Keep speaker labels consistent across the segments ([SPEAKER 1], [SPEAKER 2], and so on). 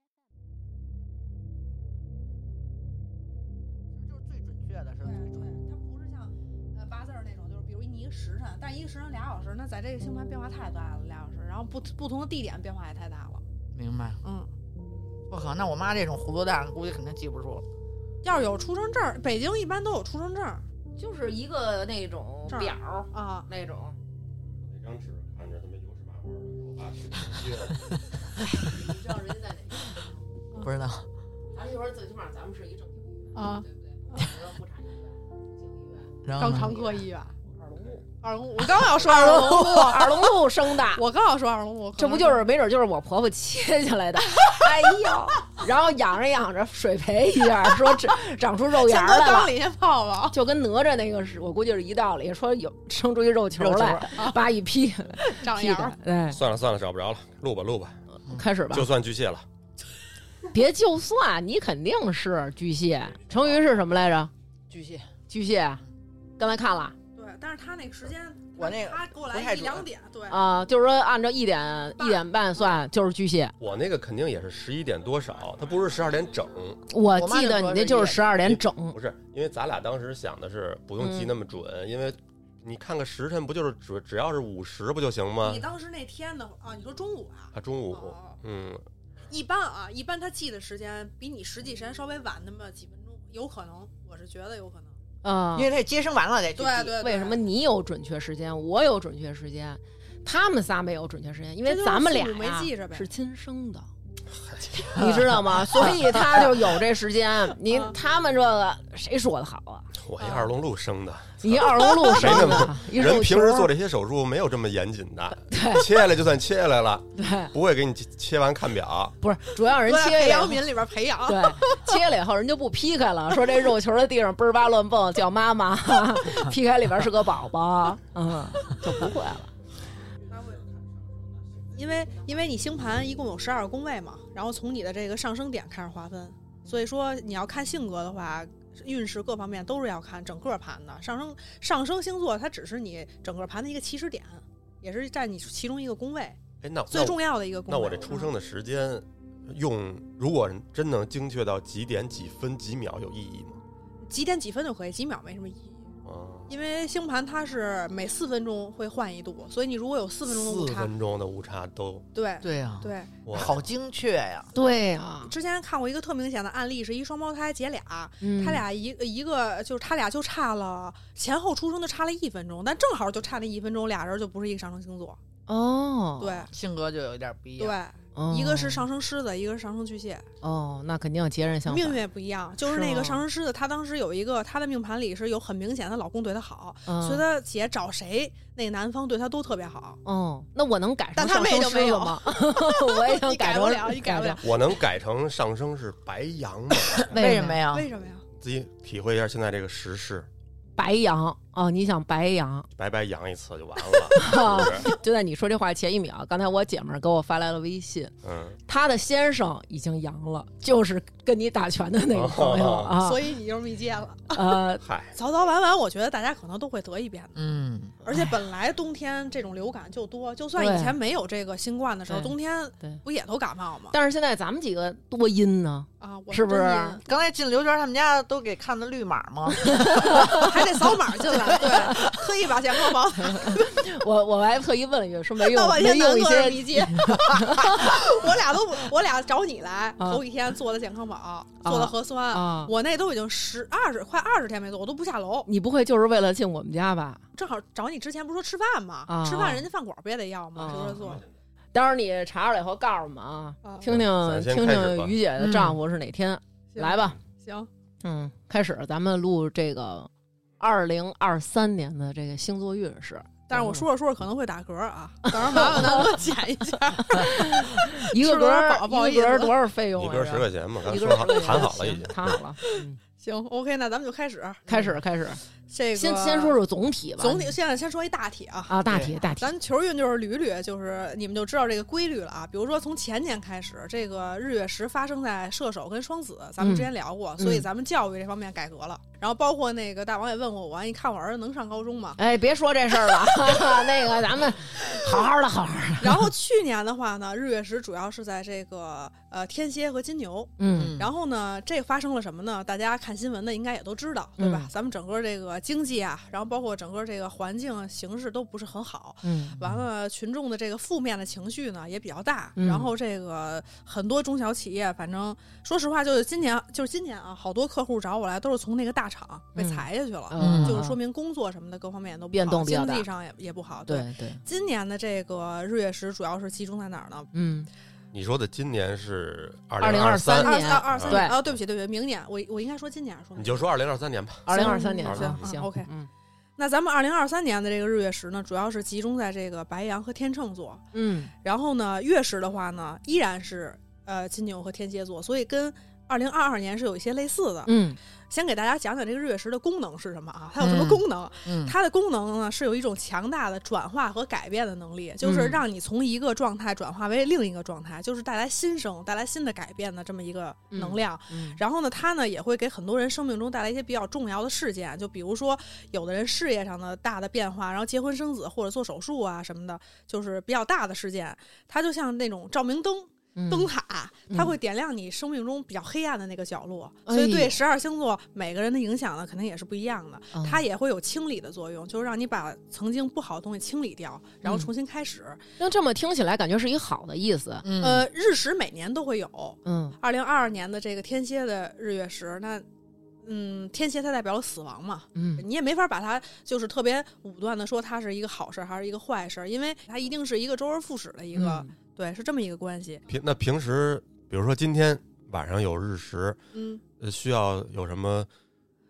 [SPEAKER 1] 呃
[SPEAKER 2] 嗯
[SPEAKER 1] 时辰，但一个时辰俩小时，那在这个星盘变化太大了，俩小时，然后不不同的地点变化也太大了。
[SPEAKER 3] 明白。
[SPEAKER 1] 嗯，
[SPEAKER 3] 我靠，那我妈这种糊涂蛋，估计肯定记不住了。
[SPEAKER 1] 要是有出生证儿，北京一般都有出生证儿
[SPEAKER 4] 嗯
[SPEAKER 2] 就是一个那种
[SPEAKER 1] 这儿
[SPEAKER 2] 表 儿
[SPEAKER 1] 啊。
[SPEAKER 2] 那种，
[SPEAKER 5] 那张纸看着他妈油纸麻花的，我爸去接了，
[SPEAKER 4] 你知道人家在哪个？
[SPEAKER 3] 不 知道，
[SPEAKER 4] 咱们一会儿最起码咱们是一正经医院，
[SPEAKER 1] 啊
[SPEAKER 4] 对不对？不可能妇产医院、整形医院，
[SPEAKER 3] 然后
[SPEAKER 1] 肛
[SPEAKER 3] 呢
[SPEAKER 1] 肠科医院，
[SPEAKER 4] 二龙路。
[SPEAKER 1] 二龙，我刚要说
[SPEAKER 2] 二
[SPEAKER 1] 二
[SPEAKER 2] 龙
[SPEAKER 1] 龙
[SPEAKER 2] 路，二龙路生的，
[SPEAKER 1] 我刚要说二龙路，
[SPEAKER 2] 这不就是没准就是我婆婆切下 来的？哎呦，然后养着养着水培一下，说长长出肉
[SPEAKER 1] 先
[SPEAKER 2] 芽
[SPEAKER 1] 搁
[SPEAKER 2] 儿来
[SPEAKER 1] 缸
[SPEAKER 2] 了。
[SPEAKER 1] 里先泡 泡，
[SPEAKER 2] 就跟哪吒那个是，我估计是一道理，说有生出一肉球
[SPEAKER 3] 肉球
[SPEAKER 2] 来，把一劈
[SPEAKER 1] 长
[SPEAKER 2] 劈
[SPEAKER 1] 牙
[SPEAKER 2] 的
[SPEAKER 1] 儿。，
[SPEAKER 2] 哎，
[SPEAKER 5] 算了算了，找不着了，录吧录吧，
[SPEAKER 2] 开始吧
[SPEAKER 5] 就，算巨蟹了，
[SPEAKER 2] 别就算你肯定是巨蟹，成语是什么来着？
[SPEAKER 3] 巨蟹，
[SPEAKER 2] 巨蟹，刚才看了
[SPEAKER 1] 对，但是他那个时间，
[SPEAKER 3] 我那个
[SPEAKER 1] 他给我
[SPEAKER 3] 不太
[SPEAKER 1] 来一
[SPEAKER 3] 准
[SPEAKER 1] 两点，对，
[SPEAKER 2] 啊、就是说按照一点一点半算就是巨蟹。
[SPEAKER 5] 我那个肯定也是十一点多少，他不是十二点整，
[SPEAKER 2] 我
[SPEAKER 3] 我妈
[SPEAKER 2] 记
[SPEAKER 3] 就
[SPEAKER 2] 得你
[SPEAKER 3] 说
[SPEAKER 2] 那
[SPEAKER 3] 是
[SPEAKER 2] 就是
[SPEAKER 3] 一
[SPEAKER 2] 十二点整，
[SPEAKER 5] 不是，因为咱俩当时想的是不用记那么准，因为你看个时辰不就是只只要是午时不就行吗
[SPEAKER 1] 你？当时那天的啊，你说中午啊，
[SPEAKER 5] 啊，中午
[SPEAKER 1] 哦，
[SPEAKER 5] 嗯，
[SPEAKER 1] 一般啊，一般他记的时间比你实际时间稍微晚那么几分钟，有可能，我是觉得有可能。
[SPEAKER 2] 嗯，
[SPEAKER 3] 因为他接生完了得去
[SPEAKER 1] 对
[SPEAKER 3] 记。
[SPEAKER 1] 对，对
[SPEAKER 2] 为什么？你有准确时间，我有准确时间，他们仨没有准确时间，因为
[SPEAKER 1] 这就是
[SPEAKER 2] 咱们
[SPEAKER 1] 父
[SPEAKER 2] 俩
[SPEAKER 1] 母没
[SPEAKER 2] 呀
[SPEAKER 1] 记着呗
[SPEAKER 2] 是亲生 的，你知道 吗？所以他就有这时间。你
[SPEAKER 1] 嗯
[SPEAKER 2] 他们这个谁说的好 啊？
[SPEAKER 5] 我一二龙路生的，
[SPEAKER 2] 你二龙路
[SPEAKER 5] 谁
[SPEAKER 2] 生
[SPEAKER 5] 那
[SPEAKER 2] 的
[SPEAKER 5] 么，
[SPEAKER 2] 一
[SPEAKER 5] 人
[SPEAKER 2] 肉
[SPEAKER 5] 平时
[SPEAKER 2] 球
[SPEAKER 5] 做这些手术没有这么严谨的，
[SPEAKER 2] 对
[SPEAKER 5] 切下来就算切下来了，
[SPEAKER 2] 对，
[SPEAKER 5] 不会给你切切完看表。
[SPEAKER 2] 不是主要人
[SPEAKER 1] 都在
[SPEAKER 2] 切
[SPEAKER 1] 培
[SPEAKER 2] 了
[SPEAKER 1] 养皿里边培养。
[SPEAKER 2] 对，切了以后人就不劈开了，说这肉球在地上嘣儿吧乱蹦，叫妈妈， 劈开里边是个宝宝， 嗯，就不会 了。
[SPEAKER 1] 他会因为因为你星盘一共有十二个宫位嘛，然后从你的这个上升点开始划分，所以说你要看性格的话，运势各方面都是要看整个盘的。上升上升星座它只是你整个盘的一个起始点，也是占你其中一个宫位
[SPEAKER 5] 哎，那
[SPEAKER 1] 最重要的一个宫
[SPEAKER 5] 那
[SPEAKER 1] 位。
[SPEAKER 5] 我这出生的时间用，如果真能精确到几点几分几秒有意义吗？
[SPEAKER 1] 嗯几点几分就可以，几秒没什么意义。
[SPEAKER 5] 啊，
[SPEAKER 1] 因为星盘它是每四分钟会换一度，所以你如果有四分钟的误
[SPEAKER 5] 四
[SPEAKER 1] 差，
[SPEAKER 5] 分钟的误差都
[SPEAKER 1] 对
[SPEAKER 3] 对呀，
[SPEAKER 1] 对。
[SPEAKER 5] 哇，
[SPEAKER 3] 好精确呀！
[SPEAKER 2] 对啊，
[SPEAKER 1] 之前看过一个特明显的案例，是一双胞胎姐俩，
[SPEAKER 2] 嗯
[SPEAKER 1] 他俩一一个就是他俩就差了前后出生就差了一分钟，但正好就差那一分钟，俩人就不是一个上升星座。
[SPEAKER 2] 哦，
[SPEAKER 1] 对、
[SPEAKER 3] 性格就有点不一样。
[SPEAKER 1] 对，
[SPEAKER 2] 哦，
[SPEAKER 1] 一个是上升狮子，一个是上升巨蟹，
[SPEAKER 2] 哦，那肯定截然相
[SPEAKER 1] 命
[SPEAKER 2] 反。
[SPEAKER 1] 运也不一样。就是是那
[SPEAKER 2] 吗
[SPEAKER 1] 个上升狮子，她当时有一个她的命盘里是有很明显的老公对她好，
[SPEAKER 2] 嗯
[SPEAKER 1] 所以她姐找谁那男方对她都特别好。
[SPEAKER 2] 哦，那我能改成
[SPEAKER 1] 但他
[SPEAKER 2] 上
[SPEAKER 1] 妹
[SPEAKER 2] 升
[SPEAKER 1] 就
[SPEAKER 2] 狮
[SPEAKER 1] 没
[SPEAKER 2] 子
[SPEAKER 1] 有
[SPEAKER 2] 吗？我也想
[SPEAKER 1] 你改
[SPEAKER 2] 成
[SPEAKER 1] 不了你改不了，
[SPEAKER 5] 我能改成上升是白羊吗？
[SPEAKER 3] 为
[SPEAKER 2] 什
[SPEAKER 3] 什
[SPEAKER 2] 么
[SPEAKER 3] 么
[SPEAKER 2] 呀？
[SPEAKER 3] 呀？
[SPEAKER 1] 为什么呀？
[SPEAKER 2] 啊
[SPEAKER 5] 自己体会一下现在这个时事，
[SPEAKER 2] 白羊哦，你想白羊？
[SPEAKER 5] 白白羊一次就完了，是不是？
[SPEAKER 2] 就在你说这话前一秒，刚才我姐们儿给我发来了微信，
[SPEAKER 5] 嗯，
[SPEAKER 2] 她的先生已经阳了，就是跟你打拳的那个朋友
[SPEAKER 5] 哦
[SPEAKER 2] 啊，
[SPEAKER 1] 所以你就是密接了。
[SPEAKER 2] 呃，
[SPEAKER 5] 嗨，
[SPEAKER 1] 早早晚晚，我觉得大家可能都会得一遍的。
[SPEAKER 3] 嗯，
[SPEAKER 1] 而且本来冬天这种流感就多，就算
[SPEAKER 2] 对
[SPEAKER 1] 以前没有这个新冠的时候，
[SPEAKER 2] 对
[SPEAKER 1] 冬天
[SPEAKER 2] 对
[SPEAKER 1] 不也都感冒吗？
[SPEAKER 2] 但是现在咱们几个多阴呢，
[SPEAKER 1] 啊，我
[SPEAKER 2] 是不是
[SPEAKER 1] 真阴
[SPEAKER 3] 刚才进刘娟他们家都给看的绿码吗？
[SPEAKER 1] 啊还得扫码进来，对，特意把健康 宝
[SPEAKER 2] 我我还特意问了一句， 说没
[SPEAKER 1] 到
[SPEAKER 2] 用
[SPEAKER 1] 半
[SPEAKER 2] 没
[SPEAKER 1] 天
[SPEAKER 2] 用
[SPEAKER 1] 难
[SPEAKER 2] 一
[SPEAKER 1] 做着
[SPEAKER 2] 些
[SPEAKER 1] 笔 记， 我俩都不我俩找你来，
[SPEAKER 2] 啊
[SPEAKER 1] 头一天做的健康宝，做的核酸，
[SPEAKER 2] 啊，
[SPEAKER 1] 我那都已经十二十快二十天没做，我都不下楼。
[SPEAKER 2] 你不会就是为了进我们家吧？
[SPEAKER 1] 正好找你之前不是说吃饭吗
[SPEAKER 2] 啊？
[SPEAKER 1] 吃饭人家饭馆不也得要
[SPEAKER 2] 啊
[SPEAKER 1] 吗？直接做
[SPEAKER 2] 待会儿你查出来以后告诉我们啊，
[SPEAKER 1] 啊，
[SPEAKER 2] 听听
[SPEAKER 5] 咱先
[SPEAKER 2] 听
[SPEAKER 5] 开始吧
[SPEAKER 2] 听于姐的丈夫是哪天，
[SPEAKER 1] 行
[SPEAKER 2] 来吧，
[SPEAKER 1] 行，
[SPEAKER 2] 嗯，开始咱们录这个二零二三年的这个星座运势。
[SPEAKER 1] 但
[SPEAKER 2] 嗯
[SPEAKER 1] 是我说着说着可能会打嗝啊，到时候麻烦咱给我剪一下。
[SPEAKER 2] 一个
[SPEAKER 1] 吃
[SPEAKER 2] 格
[SPEAKER 1] 多少
[SPEAKER 2] 儿
[SPEAKER 1] 饱不好
[SPEAKER 2] 一个格儿
[SPEAKER 1] 意思
[SPEAKER 2] 多少费用
[SPEAKER 5] 一
[SPEAKER 2] 啊？
[SPEAKER 5] 根十块钱嘛，刚
[SPEAKER 2] 一
[SPEAKER 5] 才
[SPEAKER 2] 个
[SPEAKER 5] 说好
[SPEAKER 2] 十块钱
[SPEAKER 5] 谈好了已
[SPEAKER 2] 行
[SPEAKER 5] 经。
[SPEAKER 2] 谈好了，嗯
[SPEAKER 1] 行，OK，那咱们就开始 嗯
[SPEAKER 2] 开始开始，
[SPEAKER 1] 这个，
[SPEAKER 2] 先先说说总体吧，
[SPEAKER 1] 总体，现在先说一大体啊，
[SPEAKER 2] 啊，大体大体，？
[SPEAKER 1] 咱球运就是捋捋，就是你们就知道这个规律了啊。比如说从前年开始，这个日月食发生在射手跟双子，咱们之前聊过，所以咱们教育这方面改革了。然后包括那个大王也问过我，你看我儿子能上高中吗
[SPEAKER 2] 哎，别说这事儿了， 那个咱们好好的好好的，
[SPEAKER 1] 然 后去年的话呢，日月食主要是在这个呃天蝎和金牛。
[SPEAKER 2] 嗯
[SPEAKER 1] 然后呢，这发生了什么呢？大家看新闻的应该也都知道，对吧？
[SPEAKER 2] 嗯
[SPEAKER 1] 咱们整个这个个经济啊，然后包括整个这个环境啊形势都不是很好。
[SPEAKER 3] 嗯，
[SPEAKER 1] 完了，群众的这个负面的情绪呢也比较大，
[SPEAKER 2] 嗯
[SPEAKER 1] 然后这个很多中小企业，反正说实话，就是今年，就是今年啊，好多客户找我来都是从那个大厂被
[SPEAKER 2] 嗯
[SPEAKER 1] 裁下去了，
[SPEAKER 3] 嗯
[SPEAKER 1] 就是说明工作什么的各方面也都不好
[SPEAKER 2] 变动比较
[SPEAKER 1] 经
[SPEAKER 2] 大
[SPEAKER 1] 济上也也不好。
[SPEAKER 3] 对对，
[SPEAKER 1] 今年的这个日月食主要是集中在哪儿呢？
[SPEAKER 2] 嗯，
[SPEAKER 5] 你说的今年是二零
[SPEAKER 2] 2023
[SPEAKER 5] 三，
[SPEAKER 1] 二
[SPEAKER 2] 年
[SPEAKER 1] 二二三
[SPEAKER 2] 对
[SPEAKER 1] 年啊，对不起，对不起，明年我我应该说今年还是说
[SPEAKER 5] 你就说二零二三年吧。
[SPEAKER 2] 二零二三年
[SPEAKER 1] 行
[SPEAKER 2] 啊
[SPEAKER 1] 嗯
[SPEAKER 2] 行
[SPEAKER 1] ，OK
[SPEAKER 2] 嗯
[SPEAKER 1] 那咱们二零二三年的这个日月食呢，主要是集中在这个白羊和天秤座。
[SPEAKER 2] 嗯
[SPEAKER 1] 然后呢，月食的话呢，依然是呃金牛和天蝎座，所以跟二零二二年是有一些类似的。
[SPEAKER 2] 嗯
[SPEAKER 1] 先给大家讲讲这个日月食的功能是什么啊？它有什么功能？
[SPEAKER 3] 嗯
[SPEAKER 1] 它的功能呢是有一种强大的转化和改变的能力，就是
[SPEAKER 2] 嗯
[SPEAKER 1] 让你从一个状态转化为另一个状态，就是带来新生、带来新的改变的这么一个能量。
[SPEAKER 2] 嗯
[SPEAKER 1] 然后呢，它呢也会给很多人生命中带来一些比较重要的事件，就比如说有的人事业上的大的变化，然后结婚生子或者做手术啊什么的，就是比较大的事件。它就像那种照明灯、
[SPEAKER 2] 嗯
[SPEAKER 1] 灯塔，它
[SPEAKER 2] 嗯
[SPEAKER 1] 会点亮你生命中比较黑暗的那个角落。
[SPEAKER 2] 哎
[SPEAKER 1] 所以
[SPEAKER 2] 呦
[SPEAKER 1] 对十二星座每个人的影响呢，肯定也是不一样的。
[SPEAKER 2] 嗯
[SPEAKER 1] 它也会有清理的作用，就是让你把曾经不好的东西清理掉，然后
[SPEAKER 2] 嗯
[SPEAKER 1] 重新开始。
[SPEAKER 2] 那这么听起来感觉是一好的意思，
[SPEAKER 3] 嗯
[SPEAKER 1] 呃，日食每年都会有，
[SPEAKER 2] 嗯
[SPEAKER 1] 二零二二年的这个天蝎的日月食，那嗯，天蝎它代表死亡嘛，
[SPEAKER 2] 嗯
[SPEAKER 1] 你也没法把它就是特别武断的说它是一个好事儿还是一个坏事儿，因为它一定是一个周而复始的一个，
[SPEAKER 2] 嗯
[SPEAKER 1] 对，是这么一个关系。
[SPEAKER 5] 平那平时，比如说今天晚上有日食，
[SPEAKER 1] 嗯，
[SPEAKER 5] 呃，需要有什么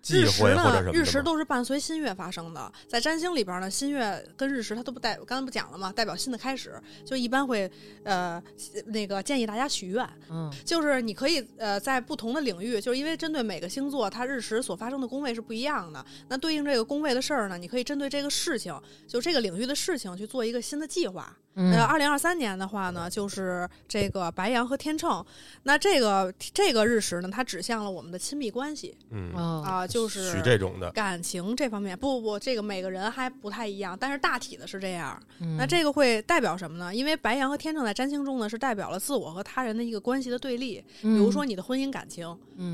[SPEAKER 5] 忌
[SPEAKER 1] 日食
[SPEAKER 5] 讳或者
[SPEAKER 1] 呢
[SPEAKER 5] 什么，的
[SPEAKER 1] 日食
[SPEAKER 5] 吗
[SPEAKER 1] 都是伴随新月发生的，在占星里边呢，新月跟日食它都不代，我刚才不讲了吗？代表新的开始，就一般会呃那个建议大家许愿，
[SPEAKER 2] 嗯
[SPEAKER 1] 就是你可以呃在不同的领域，就是因为针对每个星座，它日食所发生的宫位是不一样的。那对应这个宫位的事儿呢，你可以针对这个事情，就这个领域的事情去做一个新的计划。那
[SPEAKER 2] 嗯
[SPEAKER 1] 二零二三年的话呢，就是这个白羊和天秤，那这个这个日食呢，它指向了我们的亲密关系
[SPEAKER 5] 嗯，
[SPEAKER 2] 啊
[SPEAKER 1] 啊、就
[SPEAKER 5] 许
[SPEAKER 1] 是
[SPEAKER 5] 这种的，
[SPEAKER 1] 感情这方面。不不不，这个每个人还不太一样，但是大体的是这样。
[SPEAKER 2] 嗯
[SPEAKER 1] 那这个会代表什么呢？因为白羊和天秤在占星中呢，是代表了自我和他人的一个关系的对立。
[SPEAKER 2] 嗯
[SPEAKER 1] 比如说你的婚姻感情、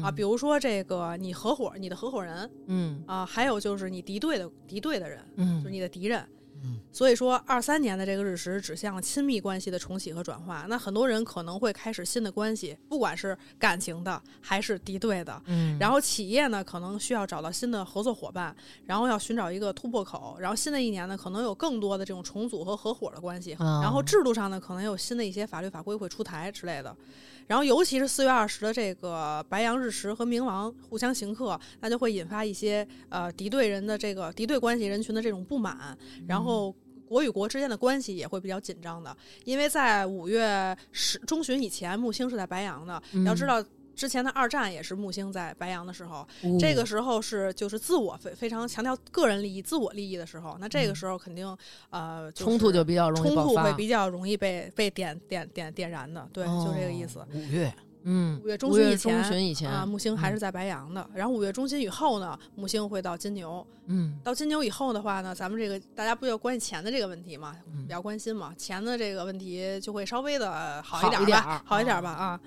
[SPEAKER 1] 啊，比
[SPEAKER 2] 如
[SPEAKER 1] 如说这个你合伙、你的合伙人
[SPEAKER 2] 嗯
[SPEAKER 1] 啊，还有就是你敌对的敌对的人，
[SPEAKER 2] 嗯
[SPEAKER 1] 就是你的敌人。
[SPEAKER 3] 嗯
[SPEAKER 1] 所以说，二三年的这个日食指向亲密关系的重启和转化。那很多人可能会开始新的关系，不管是感情的还是敌对的。
[SPEAKER 2] 嗯
[SPEAKER 1] 然后企业呢，可能需要找到新的合作伙伴，然后要寻找一个突破口。然后新的一年呢，可能有更多的这种重组和合伙的关系。
[SPEAKER 2] 哦
[SPEAKER 1] 然后制度上呢，可能有新的一些法律法规会出台之类的。然后尤其是四月二十的这个白羊日食和冥王互相刑克，那就会引发一些呃敌对人的这个敌对关系人群的这种不满，然后。国与国之间的关系也会比较紧张的，因为在五月十中旬以前，木星是在白羊的。要知
[SPEAKER 2] 嗯哦
[SPEAKER 1] 道，之前的二战也是木星在白羊的时候，这
[SPEAKER 2] 嗯
[SPEAKER 1] 个时候是就是自我非非常强调个人利益、自我利益的时候，那这个时候肯定、呃、
[SPEAKER 2] 嗯冲突就比较容易
[SPEAKER 1] 冲
[SPEAKER 2] 爆
[SPEAKER 1] 突
[SPEAKER 2] 发
[SPEAKER 1] 会，比较容易被被点点点点燃的，对，就这个意思。
[SPEAKER 3] 五月
[SPEAKER 2] 嗯
[SPEAKER 1] 五月中
[SPEAKER 2] 哦五
[SPEAKER 1] 旬
[SPEAKER 2] 月
[SPEAKER 1] 以
[SPEAKER 2] 中
[SPEAKER 1] 前
[SPEAKER 2] 旬以前嗯
[SPEAKER 1] 啊，木星还是在白羊的，然后五月中旬以后呢，木星会到金牛，
[SPEAKER 2] 嗯
[SPEAKER 1] 到金牛以后的话呢，咱们这个大家不要关心钱的这个问题嘛，
[SPEAKER 2] 嗯
[SPEAKER 1] 比较关心嘛，钱的这个问题就会稍微的好
[SPEAKER 2] 好
[SPEAKER 1] 一点
[SPEAKER 2] 一
[SPEAKER 1] 儿
[SPEAKER 2] 点
[SPEAKER 1] 吧
[SPEAKER 2] 儿，
[SPEAKER 1] 好一点儿吧啊。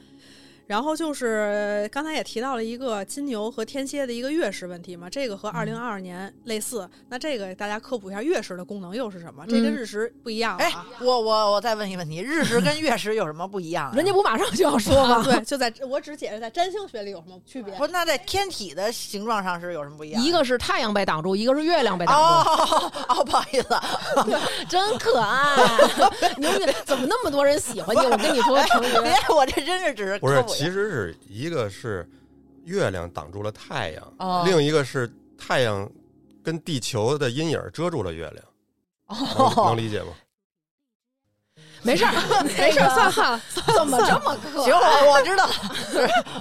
[SPEAKER 1] 然后就是刚才也提到了一个金牛和天蝎的一个月食问题嘛，这个和二
[SPEAKER 2] 嗯
[SPEAKER 1] 零二二年类似。那这个大家科普一下月食的功能又是什么？这跟
[SPEAKER 2] 嗯
[SPEAKER 1] 日食不一样
[SPEAKER 3] 哎
[SPEAKER 1] 啊。，
[SPEAKER 3] 我我我再问一个问题，日食跟月食有什么不一样、啊？
[SPEAKER 2] 人家不马上就要 说
[SPEAKER 1] 啊，
[SPEAKER 2] 吗？
[SPEAKER 1] 对，就在我只解释在占星学里有什么区别。
[SPEAKER 3] 不，那在天体的形状上是有什么不一样？
[SPEAKER 2] 一个是太阳被挡住，一个是月亮被挡
[SPEAKER 3] 哦哦，不好意思，
[SPEAKER 2] 住， 真 可爱。你们怎么那么多人喜欢你？我跟你说，成
[SPEAKER 3] 别
[SPEAKER 2] 云，，
[SPEAKER 3] 我这真是只是
[SPEAKER 5] 不是
[SPEAKER 3] 科，普一
[SPEAKER 5] 其
[SPEAKER 3] 下
[SPEAKER 5] 实是一个是月亮挡住了太阳，
[SPEAKER 3] 哦
[SPEAKER 5] 另一个是太阳跟地球的阴影遮住了月亮，能能
[SPEAKER 3] 哦，
[SPEAKER 5] 理解吗？
[SPEAKER 2] 没事儿，没事儿，算了，怎么这么 可
[SPEAKER 3] 行，哎我我知道了，是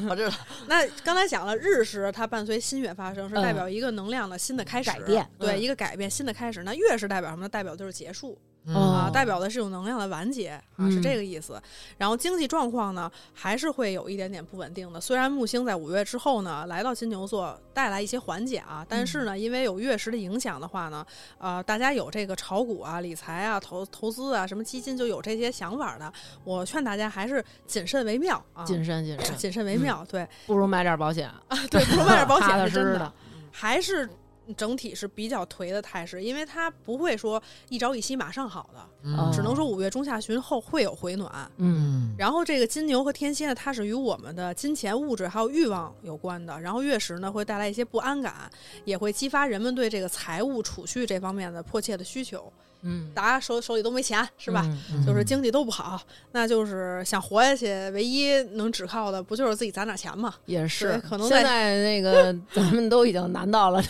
[SPEAKER 3] 我知道了，
[SPEAKER 1] 那刚才讲了，日食它伴随新月发生，是
[SPEAKER 2] 嗯
[SPEAKER 1] 代表一个能量的新的开始，
[SPEAKER 2] 改变
[SPEAKER 1] 对，
[SPEAKER 2] 嗯
[SPEAKER 1] 一个改变，新的开始。那月是代表什么呢？代表就是结束
[SPEAKER 2] 哦
[SPEAKER 3] 嗯
[SPEAKER 1] 啊，代表的是一种能量的完结啊，
[SPEAKER 2] 嗯
[SPEAKER 1] 是这个意思。然后经济状况呢，还是会有一点点不稳定的。虽然木星在五月之后呢，来到金牛座带来一些缓解啊，但
[SPEAKER 2] 嗯
[SPEAKER 1] 是呢，因为有月食的影响的话呢，呃，大家有这个炒股啊、理财啊、投投资啊、什么基金就有这些想法的，我劝大家还是谨慎为妙啊。
[SPEAKER 2] 谨慎谨慎，
[SPEAKER 1] 谨慎为妙，对，
[SPEAKER 2] 不如买点保险，
[SPEAKER 1] 对，不是外点保
[SPEAKER 2] 踏踏
[SPEAKER 1] 险是
[SPEAKER 2] 实
[SPEAKER 1] 真
[SPEAKER 2] 实
[SPEAKER 1] 的，还是整体是比较颓的态势，因为它不会说一朝一夕马上好的，
[SPEAKER 3] 嗯
[SPEAKER 1] 只能说五月中下旬后会有回暖。
[SPEAKER 2] 嗯
[SPEAKER 3] 嗯
[SPEAKER 1] 然后这个金牛和天蝎呢，它是与我们的金钱、物质还有欲望有关的。然后月食呢，会带来一些不安感，也会激发人们对这个财务储蓄这方面的迫切的需求。
[SPEAKER 2] 嗯，
[SPEAKER 1] 大家手手里都没钱，是吧？
[SPEAKER 3] 嗯
[SPEAKER 1] 就是经济都不好，那就是想活下去，唯一能只靠的不就是自己攒点钱嘛？
[SPEAKER 2] 也是
[SPEAKER 1] 对，可能在
[SPEAKER 2] 现在 那个咱们都已经难到了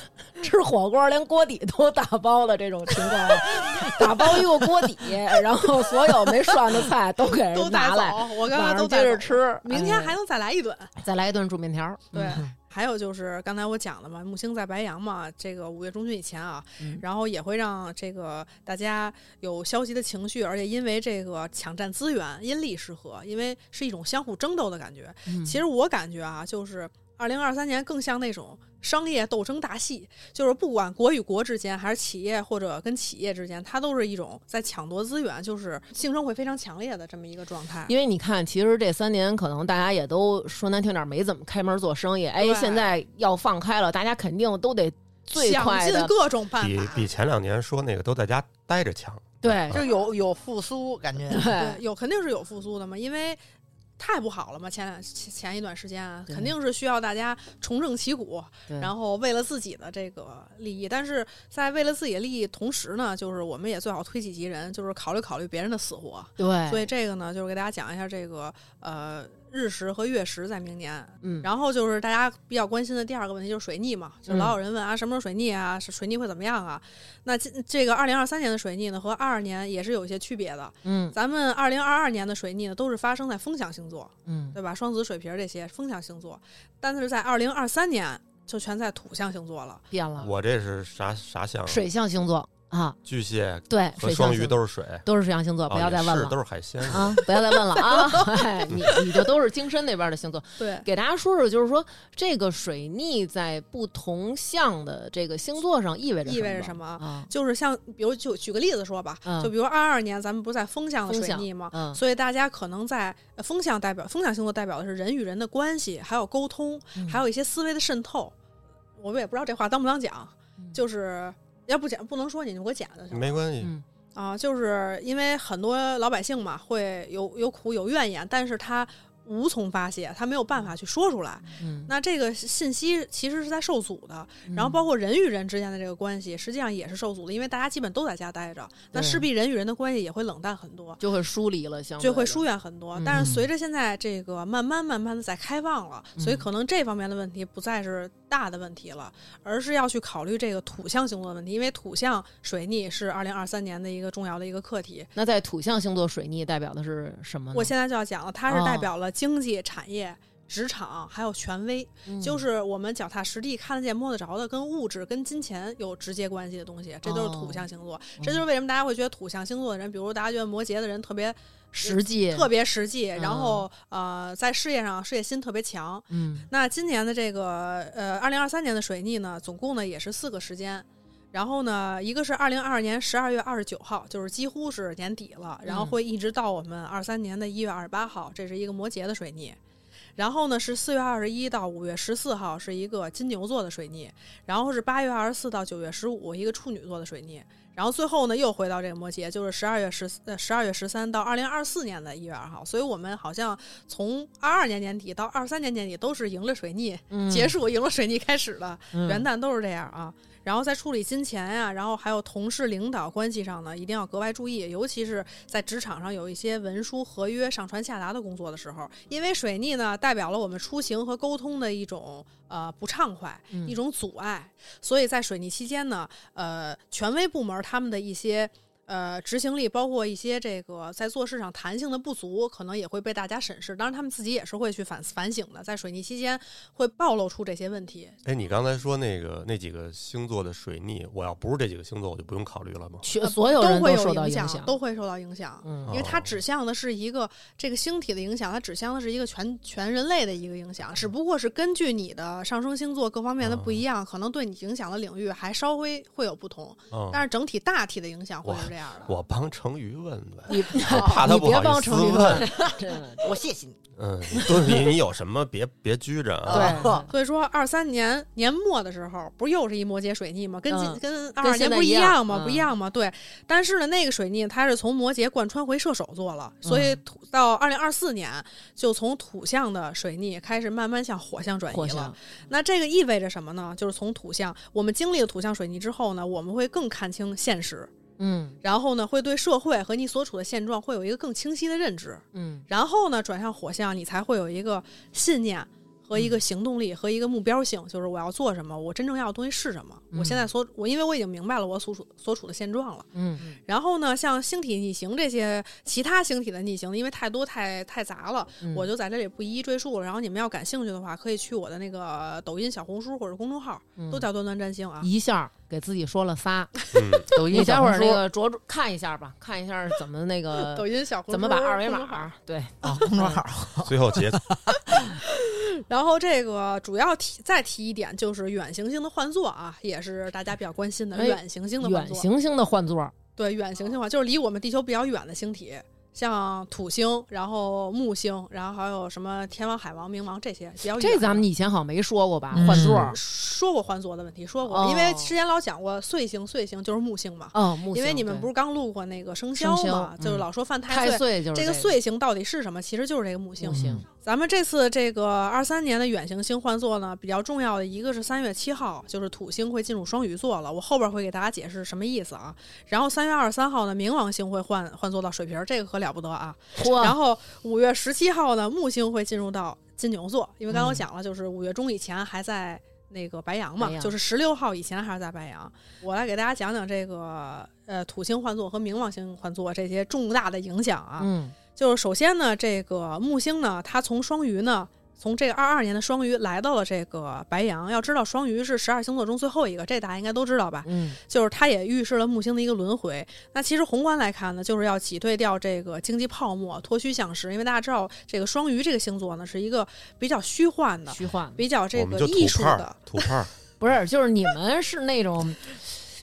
[SPEAKER 2] 吃火锅连锅底都打包的这种情况 了，打包一个锅底，然后所有没涮的菜都给
[SPEAKER 1] 都
[SPEAKER 2] 人
[SPEAKER 1] 带
[SPEAKER 2] 哎拿来，
[SPEAKER 1] 走，我刚
[SPEAKER 2] 晚
[SPEAKER 1] 刚
[SPEAKER 2] 上
[SPEAKER 1] 都
[SPEAKER 2] 接
[SPEAKER 1] 带
[SPEAKER 2] 着
[SPEAKER 1] 走。
[SPEAKER 2] 吃，
[SPEAKER 1] 明天
[SPEAKER 2] 哎
[SPEAKER 1] 还能再来一顿，
[SPEAKER 2] 再来一顿煮面条儿，嗯
[SPEAKER 1] 对。还有就是刚才我讲的嘛，木星在白羊嘛，这个五月中旬以前啊，
[SPEAKER 3] 嗯
[SPEAKER 1] 然后也会让这个大家有消极的情绪，而且因为这个抢占资源，因利失合，因为是一种相互争斗的感觉。
[SPEAKER 2] 嗯
[SPEAKER 1] 其实我感觉啊，就是二零二三年更像那种商业斗争大戏，就是不管国与国之间，还是企业或者跟企业之间，它都是一种在抢夺资源，就是竞争会非常强烈的这么一个状态。
[SPEAKER 2] 因为你看，其实这三年可能大家也都说难听点儿，没怎么开门做生意。哎，
[SPEAKER 1] 对
[SPEAKER 2] 现在要放开了，大家肯定都得最
[SPEAKER 1] 想
[SPEAKER 2] 快
[SPEAKER 1] 尽
[SPEAKER 2] 的，
[SPEAKER 1] 各种办
[SPEAKER 5] 比
[SPEAKER 1] 法，
[SPEAKER 5] 比前两年说那个都在家待着强，
[SPEAKER 2] 对
[SPEAKER 3] 就有有复苏感觉，
[SPEAKER 2] 对
[SPEAKER 1] 对， 有肯定是有复苏的嘛，因为太不好了嘛，前两前前一段时间啊，
[SPEAKER 2] 对
[SPEAKER 1] 肯定是需要大家重振旗鼓，
[SPEAKER 2] 对
[SPEAKER 1] 然后为了自己的这个利益，但是在为了自己的利益同时呢，就是我们也最好推己及人，就是考虑考虑别人的死活。
[SPEAKER 2] 对，
[SPEAKER 1] 所以这个呢，就是给大家讲一下这个呃日食和月食在明年。
[SPEAKER 2] 嗯，
[SPEAKER 1] 然后就是大家比较关心的第二个问题就是水逆嘛，就
[SPEAKER 2] 嗯
[SPEAKER 1] 老有人问啊，什么时候水逆啊，是水逆会怎么样啊？那这这个二零二三年的水逆呢，和二二年也是有一些区别的。
[SPEAKER 2] 嗯
[SPEAKER 1] 咱们二零二二年的水逆呢，都是发生在风象星座，
[SPEAKER 2] 嗯，
[SPEAKER 1] 对吧？双子、水瓶这些风象星座，但是在二零二三年就全在土象星座了。
[SPEAKER 2] 变了，
[SPEAKER 5] 我这是啥啥象？
[SPEAKER 2] 水象星座啊，
[SPEAKER 5] 巨蟹
[SPEAKER 2] 对，
[SPEAKER 5] 和
[SPEAKER 2] 水
[SPEAKER 5] 双
[SPEAKER 2] 象
[SPEAKER 5] 鱼
[SPEAKER 2] 星
[SPEAKER 5] 都是水，
[SPEAKER 2] 都是水象星座，
[SPEAKER 5] 哦
[SPEAKER 2] 不要
[SPEAKER 5] 也
[SPEAKER 2] 再问
[SPEAKER 5] 是
[SPEAKER 2] 了
[SPEAKER 5] 都是海鲜。
[SPEAKER 2] 啊，不要再问了 啊，哎你你就都是精深那边的星座，
[SPEAKER 1] 对，
[SPEAKER 2] 给大家说说，就是说这个水逆在不同象的这个星座上意味着
[SPEAKER 1] 意味着什
[SPEAKER 2] 什么
[SPEAKER 1] 么？
[SPEAKER 2] 啊？
[SPEAKER 1] 就是像，比如就举个例子说吧，
[SPEAKER 2] 嗯
[SPEAKER 1] 就比如二二年咱们不是在风象的
[SPEAKER 2] 风
[SPEAKER 1] 水
[SPEAKER 2] 象
[SPEAKER 1] 逆吗？
[SPEAKER 2] 嗯，
[SPEAKER 1] 所以大家可能在呃风象代表风象星座代表的是人与人的关系，还有沟通，
[SPEAKER 2] 嗯
[SPEAKER 1] 还有一些思维的渗透。我们也不知道这话当不当讲，
[SPEAKER 2] 嗯
[SPEAKER 1] 就是要不讲不能说你就给我讲就行了。
[SPEAKER 5] 没关系，
[SPEAKER 2] 嗯
[SPEAKER 1] 啊，就是因为很多老百姓嘛，会有有苦有怨言，但是他无从发泄，他没有办法去说出来。
[SPEAKER 2] 嗯，
[SPEAKER 1] 那这个信息其实是在受阻的，
[SPEAKER 3] 嗯
[SPEAKER 1] 然后包括人与人之间的这个关系，实际上也是受阻的，因为大家基本都在家待着，那
[SPEAKER 2] 对
[SPEAKER 1] 势必人与人的关系也会冷淡很多。
[SPEAKER 2] 就会疏离了，相对
[SPEAKER 1] 就会
[SPEAKER 2] 的
[SPEAKER 1] 疏远很多，但
[SPEAKER 3] 嗯嗯
[SPEAKER 1] 是随着现在这个慢慢慢慢的在开放了，所以可能这方面的问题不再是大的问题了，而是要去考虑这个土象星座的问题，因为土象水逆是二零二三年的一个重要的一个课题。
[SPEAKER 2] 那在土象星座水逆代表的是什么呢？
[SPEAKER 1] 我现在就要讲了，它是
[SPEAKER 2] 嗯哦
[SPEAKER 1] 代表了经济、产业、职场还有权威，
[SPEAKER 2] 嗯
[SPEAKER 1] 就是我们脚踏实地、看得见、摸得着的，跟物质、跟金钱有直接关系的东西，这都是土
[SPEAKER 2] 哦
[SPEAKER 1] 象星座。这
[SPEAKER 2] 嗯
[SPEAKER 1] 就是为什么大家会觉得土象星座的人，比如大家觉得摩羯的人特别
[SPEAKER 2] 嗯实际
[SPEAKER 1] 特别实际，
[SPEAKER 2] 嗯
[SPEAKER 1] 然后呃，在事业上事业心特别强。
[SPEAKER 2] 嗯
[SPEAKER 1] 那今年的这个呃，二零二三年的水逆呢，总共呢也是四个时间。然后呢，一个是二零二二年十二月二十九号，就是几乎是年底了，然后
[SPEAKER 2] 嗯
[SPEAKER 1] 会一直到我们二三年的一月二十八号，这是一个摩羯的水逆。然后呢是四月二十一到五月十四号是一个金牛座的水逆，然后是八月二十四到九月十五一个处女座的水逆，然后最后呢又回到这个摩羯，就是十二月十呃十二月十三到二零二四年的一月二号。所以我们好像从二二年年底到二三年年底都是迎着水逆、
[SPEAKER 2] 嗯
[SPEAKER 1] 结束，迎着水逆开始的，
[SPEAKER 2] 嗯
[SPEAKER 1] 元旦都是这样啊。然后在处理金钱呀、然后还有同事、领导关系上呢，一定要格外注意，尤其是在职场上有一些文书、合约上传下达的工作的时候，因为水逆呢代表了我们出行和沟通的一种呃不畅快，
[SPEAKER 2] 嗯
[SPEAKER 1] 一种阻碍，所以在水逆期间呢，呃，权威部门他们的一些。呃，执行力包括一些这个在做事上弹性的不足，可能也会被大家审视。当然，他们自己也是会去反反省的，在水逆期间会暴露出这些问题。
[SPEAKER 5] 哎，你刚才说那个那几个星座的水逆，我要不是这几个星座，我就不用考虑了吗？
[SPEAKER 2] 全所有人
[SPEAKER 1] 呃都会
[SPEAKER 2] 受
[SPEAKER 1] 有
[SPEAKER 2] 到
[SPEAKER 1] 响，
[SPEAKER 2] 响，
[SPEAKER 1] 都会受到影响，因
[SPEAKER 2] 嗯
[SPEAKER 1] 为它指向的是一个这个星体的影响，它指向的是一个全全人类的一个影响，只不过是根据你的上升星座各方面的不一样，可能对你影响的领域还稍微会有不同，
[SPEAKER 5] 嗯，
[SPEAKER 1] 但是整体大体的影响会
[SPEAKER 5] 我
[SPEAKER 1] 是这样的。
[SPEAKER 5] 我帮成鱼问问，
[SPEAKER 2] 你
[SPEAKER 5] 怕他
[SPEAKER 2] 你
[SPEAKER 5] 不
[SPEAKER 2] 别
[SPEAKER 5] 好
[SPEAKER 2] 帮
[SPEAKER 5] 意思
[SPEAKER 2] 程序
[SPEAKER 5] 问
[SPEAKER 2] 员，真的
[SPEAKER 3] 我谢谢你。
[SPEAKER 5] 嗯， 蹲你你有什么别别拘着啊。
[SPEAKER 2] 对
[SPEAKER 1] 所以说，二三年年末的时候，不是又是一摩羯水逆吗？跟今、
[SPEAKER 2] 嗯
[SPEAKER 1] 跟二二
[SPEAKER 2] 现
[SPEAKER 1] 年
[SPEAKER 2] 在
[SPEAKER 1] 不
[SPEAKER 2] 一
[SPEAKER 1] 一样吗？
[SPEAKER 2] 样嗯
[SPEAKER 1] 不一样吗？对。但是呢，那个水逆它是从摩羯贯穿回射手座了，所以
[SPEAKER 2] 嗯
[SPEAKER 1] 土到二零二四年就从土象的水逆开始慢慢向火象转
[SPEAKER 2] 火
[SPEAKER 1] 移
[SPEAKER 2] 象
[SPEAKER 1] 了。那这个意味着什么呢？就是从土象，我们经历了土象水逆之后呢，我们会更看清现实，
[SPEAKER 2] 嗯
[SPEAKER 1] 然后呢，会对社会和你所处的现状会有一个更清晰的认知。
[SPEAKER 2] 嗯
[SPEAKER 1] 然后呢，转向火象，你才会有一个信念和
[SPEAKER 2] 嗯
[SPEAKER 1] 一个行动力和一个目标性，就是我要做什么，我真正要的东西是什么。
[SPEAKER 2] 嗯
[SPEAKER 1] 我现在所我因为我已经明白了我所处所处的现状了。
[SPEAKER 2] 嗯
[SPEAKER 1] 然后呢，像星体逆行这些其他星体的逆行，因为太多太太杂了，
[SPEAKER 2] 嗯，
[SPEAKER 1] 我就在这里不一一赘述了。然后你们要感兴趣的话，可以去我的那个抖音、小红书或者公众号，都叫端端占星啊。
[SPEAKER 2] 嗯一下给自己说了仨。
[SPEAKER 5] 嗯，
[SPEAKER 2] 抖
[SPEAKER 3] 音
[SPEAKER 2] 你待会儿
[SPEAKER 3] 小红书
[SPEAKER 2] 那个着重看一下吧，看一下怎么那
[SPEAKER 1] 抖
[SPEAKER 2] 个
[SPEAKER 1] 音、小红书
[SPEAKER 2] 怎么把二维
[SPEAKER 1] 公众号
[SPEAKER 2] 码对
[SPEAKER 3] 啊，公众号，
[SPEAKER 5] 最后结
[SPEAKER 1] 然后这个主要提再提一点就是远行星的换座啊，也是大家比较关心的、
[SPEAKER 2] 哎
[SPEAKER 1] 远行 星的换
[SPEAKER 2] 远
[SPEAKER 1] 座。
[SPEAKER 2] 行星的换座，
[SPEAKER 1] 对远行星换就是离我们地球比较远的星体，像土星，然后木星，然后还有什么天王、海王、冥王这些比哦较远的。
[SPEAKER 2] 这咱们以前好像没说过吧？
[SPEAKER 3] 嗯
[SPEAKER 2] 换座，
[SPEAKER 1] 说过换座的问题，说过，
[SPEAKER 2] 哦
[SPEAKER 1] 因为之前老讲过岁星，岁星就是木星嘛。
[SPEAKER 2] 哦，木
[SPEAKER 1] 因为
[SPEAKER 2] 星
[SPEAKER 1] 你们
[SPEAKER 2] 对
[SPEAKER 1] 不是刚录过那个生肖
[SPEAKER 2] 生
[SPEAKER 1] 嘛
[SPEAKER 2] 肖，
[SPEAKER 1] 就是
[SPEAKER 2] 嗯
[SPEAKER 1] 老说犯
[SPEAKER 2] 太
[SPEAKER 1] 岁。
[SPEAKER 2] 岁就是
[SPEAKER 1] 这
[SPEAKER 2] 个
[SPEAKER 1] 个岁星到底是什么？其实就是这个木星
[SPEAKER 2] 木。星，
[SPEAKER 1] 咱们这次这个二三年的远行星换座呢，比较重要的一个是三月七号，就是土星会进入双鱼座了，我后边会给大家解释什么意思啊。然后三月二十三号呢，冥王星会换换座到水瓶儿，这个可了不得啊。
[SPEAKER 2] 嚯
[SPEAKER 1] 然后五月十七号呢，木星会进入到金牛座，因为刚刚
[SPEAKER 2] 嗯
[SPEAKER 1] 我讲了，就是五月中以前还在那个白羊嘛，
[SPEAKER 2] 白羊
[SPEAKER 1] 就是十六号以前还是在白羊。我来给大家讲讲这个呃土星换座和冥王星换座这些重大的影响啊。
[SPEAKER 2] 嗯
[SPEAKER 1] 就是首先呢，这个木星呢，它从双鱼呢，从这个二二年的双鱼来到了这个白羊。要知道，双鱼是十二星座中最后一个，这大家应该都知道吧？
[SPEAKER 2] 嗯
[SPEAKER 1] 就是它也预示了木星的一个轮回。那其实宏观来看呢，就是要挤兑掉这个经济泡沫，脱虚向实。因为大家知道，这个双鱼这个星座呢，是一个比较虚幻的，
[SPEAKER 2] 虚幻
[SPEAKER 1] 比较这
[SPEAKER 5] 我们
[SPEAKER 1] 个
[SPEAKER 5] 就
[SPEAKER 1] 艺
[SPEAKER 5] 土
[SPEAKER 1] 术
[SPEAKER 5] 炮
[SPEAKER 1] 的
[SPEAKER 5] 儿。，土炮儿，
[SPEAKER 2] 不是就是你们是那 种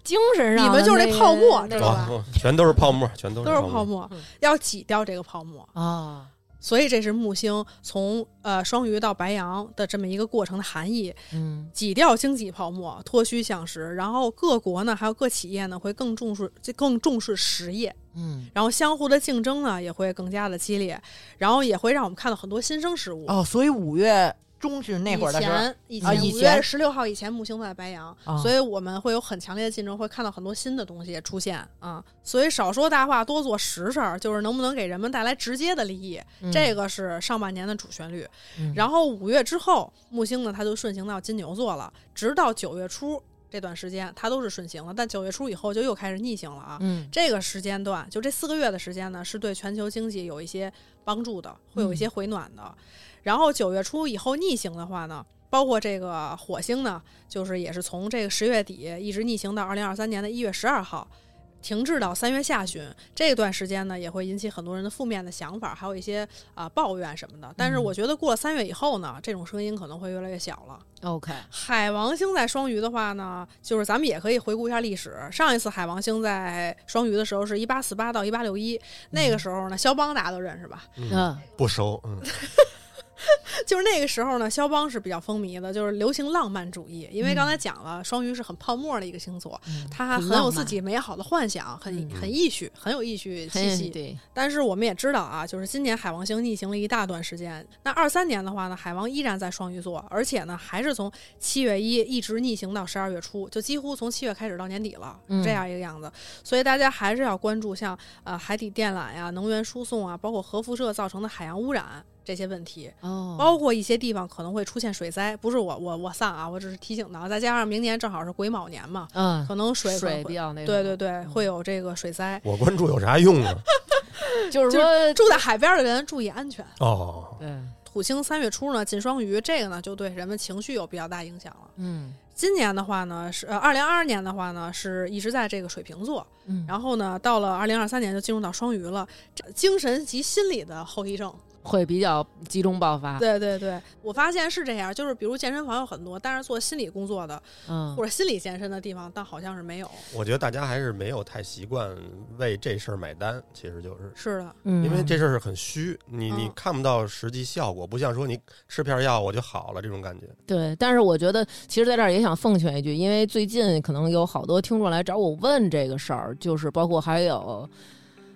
[SPEAKER 2] 精神上
[SPEAKER 1] 你们
[SPEAKER 2] 的
[SPEAKER 1] 就是那
[SPEAKER 2] 那
[SPEAKER 1] 泡沫知
[SPEAKER 2] 那个
[SPEAKER 1] 道吧
[SPEAKER 5] 啊全都是泡沫，全都
[SPEAKER 1] 都是泡
[SPEAKER 5] 沫。
[SPEAKER 1] 沫
[SPEAKER 2] 嗯，
[SPEAKER 1] 要挤掉这个泡沫，
[SPEAKER 2] 啊，
[SPEAKER 1] 所以这是木星从呃双鱼到白羊的这么一个过程的含义。
[SPEAKER 2] 嗯
[SPEAKER 1] 挤掉经济泡沫，啊脱虚向实。然后各国呢，还有各企业呢，会更重视就更重视实业，
[SPEAKER 2] 嗯
[SPEAKER 1] 然后相互的竞争呢也会更加的激烈，然后也会让我们看到很多新生事物。
[SPEAKER 3] 哦，所以五月中旬那会儿的
[SPEAKER 1] 以
[SPEAKER 3] 时候，
[SPEAKER 1] 前，以
[SPEAKER 3] 啊
[SPEAKER 1] 前
[SPEAKER 3] 以
[SPEAKER 1] 五
[SPEAKER 3] 前
[SPEAKER 1] 月十六号以前，木星在白羊，
[SPEAKER 3] 啊
[SPEAKER 1] 所以我们会有很强烈的竞争，会看到很多新的东西出现啊。所以少说大话，多做实事儿，就是能不能给人们带来直接的利益，
[SPEAKER 3] 嗯
[SPEAKER 1] 这个是上半年的主旋律。
[SPEAKER 2] 哦嗯
[SPEAKER 1] 然后五月之后，木星呢，它就顺行到金牛座了，直到九月初这段时间，它都是顺行了。但九月初以后就又开始逆行了啊。
[SPEAKER 2] 嗯
[SPEAKER 1] 这个时间段，就这四个月的时间呢，是对全球经济有一些帮助的，会有一些回暖的。然后九月初以后逆行的话呢，包括这个火星呢，就是也是从这个十月底一直逆行到二零二三年的一月十二号。停滞到三月下旬这段时间呢，也会引起很多人的负面的想法，还有一些啊、抱怨什么的。但是我觉得过了三月以后呢，这种声音可能会越来越小了。
[SPEAKER 2] OK
[SPEAKER 1] 海王星在双鱼的话呢，就是咱们也可以回顾一下历史。上一次海王星在双鱼的时候是一八四八到一八六一，那个时候呢，肖邦大家都认识吧？
[SPEAKER 5] 嗯，
[SPEAKER 2] 嗯
[SPEAKER 5] 不收，嗯，
[SPEAKER 1] 就是那个时候呢，肖邦是比较风靡的，就是流行浪漫主义。因为刚才讲了，双鱼是很泡沫的一个星座，它
[SPEAKER 2] 嗯
[SPEAKER 1] 很
[SPEAKER 2] 很浪
[SPEAKER 1] 有自
[SPEAKER 2] 漫
[SPEAKER 1] 己美好的幻想，很
[SPEAKER 2] 嗯
[SPEAKER 1] 很意趣，很有意趣气息。
[SPEAKER 2] 对
[SPEAKER 1] 但是我们也知道啊，就是今年海王星逆行了一大段时间。那二三年的话呢，海王依然在双鱼座，而且呢，还是从七月一一直逆行到十二月初，就几乎从七月开始到年底了，
[SPEAKER 2] 嗯
[SPEAKER 1] 这样一个样子。所以大家还是要关注像呃海底电缆呀、能源输送啊，包括核辐射造成的海洋污染这些问题。
[SPEAKER 2] 哦
[SPEAKER 1] 包括一些地方可能会出现水灾，不是我我我丧啊，我只是提醒到，再加上明年正好是癸卯年嘛，
[SPEAKER 2] 嗯
[SPEAKER 1] 可能水
[SPEAKER 2] 水比
[SPEAKER 1] 会
[SPEAKER 2] 较那嗯
[SPEAKER 1] 对
[SPEAKER 2] 什
[SPEAKER 1] 对
[SPEAKER 2] 么
[SPEAKER 1] 对，会有这个水灾。
[SPEAKER 5] 我关注有啥用啊？
[SPEAKER 2] 就是说
[SPEAKER 1] 住在海边的人注意安全。
[SPEAKER 5] 哦，
[SPEAKER 2] 对
[SPEAKER 1] 土星三月初呢进双鱼，这个呢就对人们情绪有比较大影响了。
[SPEAKER 2] 嗯
[SPEAKER 1] 今年的话呢是呃二零二二年的话呢是一直在这个水瓶座，
[SPEAKER 2] 嗯
[SPEAKER 1] 然后呢到了二零二三年就进入到双鱼了，这精神及心理的后遗症
[SPEAKER 2] 会比较集中爆发。
[SPEAKER 1] 对对对，我发现是这样，就是比如健身房有很多，但是做心理工作的
[SPEAKER 2] 嗯
[SPEAKER 1] 或，者心理健身的地方，但好像是没有。
[SPEAKER 5] 我觉得大家还是没有太习惯为这事儿买单，其实就是。
[SPEAKER 1] 是的，
[SPEAKER 5] 因
[SPEAKER 2] 因
[SPEAKER 5] 为这事儿是很虚，你你
[SPEAKER 1] 嗯
[SPEAKER 5] 看不到实际效果，不像说你吃片药我就好了这种感觉。
[SPEAKER 2] 对，但是我觉得，其实在这儿也想奉劝一句，因为最近可能有好多听众来找我问这个事儿，就是包括还有，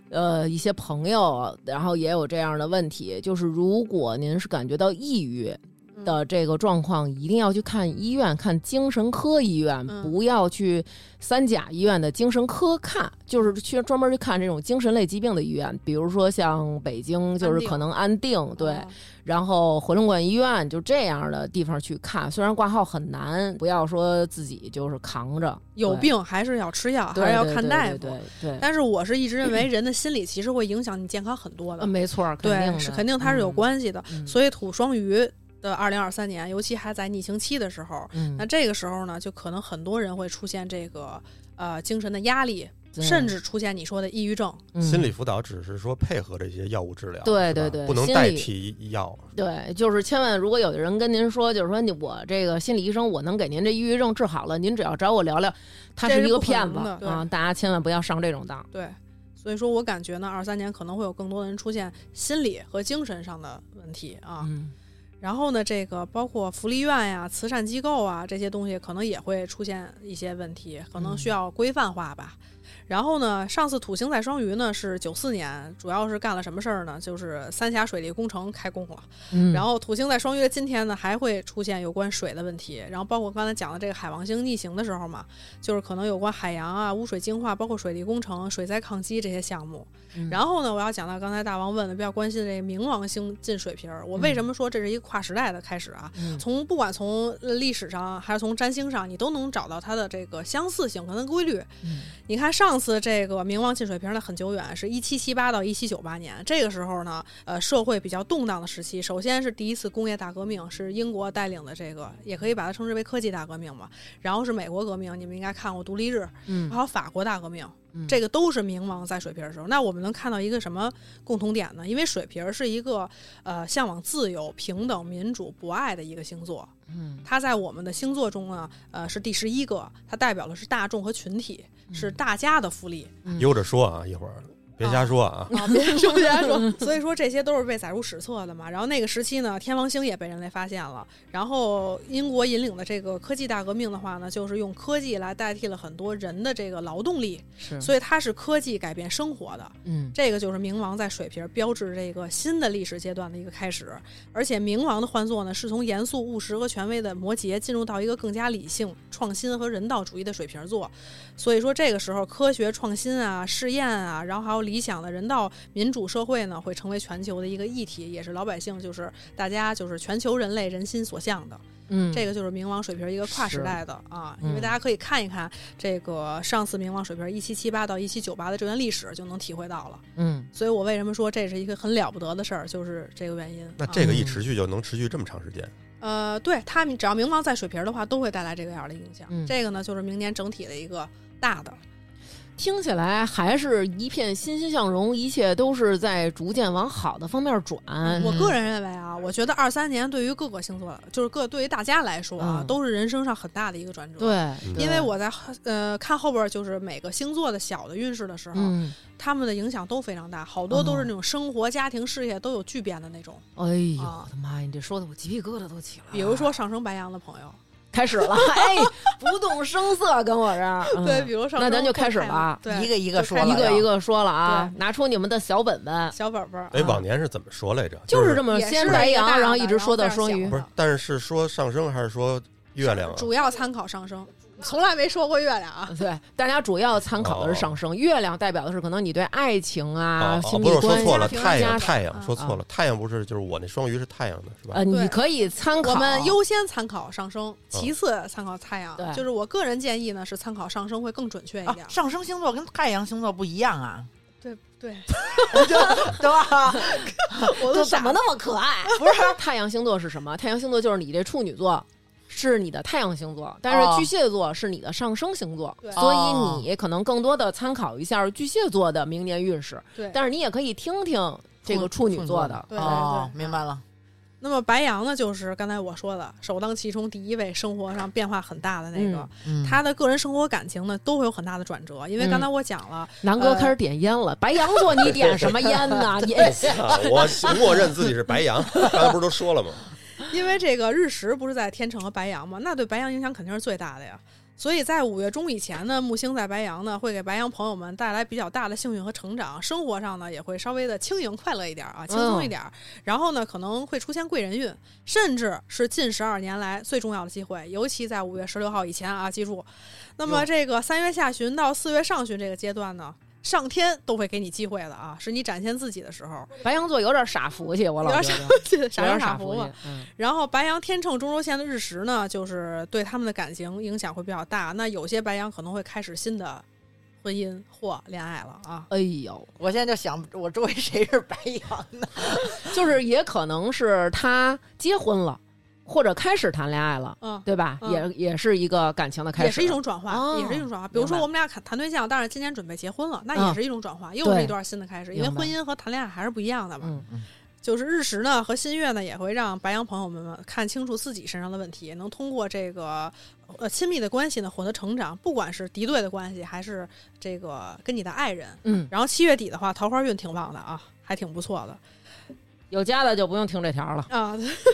[SPEAKER 2] 呃，一些朋友，然后也有这样的问题，就是如果您是感觉到抑郁
[SPEAKER 1] 嗯
[SPEAKER 2] 的这个状况，一定要去看医院，看精神科医院，
[SPEAKER 1] 嗯
[SPEAKER 2] 不要去三甲医院的精神科看，就是去专门去看这种精神类疾病的医院，比如说像北京就
[SPEAKER 1] 安
[SPEAKER 2] 是
[SPEAKER 1] 定
[SPEAKER 2] 可能安定，对。
[SPEAKER 1] 哦
[SPEAKER 2] 然后回龙观医院就这样的地方去看，虽然挂号很难，不要说自己就是扛着
[SPEAKER 1] 有
[SPEAKER 2] 对
[SPEAKER 1] 病还是要吃药，
[SPEAKER 2] 对
[SPEAKER 1] 还是要看大
[SPEAKER 2] 对
[SPEAKER 1] 夫。
[SPEAKER 2] 对对对，
[SPEAKER 1] 但是我是一直认为人的心理其实会影响你健康很多的
[SPEAKER 2] 呃，没错，肯定
[SPEAKER 1] 对，
[SPEAKER 2] 的
[SPEAKER 1] 是肯定它是有，关系的。
[SPEAKER 2] 嗯嗯
[SPEAKER 1] 所以土双鱼的二零二三年，尤其还在逆行期的时候，
[SPEAKER 2] 嗯，
[SPEAKER 1] 那这个时候呢，就可能很多人会出现这个呃精神的压力，
[SPEAKER 2] 对
[SPEAKER 1] 甚至出现你说的抑郁症。
[SPEAKER 2] 嗯
[SPEAKER 5] 心理辅导只是说配合这些药物治疗，
[SPEAKER 2] 对
[SPEAKER 5] 是
[SPEAKER 2] 对
[SPEAKER 5] 吧
[SPEAKER 2] 对
[SPEAKER 5] 不能
[SPEAKER 2] 心
[SPEAKER 5] 代
[SPEAKER 2] 理
[SPEAKER 5] 替药。
[SPEAKER 2] 对，就是千万，如果有的人跟您说，就是说你我这个心理医生，我能给您这抑郁症治好了，您只要找我聊聊，他
[SPEAKER 1] 这
[SPEAKER 2] 是
[SPEAKER 1] 是
[SPEAKER 2] 一个
[SPEAKER 1] 不可
[SPEAKER 2] 骗子
[SPEAKER 1] 能的对
[SPEAKER 2] 啊！大家千万不要上这种当。
[SPEAKER 1] 对，所以说我感觉呢，二三年可能会有更多的人出现心理和精神上的问题啊。
[SPEAKER 2] 嗯，
[SPEAKER 1] 然后呢，这个包括福利院呀、慈善机构啊这些东西，可能也会出现一些问题，可能需要规范化吧。然后呢，上次土星在双鱼呢是九四年，主要是干了什么事儿呢？就是三峡水利工程开工了。
[SPEAKER 2] 嗯
[SPEAKER 1] 然后土星在双鱼的今天呢，还会出现有关水的问题。然后包括刚才讲的这个海王星逆行的时候嘛，就是可能有关海洋啊、污水净化，包括水利工程、水灾抗击这些项目。
[SPEAKER 2] 嗯
[SPEAKER 1] 然后呢，我要讲到刚才大王问的比较关心的这个冥王星进水瓶儿，我为什么说这是一个跨时代的开始啊？
[SPEAKER 2] 嗯
[SPEAKER 1] 从不管从呃历史上还是从占星上，你都能找到它的这个相似性跟规律。
[SPEAKER 2] 嗯
[SPEAKER 1] 你看上次这个冥王进水瓶儿呢，很久远，是一七七八到一七九八年，这个时候呢，呃，社会比较动荡的时期，首先是第一次工业大革命，是英国带领的这个，也可以把它称之为科技大革命嘛。然后是美国革命，你们应该看过独立日，还
[SPEAKER 2] 嗯，
[SPEAKER 1] 有法国大革命，
[SPEAKER 2] 嗯
[SPEAKER 1] 这个都是冥王在水瓶儿的时候。那我们能看到一个什么共同点呢？因为水瓶儿是一个呃向往自由、平等、民主、博爱的一个星座，
[SPEAKER 2] 嗯
[SPEAKER 1] 它在我们的星座中呢，呃是第十一个，它代表的是大众和群体，是大家的福利。
[SPEAKER 2] 嗯
[SPEAKER 5] 悠着说啊，一会儿别瞎说啊。
[SPEAKER 2] 哦
[SPEAKER 1] 啊， 别说别 说，所以说这些都是被载入史册的嘛。然后那个时期呢，天王星也被人类发现了。然后英国引领的这个科技大革命的话呢，就是用科技来代替了很多人的这个劳动力，
[SPEAKER 2] 是，
[SPEAKER 1] 所以它是科技改变生活的。
[SPEAKER 2] 嗯
[SPEAKER 1] 这个就是冥王在水瓶标志这个新的历史阶段的一个开始。而且冥王的换座呢，是从严肃、务实和权威的摩羯进入到一个更加理性、创新和人道主义的水瓶座。所以说，这个时候科学创新啊、试验啊，然后还有理想的人道民主社会呢，会成为全球的一个议题，也是老百姓就是大家就是全球人类人心所向的。
[SPEAKER 2] 嗯
[SPEAKER 1] 这个就是冥王水瓶一个跨时代的啊，因为
[SPEAKER 2] 嗯
[SPEAKER 1] 大家可以看一看这个上次冥王水瓶一七七八到一七九八的这段历史，就能体会到了。
[SPEAKER 2] 嗯
[SPEAKER 1] 所以我为什么说这是一个很了不得的事儿，就是这个原因。
[SPEAKER 5] 那
[SPEAKER 1] 啊
[SPEAKER 5] 这个一持续就能持续这么长时间，
[SPEAKER 2] 嗯
[SPEAKER 1] 呃，对他们只要冥王在水瓶儿的话，都会带来这个样儿的影响。
[SPEAKER 2] 嗯
[SPEAKER 1] 这个呢，就是明年整体的一个大的。
[SPEAKER 2] 听起来还是一片欣欣向荣，一切都是在逐渐往好的方面转。
[SPEAKER 1] 我
[SPEAKER 2] 嗯
[SPEAKER 1] 个人认为啊，我觉得二三年对于各个星座，就是各对于大家来说啊，
[SPEAKER 2] 嗯
[SPEAKER 1] 都是人生上很大的一个转折。。
[SPEAKER 2] 对，对
[SPEAKER 1] 因为我在呃看后边儿就是每个星座的小的运势的时候，
[SPEAKER 2] 嗯，
[SPEAKER 1] 他们的影响都非常大，好多都是
[SPEAKER 2] 哦
[SPEAKER 1] 那种生活、家庭、事业都有巨变的那种。
[SPEAKER 2] 哎呦
[SPEAKER 1] 啊
[SPEAKER 2] 我的妈呀，你这说的我鸡皮疙瘩都起来了。
[SPEAKER 1] 比如说上升白羊的朋友，
[SPEAKER 2] 开始了， 哎，不动声色跟我这儿，嗯
[SPEAKER 1] 对，比如上升
[SPEAKER 2] 那咱就开始
[SPEAKER 1] 太阳
[SPEAKER 2] 了啊
[SPEAKER 1] 对，
[SPEAKER 3] 一个一个说了，
[SPEAKER 2] 一个一
[SPEAKER 3] 个，
[SPEAKER 2] 个说了啊，拿出你们的小本本，
[SPEAKER 1] 小本本儿。
[SPEAKER 5] 哎，
[SPEAKER 2] 啊
[SPEAKER 5] 往年是怎么说来着？
[SPEAKER 2] 就是这么
[SPEAKER 1] 也
[SPEAKER 2] 先
[SPEAKER 1] 是
[SPEAKER 2] 白
[SPEAKER 1] 一个大
[SPEAKER 2] 羊，
[SPEAKER 1] 的
[SPEAKER 2] 然后一直说到
[SPEAKER 1] 然后
[SPEAKER 2] 双
[SPEAKER 1] 再
[SPEAKER 2] 鱼
[SPEAKER 1] 小
[SPEAKER 5] 不是？但是是说上升还是说月亮啊？
[SPEAKER 1] 主要参考上升，从来没说过月亮啊。
[SPEAKER 2] 对，大家主要参考的是上升，月亮代表的是可能你对爱情啊、
[SPEAKER 5] 啊，哦
[SPEAKER 2] 亲密
[SPEAKER 5] 不是我说
[SPEAKER 2] 关系
[SPEAKER 5] 错了，
[SPEAKER 1] 家庭
[SPEAKER 5] 太
[SPEAKER 2] 家
[SPEAKER 5] 阳
[SPEAKER 1] 庭
[SPEAKER 5] 太
[SPEAKER 1] 啊
[SPEAKER 5] 阳说错了，太阳不是就是我那双鱼是太阳的是吧？
[SPEAKER 2] 呃，你
[SPEAKER 1] 对
[SPEAKER 2] 可以参考
[SPEAKER 1] 我们优先参考上升，其次参考太阳。
[SPEAKER 2] 对
[SPEAKER 1] 就是我个人建议呢，是参考上升会更准确一
[SPEAKER 3] 啊
[SPEAKER 1] 点。，
[SPEAKER 3] 上升星座跟太阳星座不一样啊，
[SPEAKER 1] 对对，
[SPEAKER 3] 对吧？
[SPEAKER 1] 我都
[SPEAKER 2] 这怎
[SPEAKER 1] 傻
[SPEAKER 2] 么
[SPEAKER 1] 了。
[SPEAKER 2] 那么可 爱？不是太阳星座是什么？太阳星座就是你这处女座。是你的太阳星座，但
[SPEAKER 3] 哦
[SPEAKER 2] 是巨蟹座是你的上升星座，
[SPEAKER 1] 对
[SPEAKER 2] 所
[SPEAKER 3] 哦
[SPEAKER 2] 以你可能更多的参考一下巨蟹座的明年运势。
[SPEAKER 1] 对，
[SPEAKER 2] 但是你也可以听听这个处女座的
[SPEAKER 1] 对对
[SPEAKER 3] 哦，
[SPEAKER 1] 对
[SPEAKER 3] 明白了，
[SPEAKER 1] 那么白羊呢，就是刚才我说的首当其冲第一位，生活上变化很大的那个，
[SPEAKER 3] 嗯，
[SPEAKER 1] 他的个人生活感情呢都会有很大的转折，因为刚才我讲了，
[SPEAKER 2] 南哥开始点烟了，白羊座你点什么烟 呢？你
[SPEAKER 5] 啊，我默认自己是白羊，刚才不是都说了吗？
[SPEAKER 1] 因为这个日食不是在天秤和白羊嘛，那对白羊影响肯定是最大的呀。所以在五月中以前呢，木星在白羊呢，会给白羊朋友们带来比较大的幸运和成长，生活上呢也会稍微的轻盈快乐一点啊，轻松一点。然后呢，可能会出现贵人运，甚至是近十二年来最重要的机会，尤其在五月十六号以前啊，记住。那么这个三月下旬到四月上旬这个阶段呢，上天都会给你机会的啊，是你展现自己的时候。
[SPEAKER 2] 白羊座有点傻福气，我老觉 得
[SPEAKER 1] 傻
[SPEAKER 2] 有
[SPEAKER 1] 人傻
[SPEAKER 2] 点傻
[SPEAKER 1] 福
[SPEAKER 2] 福
[SPEAKER 1] 吧
[SPEAKER 2] 气。。嗯
[SPEAKER 1] 然后白羊、天秤、中轴线的日食呢，就是对他们的感情影响会比较大。那有些白羊可能会开始新的婚姻或恋爱了啊。
[SPEAKER 2] 哎呦，
[SPEAKER 3] 我现在就想，我周围谁是白羊呢？
[SPEAKER 2] 就是也可能是他结婚了，或者开始谈恋爱了，
[SPEAKER 1] 嗯，
[SPEAKER 2] 对吧？
[SPEAKER 1] 嗯
[SPEAKER 2] 也也是一个感情的开始，
[SPEAKER 1] 也是一种转化，
[SPEAKER 2] 哦
[SPEAKER 1] 也是一种转化。比如
[SPEAKER 2] 明
[SPEAKER 1] 说
[SPEAKER 2] 白
[SPEAKER 1] 我们俩谈谈对象，但是今年准备结婚了，那也
[SPEAKER 2] 嗯
[SPEAKER 1] 是一种转化，又是
[SPEAKER 2] 对
[SPEAKER 1] 一段新的开始。因为
[SPEAKER 2] 明白
[SPEAKER 1] 婚姻和谈恋爱还是不一样的嘛。
[SPEAKER 2] 嗯，
[SPEAKER 1] 就是日食呢和新月呢，也会让白羊朋友们们看清楚自己身上的问题，能通过这个呃亲密的关系呢获得成长，不管是敌对的关系，还是这个跟你的爱人。
[SPEAKER 2] 嗯，
[SPEAKER 1] 然后七月底的话，桃花运挺旺的啊，还挺不错的
[SPEAKER 2] 有家的就不用听这条了。
[SPEAKER 1] 啊。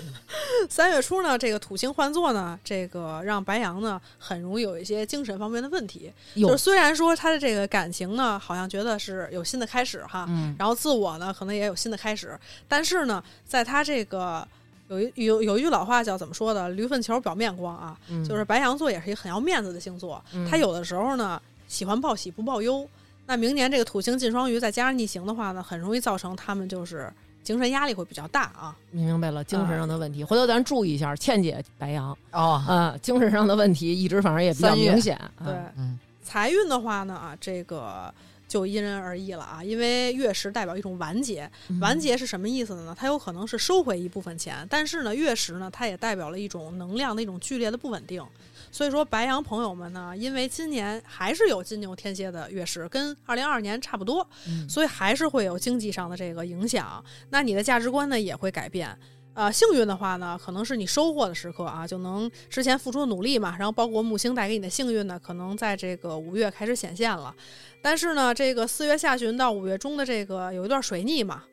[SPEAKER 1] 三月初呢，这个土星换座呢，这个让白羊呢很容易有一些精神方面的问题。就
[SPEAKER 2] 有
[SPEAKER 1] 是，虽然说他的这个感情呢，好像觉得是有新的开始哈，
[SPEAKER 2] 嗯，
[SPEAKER 1] 然后自我呢可能也有新的开始，但是呢，在他这个。有一有有一句老话叫怎么说的？驴粪球表面光啊，
[SPEAKER 2] 嗯
[SPEAKER 1] 就是白羊座也是一个很要面子的星座，
[SPEAKER 3] 嗯
[SPEAKER 1] 他有的时候呢喜欢报喜不报忧。那明年这个土星进双鱼，再加上逆行的话呢，很容易造成他们就是精神压力会比较大啊。
[SPEAKER 2] 明白了，精神上的
[SPEAKER 1] 嗯
[SPEAKER 2] 问题，回头咱注意一下。倩姐白羊
[SPEAKER 3] 哦，
[SPEAKER 2] 啊，精神上的问题一直反正也比较
[SPEAKER 3] 三月
[SPEAKER 2] 明显。啊
[SPEAKER 1] 对，，
[SPEAKER 3] 嗯，
[SPEAKER 1] 财运的话呢，啊，这个就因人而异了啊，因为月食代表一种完结，
[SPEAKER 2] 嗯
[SPEAKER 1] 完结是什么意思呢？它有可能是收回一部分钱，但是呢，月食呢，它也代表了一种能量的一种剧烈的不稳定。所以说，白羊朋友们呢，因为今年还是有金牛、天蝎的月食，跟二零二二年差不多，
[SPEAKER 2] 嗯
[SPEAKER 1] 所以还是会有经济上的这个影响。那你的价值观呢也会改变。呃，幸运的话呢，可能是你收获的时刻啊，就能之前付出的努力嘛，然后包括木星带给你的幸运呢，可能在这个五月开始显现了。但是呢，这个四月下旬到五月中的这个有一段水逆嘛，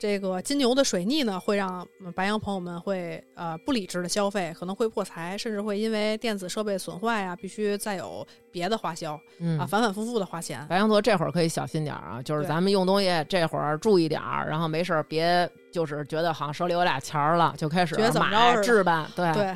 [SPEAKER 1] 这个金牛的水逆呢，会让嗯白羊朋友们会呃不理智的消费，可能会破财，甚至会因为电子设备损坏啊，必须再有别的花销
[SPEAKER 2] 嗯
[SPEAKER 1] 啊，反反复复的花钱。
[SPEAKER 2] 白羊座这会儿可以小心点儿啊，就是
[SPEAKER 1] 对
[SPEAKER 2] 咱们用东西这会儿注意点儿，然后没事儿别就是觉得好像手里有俩钱儿了，就开始
[SPEAKER 1] 觉得怎么着
[SPEAKER 2] 买
[SPEAKER 1] 似的
[SPEAKER 2] 置办，对，
[SPEAKER 1] 对，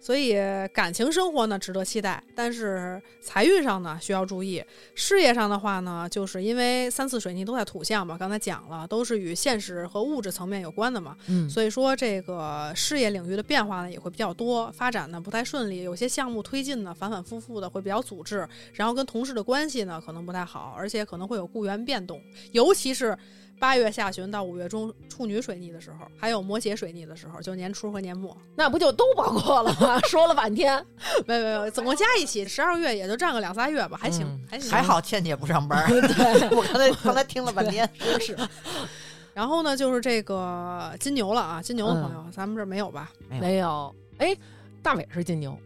[SPEAKER 1] 所以感情生活呢值得期待，但是财运上呢需要注意。事业上的话呢，就是因为三次水逆都在土象嘛，刚才讲了，都是与现实和物质层面有关的嘛，
[SPEAKER 2] 嗯，
[SPEAKER 1] 所以说这个事业领域的变化呢也会比较多，发展呢不太顺利，有些项目推进呢反反复复的会比较阻滞，然后跟同事的关系呢可能不太好，而且可能会有雇员变动，尤其是。八月下旬到五月中，处女水逆的时候，还有摩羯水逆的时候，就年初和年末，
[SPEAKER 2] 那不就都包括了吗？ 说了 半天，
[SPEAKER 1] 没有没有，总共加一起，十二月也就站个两仨月吧，还行，
[SPEAKER 2] 嗯
[SPEAKER 1] 还行，
[SPEAKER 3] 还。好倩姐不上 班儿。 我刚才刚才听了半天，真是
[SPEAKER 1] 然后呢，就是这个金牛了啊，金牛的朋友，咱们这儿没有吧？
[SPEAKER 2] 没有。哎，大伟是金牛，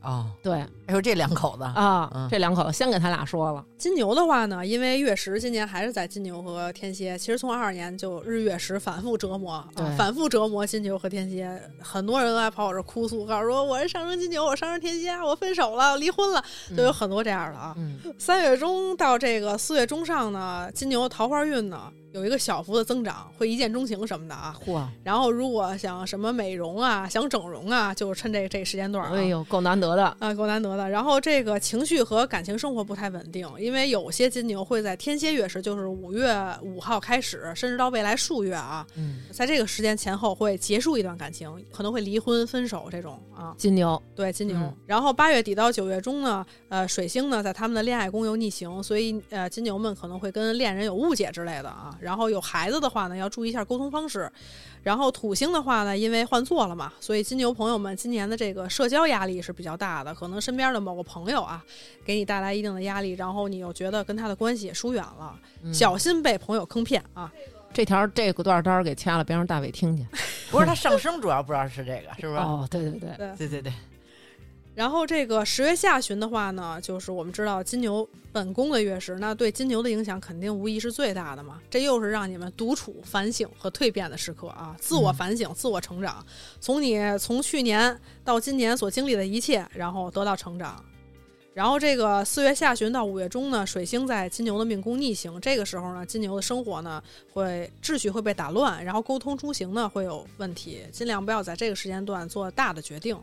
[SPEAKER 3] 哦，
[SPEAKER 2] 对
[SPEAKER 3] 哎呦，这两口子，
[SPEAKER 2] 啊，
[SPEAKER 3] 嗯
[SPEAKER 2] 这两口子先给他俩说了，
[SPEAKER 1] 金牛的话呢，因为月食今年还是在金牛和天蝎，其实从二二年就日月食反复折磨，啊
[SPEAKER 2] 对、
[SPEAKER 1] 反复折磨金牛和天蝎，很多人都来跑我这儿哭诉，告诉说我是上升金牛，我上升天蝎，我分手了，离婚了，就有很多这样的啊。
[SPEAKER 2] 嗯
[SPEAKER 1] 三月中到这个四月中上呢，金牛桃花运呢有一个小幅的增长，会一见钟情什么的啊。
[SPEAKER 2] 嚯，
[SPEAKER 1] 然后如果想什么美容啊，想整容啊，就趁这这时间段、啊。
[SPEAKER 2] 哎呦，够难得的，
[SPEAKER 1] 啊，够难得的。然后这个情绪和感情生活不太稳定，因为有些金牛会在天蝎月时，就是五月五号开始，甚至到未来数月啊，
[SPEAKER 2] 嗯，
[SPEAKER 1] 在这个时间前后会结束一段感情，可能会离婚、分手这种啊。
[SPEAKER 2] 金牛，
[SPEAKER 1] 对金牛。
[SPEAKER 2] 嗯
[SPEAKER 1] 然后八月底到九月中呢，呃，水星呢在他们的恋爱宫又逆行，所以呃，金牛们可能会跟恋人有误解之类的啊。然后有孩子的话呢，要注意一下沟通方式。然后土星的话呢，因为换座了嘛，所以金牛朋友们今年的这个社交压力是比较大的，可能身边的某个朋友啊，给你带来一定的压力，然后你又觉得跟他的关系也疏远了，
[SPEAKER 2] 嗯
[SPEAKER 1] 小心被朋友坑骗啊。
[SPEAKER 2] 这条这个段儿给掐了，别让大伟听见。
[SPEAKER 3] 不是它上升主要不知道是这个，是不是？
[SPEAKER 2] 哦，对对对，
[SPEAKER 1] 对。
[SPEAKER 3] 对对对，
[SPEAKER 1] 然后这个十月下旬的话呢，就是我们知道金牛本宫的月食，那对金牛的影响肯定无疑是最大的嘛。这又是让你们独处、反省和蜕变的时刻啊，自我反省、自我成长，从你从去年到今年所经历的一切，然后得到成长。然后这个四月下旬到五月中呢，水星在金牛的命宫逆行，这个时候呢，金牛的生活呢会秩序会被打乱，然后沟通出行呢会有问题，尽量不要在这个时间段做大的决定。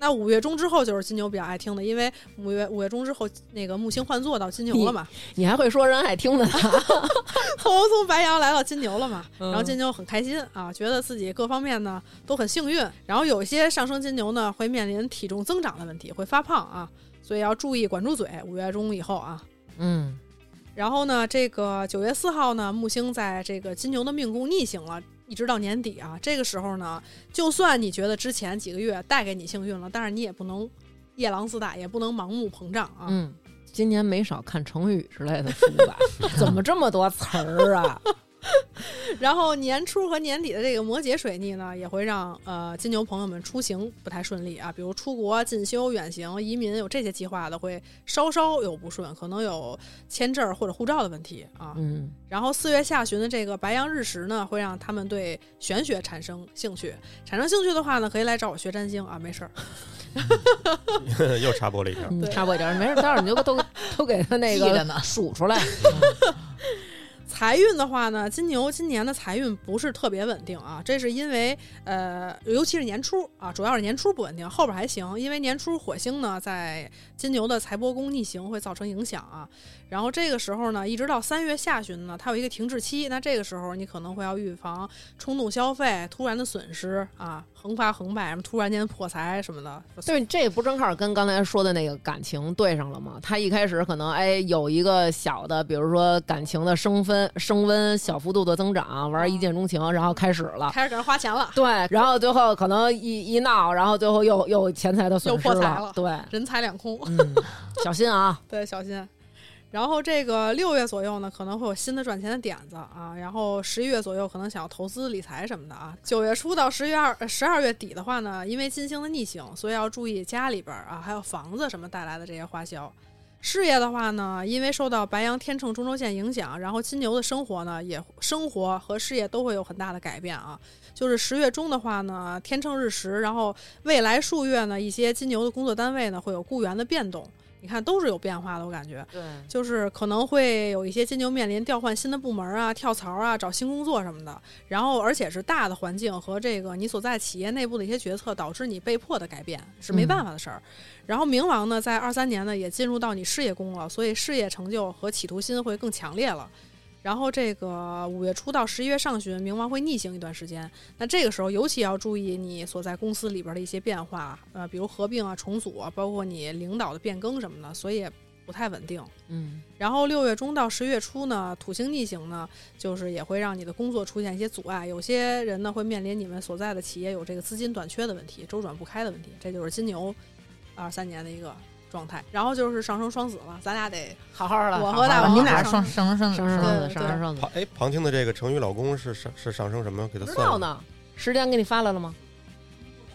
[SPEAKER 1] 那五月中之后就是金牛比较爱听的，因为五月五月中之后，那个木星换座到金牛了嘛，
[SPEAKER 2] 你还会说人爱听的呢。
[SPEAKER 1] 从从白羊来到金牛了嘛，
[SPEAKER 2] 嗯
[SPEAKER 1] 然后金牛很开心啊，觉得自己各方面呢都很幸运。然后有一些上升金牛呢会面临体重增长的问题，会发胖啊，所以要注意管住嘴。五月中以后啊，
[SPEAKER 2] 嗯，
[SPEAKER 1] 然后呢，这个九月四号呢，木星在这个金牛的命宫逆行了。一直到年底啊，这个时候呢，就算你觉得之前几个月带给你幸运了，但是你也不能夜郎自大，也不能盲目膨胀啊。
[SPEAKER 2] 嗯，今年没少看成语之类的书吧？怎么这么多词儿啊？
[SPEAKER 1] 然后年初和年底的这个摩羯水逆呢，也会让呃金牛朋友们出行不太顺利啊，比如出国、进修、远行、移民有这些计划的，会稍稍有不顺，可能有签证或者护照的问题啊。
[SPEAKER 2] 嗯，
[SPEAKER 1] 然后四月下旬的这个白羊日食呢，会让他们对玄学产生兴趣。产生兴趣的话呢，可以来找我学占星啊，没事儿。
[SPEAKER 5] 又插播了一条。
[SPEAKER 2] 你
[SPEAKER 1] 对
[SPEAKER 2] 插播一点儿，没事，待会儿你就都都给他那
[SPEAKER 3] 记着
[SPEAKER 2] 个
[SPEAKER 3] 呢
[SPEAKER 2] 数出来。
[SPEAKER 1] 财运的话呢，金牛今年的财运不是特别稳定啊，这是因为呃，尤其是年初啊，主要是年初不稳定，后边还行，因为年初火星呢在金牛的财帛宫逆行会造成影响啊。然后这个时候呢，一直到三月下旬呢，它有一个停滞期，那这个时候你可能会要预防冲动消费、突然的损失啊，横发横败，什么突然间破财什么的。
[SPEAKER 2] 对，这不正好跟刚才说的那个感情对上了吗？他一开始可能哎有一个小的，比如说感情的升温、升温、小幅度的增长，玩一见钟情，然后开始了。
[SPEAKER 1] 开始给人花钱了，
[SPEAKER 2] 对，然后最后可能一一闹，然后最后又又钱财的损失
[SPEAKER 1] 又破财了
[SPEAKER 2] 对，
[SPEAKER 1] 人财两空。
[SPEAKER 2] 嗯，小心啊！
[SPEAKER 1] 对，小心。然后这个六月左右呢，可能会有新的赚钱的点子啊。然后十一月左右可能想要投资理财什么的啊。九月初到十月二、十二月底的话呢，因为金星的逆行，所以要注意家里边儿啊，还有房子什么带来的这些花销。事业的话呢，因为受到白羊、天秤、中轴线影响，然后金牛的生活呢，也生活和事业都会有很大的改变啊。就是十月中的话呢，天秤日食，然后未来数月呢，一些金牛的工作单位呢会有雇员的变动，你看都是有变化的，我感觉。
[SPEAKER 3] 对，
[SPEAKER 1] 就是可能会有一些金牛面临调换新的部门啊、跳槽啊、找新工作什么的，然后而且是大的环境和这个你所在企业内部的一些决策导致你被迫的改变是没办法的事儿。然后冥王呢，在二三年呢也进入到你事业宫了，所以事业成就和企图心会更强烈了。然后这个五月初到十一月上旬，冥王会逆行一段时间。那这个时候尤其要注意你所在公司里边的一些变化，呃，比如合并啊、重组啊，包括你领导的变更什么的，所以也不太稳定。
[SPEAKER 2] 嗯，
[SPEAKER 1] 然后六月中到十月初呢，土星逆行呢，就是也会让你的工作出现一些阻碍。有些人呢会面临你们所在的企业有这个资金短缺的问题、周转不开的问题，这就是金牛二三年的一个状态。然后就是上升双子了，咱俩得
[SPEAKER 3] 好好的，
[SPEAKER 1] 我
[SPEAKER 3] 好
[SPEAKER 1] 和
[SPEAKER 3] 好
[SPEAKER 1] 大
[SPEAKER 3] 的
[SPEAKER 1] 王
[SPEAKER 3] 你俩
[SPEAKER 1] 上
[SPEAKER 3] 是双双生
[SPEAKER 2] 上升
[SPEAKER 1] 对
[SPEAKER 2] 上
[SPEAKER 1] 对
[SPEAKER 2] 子，上升上子，
[SPEAKER 5] 旁哎，旁听的这个成语“老公”是上是上升什么？给他
[SPEAKER 2] 不知
[SPEAKER 5] 算
[SPEAKER 2] 道
[SPEAKER 5] 了。
[SPEAKER 2] 呢。时间给你发来了吗？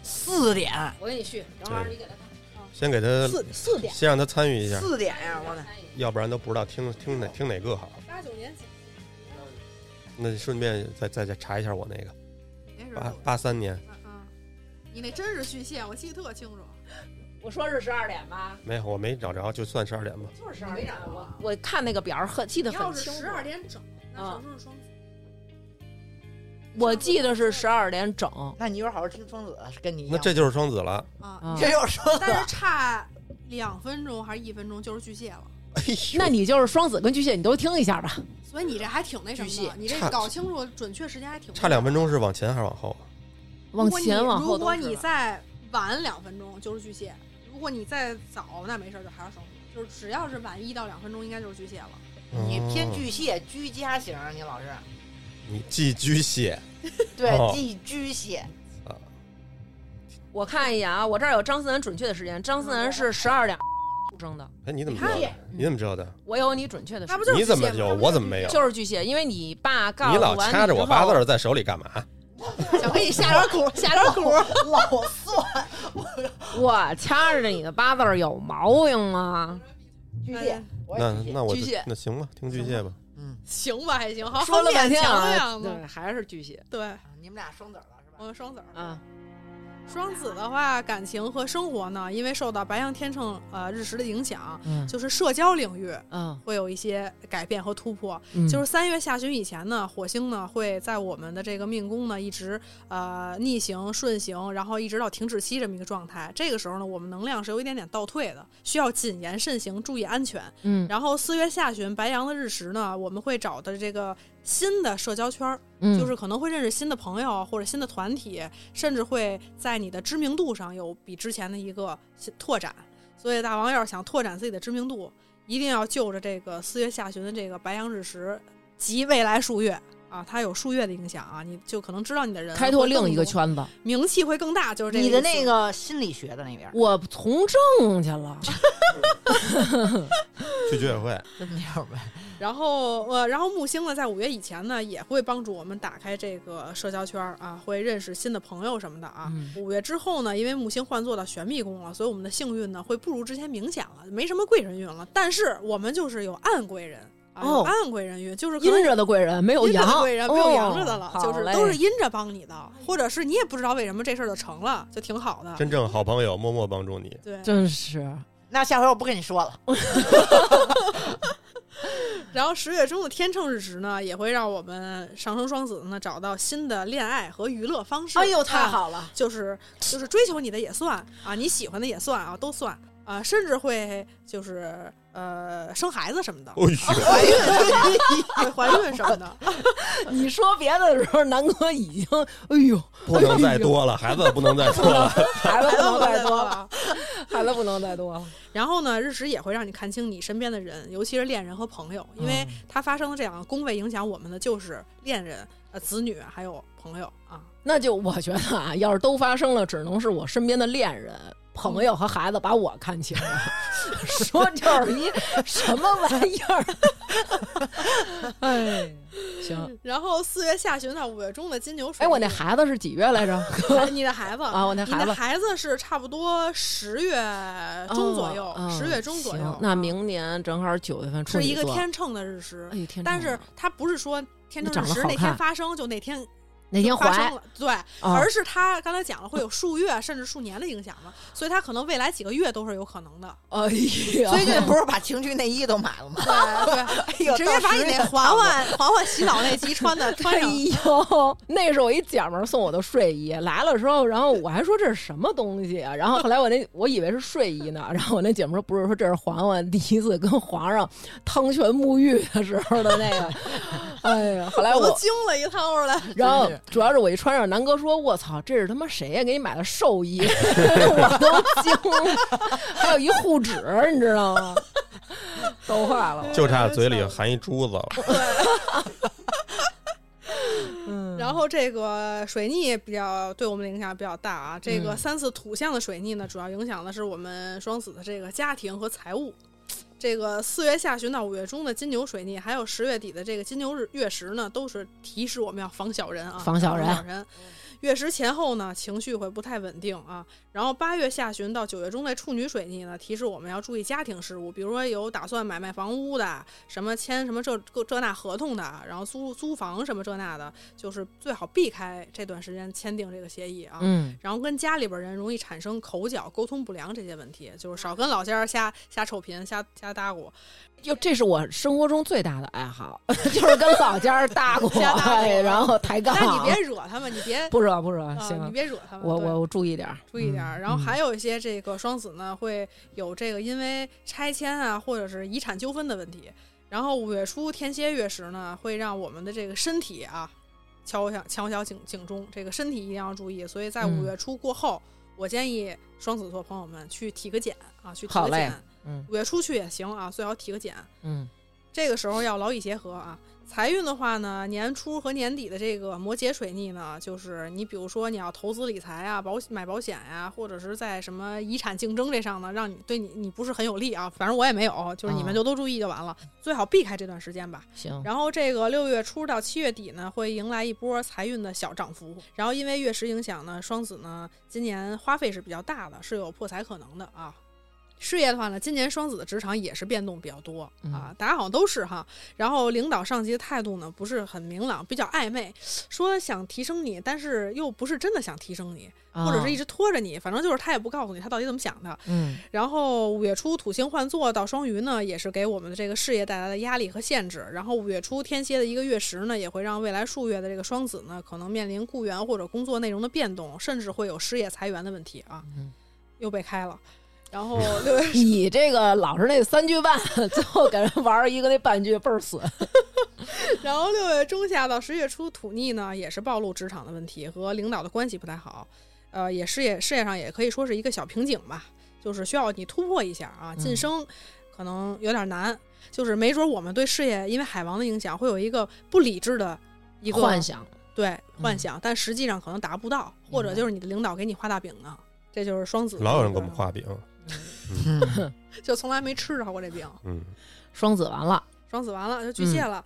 [SPEAKER 3] 四点，
[SPEAKER 4] 我给你续，等会儿你啊给他哦
[SPEAKER 5] 先给他，
[SPEAKER 3] 四四点，
[SPEAKER 5] 先让他参与一下，
[SPEAKER 3] 四点呀！
[SPEAKER 2] 啊
[SPEAKER 3] 我的
[SPEAKER 4] 看一眼。
[SPEAKER 5] 要不然都不知道听听哪听哪个好。
[SPEAKER 1] 八九年
[SPEAKER 5] 那顺便再再再查一下我那个
[SPEAKER 1] 那是
[SPEAKER 5] 八八三年，
[SPEAKER 1] 啊，你那真是续线，我记得特清楚。
[SPEAKER 4] 我说是十二点吧，
[SPEAKER 5] 没有我没找着，就算十二点吧。
[SPEAKER 4] 就是十二点。我
[SPEAKER 2] 我看那个表儿很记得
[SPEAKER 1] 你要
[SPEAKER 2] 很
[SPEAKER 1] 是
[SPEAKER 2] 清楚
[SPEAKER 1] 十，二点整，那
[SPEAKER 2] 啊
[SPEAKER 1] 上升是双子。
[SPEAKER 2] 我记得是十二点整。
[SPEAKER 3] 那你一会儿好好听双子，跟你一
[SPEAKER 5] 那
[SPEAKER 3] 样。嗯
[SPEAKER 5] 这就是双子了。
[SPEAKER 1] 啊
[SPEAKER 2] 啊，
[SPEAKER 3] 这又说
[SPEAKER 1] 但是差两分钟还是一分钟就是巨蟹了。
[SPEAKER 5] 哎
[SPEAKER 2] 那
[SPEAKER 5] 呦，
[SPEAKER 2] 你就是双子跟巨蟹，你都听一下吧。
[SPEAKER 1] 所以你这还挺那什
[SPEAKER 3] 巨
[SPEAKER 1] 么
[SPEAKER 3] 蟹
[SPEAKER 1] 的，你这
[SPEAKER 5] 嗯差
[SPEAKER 1] 搞清楚准确时间还挺
[SPEAKER 5] 差两分钟是往前还是往后？啊
[SPEAKER 1] 如
[SPEAKER 2] 往
[SPEAKER 1] 果你
[SPEAKER 2] 前往后
[SPEAKER 1] 如
[SPEAKER 2] 都
[SPEAKER 1] 果
[SPEAKER 2] 是
[SPEAKER 1] 你再晚两分钟就是巨蟹，如果你再早那没事儿，就还是双子，就是只要是晚一到两分钟应该就是巨蟹了。
[SPEAKER 3] 你偏
[SPEAKER 5] 哦，
[SPEAKER 3] 巨蟹，居家型儿，你老是
[SPEAKER 5] 你寄居蟹
[SPEAKER 3] 对
[SPEAKER 5] 哦
[SPEAKER 3] 寄居蟹，
[SPEAKER 5] 啊？
[SPEAKER 2] 我看一眼啊，我这儿有张思楠准确的时间，张思楠是十二点证的。
[SPEAKER 5] 哎，你怎么知道
[SPEAKER 4] 你
[SPEAKER 5] 的？你怎么知道的？
[SPEAKER 2] 我有你准确的时
[SPEAKER 1] 嗯那不
[SPEAKER 2] 间
[SPEAKER 1] 就是
[SPEAKER 5] 你怎么
[SPEAKER 1] 巨蟹
[SPEAKER 5] 有？
[SPEAKER 1] 吗
[SPEAKER 5] 我怎么没有？
[SPEAKER 2] 就是巨蟹，因为你爸告
[SPEAKER 5] 你
[SPEAKER 2] 诉
[SPEAKER 5] 老
[SPEAKER 2] 完
[SPEAKER 5] 掐着
[SPEAKER 2] 之
[SPEAKER 5] 我八
[SPEAKER 2] 后
[SPEAKER 5] 字儿在手里干嘛？
[SPEAKER 3] 想给你 下点 苦，
[SPEAKER 2] 下点苦，
[SPEAKER 3] 老算
[SPEAKER 2] 我掐着你的八字儿有毛病啊 吗？
[SPEAKER 3] 巨
[SPEAKER 1] 哎
[SPEAKER 3] 蟹
[SPEAKER 1] 呀，
[SPEAKER 3] 我也
[SPEAKER 5] 那
[SPEAKER 3] 巨蟹
[SPEAKER 5] 那我就
[SPEAKER 2] 巨蟹
[SPEAKER 5] 那行吧，听巨蟹吧。
[SPEAKER 3] 嗯，
[SPEAKER 1] 行吧，还行，好
[SPEAKER 2] 说了半天
[SPEAKER 1] 好勉
[SPEAKER 2] 啊，
[SPEAKER 1] 强的样
[SPEAKER 2] 对，还是巨蟹
[SPEAKER 1] 子。对，
[SPEAKER 3] 啊你们俩双子了是
[SPEAKER 1] 我
[SPEAKER 3] 吧？
[SPEAKER 1] 们双子儿。
[SPEAKER 2] 啊。
[SPEAKER 1] 双子的话，感情和生活呢，因为受到白羊天秤呃日食的影响，
[SPEAKER 2] 嗯
[SPEAKER 1] 就是社交领域
[SPEAKER 2] 嗯，
[SPEAKER 1] 会有一些改变和突破。
[SPEAKER 2] 嗯
[SPEAKER 1] 就是三月下旬以前呢，火星呢会在我们的这个命宫呢一直呃逆行、顺行，然后一直到停滞期这么一个状态。这个时候呢，我们能量是有一点点倒退的，需要谨言慎行，注意安全。
[SPEAKER 2] 嗯
[SPEAKER 1] 然后四月下旬白羊的日食呢，我们会找的这个新的社交圈儿，
[SPEAKER 2] 嗯
[SPEAKER 1] 就是可能会认识新的朋友啊或者新的团体，甚至会在你的知名度上有比之前的一个新拓展。所以大王要是想拓展自己的知名度，一定要就着这个四月下旬的这个白羊日食及未来数月啊，它有数月的影响啊，你就可能知道你的人
[SPEAKER 2] 嗯开拓
[SPEAKER 1] 会更
[SPEAKER 2] 另一个
[SPEAKER 1] 多，
[SPEAKER 2] 圈子。
[SPEAKER 1] 名气会更大，就是这个
[SPEAKER 3] 你的
[SPEAKER 1] 意思
[SPEAKER 3] 那个心理学的那边
[SPEAKER 2] 我从政去了，
[SPEAKER 5] 去居 委会，
[SPEAKER 3] 真没有呗？
[SPEAKER 1] 然后呃，然后木星呢，在五月以前呢，也会帮助我们打开这个社交圈儿啊，会认识新的朋友什么的啊。
[SPEAKER 2] 嗯
[SPEAKER 1] 五、月之后呢，因为木星换座到玄秘宫了，所以我们的幸运呢会不如之前明显了，没什么贵人运了。但是我们就是有暗贵人啊，有
[SPEAKER 2] 哦
[SPEAKER 1] 暗贵人运 就是可能
[SPEAKER 2] 阴着的贵人没有
[SPEAKER 1] 阴着的
[SPEAKER 2] 阳，
[SPEAKER 1] 贵人没有阳着的
[SPEAKER 2] 哦
[SPEAKER 1] 了，
[SPEAKER 2] 好
[SPEAKER 1] 就是
[SPEAKER 2] 嘞
[SPEAKER 1] 都是阴着帮你的，或者是你也不知道为什么这事儿就成了，就挺好的。
[SPEAKER 5] 真正好朋友默默帮 助你。
[SPEAKER 1] 对，
[SPEAKER 2] 真是
[SPEAKER 3] 那下回我不跟你说了。
[SPEAKER 1] 然后十月中的天秤日值呢，也会让我们上升双子呢找到新的恋爱和娱乐方式。
[SPEAKER 3] 哎呦，太
[SPEAKER 1] 啊
[SPEAKER 3] 好了！
[SPEAKER 1] 就是就是追求你的也算啊，你喜欢的也算啊，都算啊，甚至会就是呃生孩子什么的，啊
[SPEAKER 5] 哦呦，
[SPEAKER 1] 怀孕 会怀孕什 么的，
[SPEAKER 2] 你说别的时候，南哥已经，哎呦，
[SPEAKER 5] 不能再多了，孩子不能再多 了。
[SPEAKER 2] 孩子不能再多 了，
[SPEAKER 1] 了。
[SPEAKER 2] 孩子不能再多了。
[SPEAKER 1] 然后呢，日食也会让你看清你身边的人，尤其是恋人和朋友，因为它发生的这两个宫位影响我们的就是恋人、呃子女还有朋友啊。
[SPEAKER 2] 那就我觉得啊，要是都发生了，只能是我身边的恋人、朋友和孩子把我看清了。 说就是一什么玩意儿？ 哎，行。
[SPEAKER 1] 嗯然后四月下旬到五月中的金牛水
[SPEAKER 2] 哎，
[SPEAKER 1] 逆，
[SPEAKER 2] 我那孩子是几月 来着？
[SPEAKER 1] 孩你的孩子
[SPEAKER 2] 啊，我那
[SPEAKER 1] 你
[SPEAKER 2] 孩
[SPEAKER 1] 的
[SPEAKER 2] 子
[SPEAKER 1] 孩子是差不多十月中左右
[SPEAKER 2] 哦，哦
[SPEAKER 1] 十、月中左右嗯
[SPEAKER 2] 行。那明年正好九月份处
[SPEAKER 1] 是
[SPEAKER 2] 女
[SPEAKER 1] 一个
[SPEAKER 2] 座，
[SPEAKER 1] 天秤的日食，
[SPEAKER 2] 哎天秤啊，
[SPEAKER 1] 但是它不是说天
[SPEAKER 2] 那长
[SPEAKER 1] 秤日
[SPEAKER 2] 得
[SPEAKER 1] 食
[SPEAKER 2] 好
[SPEAKER 1] 那天
[SPEAKER 2] 看
[SPEAKER 1] 发生就那天
[SPEAKER 2] 哪天
[SPEAKER 1] 发
[SPEAKER 2] 怀
[SPEAKER 1] 生？了，对，
[SPEAKER 2] 啊
[SPEAKER 1] 而是它刚才讲了会有数月甚至数年的影响嘛，所以它可能未来几个月都是有可能 的。
[SPEAKER 2] 哎呀，
[SPEAKER 1] 啊
[SPEAKER 3] 最近不是把情趣内衣都买了 吗？
[SPEAKER 1] 对 对，
[SPEAKER 3] 哎
[SPEAKER 1] 你
[SPEAKER 3] 呦，
[SPEAKER 1] 直接把你那环环环环洗澡那集穿 的穿
[SPEAKER 2] 哎
[SPEAKER 1] 上。
[SPEAKER 2] 呦， 那是我一姐们儿送我的睡衣，来了之后，然后我还说这是什么东西啊？然后后来我那我以为是睡衣呢，然后我那姐们儿说不是，说这是嬛嬛第一次跟皇上汤泉沐浴的时候的那个。哎呀，后来
[SPEAKER 1] 我都
[SPEAKER 2] 我，
[SPEAKER 1] 惊了一趟儿了，
[SPEAKER 2] 然后主要是我一穿上，南哥说我操，这是他妈谁呀、给你买的寿衣， 我都惊了， 还有一护指，你知道吗？ 都坏了，
[SPEAKER 5] 就差嘴里含一珠子了。
[SPEAKER 2] 嗯，
[SPEAKER 1] 然后这个水逆比较对我们的影响比较大啊。这个
[SPEAKER 2] 嗯
[SPEAKER 1] 三次土象的水逆呢，主要影响的是我们双子的这个家庭和财务。这个四月下旬到五月中的金牛水逆，还有十月底的这个金牛日月食呢，都是提示我们要防小人啊，
[SPEAKER 2] 防小人
[SPEAKER 1] 月食前后呢，情绪会不太稳定啊。然后八月下旬到九月中的处女水逆呢，提示我们要注意家庭事务，比如说有打算买卖房屋的，什么签什么这这这那合同的，然后租租房什么这那的，就是最好避开这段时间签订这个协议啊。
[SPEAKER 2] 嗯，
[SPEAKER 1] 然后跟家里边人容易产生口角、沟通不良这些问题，就是少跟老家人瞎瞎臭贫、瞎瞎搭咕。
[SPEAKER 2] 哟，这是我生活中最大的爱好， 就是跟老家儿搭过哎
[SPEAKER 1] 瞎搭过
[SPEAKER 2] 然后抬杠。
[SPEAKER 1] 但你别惹他们，你别
[SPEAKER 2] 不惹不惹，
[SPEAKER 1] 啊、
[SPEAKER 2] 行，
[SPEAKER 1] 你别惹他们。
[SPEAKER 2] 我
[SPEAKER 1] 对
[SPEAKER 2] 我我注意点儿，
[SPEAKER 1] 注意点儿。然后还
[SPEAKER 2] 有
[SPEAKER 1] 有一些这个双子呢，会有这个因为拆迁啊，或者是遗产纠纷的问题。然后五月初天蝎月食呢，会让我们的这个身体啊敲响敲响警警钟，这个身体一定要注意。所以在
[SPEAKER 2] 嗯
[SPEAKER 1] 五月初过后，我建议双子座朋友们去体个检啊，去体
[SPEAKER 2] 好
[SPEAKER 1] 个
[SPEAKER 2] 嘞
[SPEAKER 1] 检。
[SPEAKER 2] 嗯
[SPEAKER 1] 五月初去也行啊，最好体个检。
[SPEAKER 2] 嗯
[SPEAKER 1] 这个时候要劳逸结合啊。财运的话呢，年初和年底的这个摩羯水逆呢，就是你比如说你要投资理财啊、保买保险呀、或者是在什么遗产竞争这上呢，让你对你你不是很有利啊。反正我也没有，就是你们
[SPEAKER 2] 啊
[SPEAKER 1] 就都注意就完了，最好避开这段时间吧。
[SPEAKER 2] 行，
[SPEAKER 1] 然后这个六月初到七月底呢，会迎来一波财运的小涨幅。然后因为月食影响呢，双子呢今年花费是比较大的，是有破财可能的啊。事业的话呢，今年双子的职场也是变动比较多啊，大家好像都是哈。然后领导上级的态度呢不是很明朗，比较暧昧，说想提升你，但是又不是真的想提升你，或者是一
[SPEAKER 2] 直
[SPEAKER 1] 直拖着你，反正就是他也不告诉你他到底怎么想的。
[SPEAKER 2] 嗯
[SPEAKER 1] 然后五月初土星换座到双鱼呢，也是给我们的这个事业带来的压力和限制。然后五月初天蝎的一个月食呢，也会让未来数月的这个双子呢，可能面临雇员或者工作内容的变动，甚至会有失业裁员的问题啊，
[SPEAKER 2] 嗯
[SPEAKER 1] 又被开了。然后六月
[SPEAKER 2] 你这个老是那三句半， 最后给人玩一个那半句倍儿损。
[SPEAKER 1] 然后六月中下到十月初，土逆呢也是暴露职场的问题和领导的关系不太好，呃，也事业事业上也可以说是一个小瓶颈吧，就是需要你突破一下
[SPEAKER 2] 嗯
[SPEAKER 1] 啊，晋升可能有点难，就是没准我们对事业因为海王的影响会有一个不理智的一个
[SPEAKER 2] 幻，想，嗯
[SPEAKER 1] 对幻想，但实际上可能达不到，或者就是你的领导给你画大饼呢，这就是双子，
[SPEAKER 5] 老有人给我们，画饼，
[SPEAKER 3] 嗯
[SPEAKER 1] 就从来没吃着过这饼，
[SPEAKER 5] 嗯，
[SPEAKER 2] 双子完了，
[SPEAKER 1] 双子完了就巨蟹了，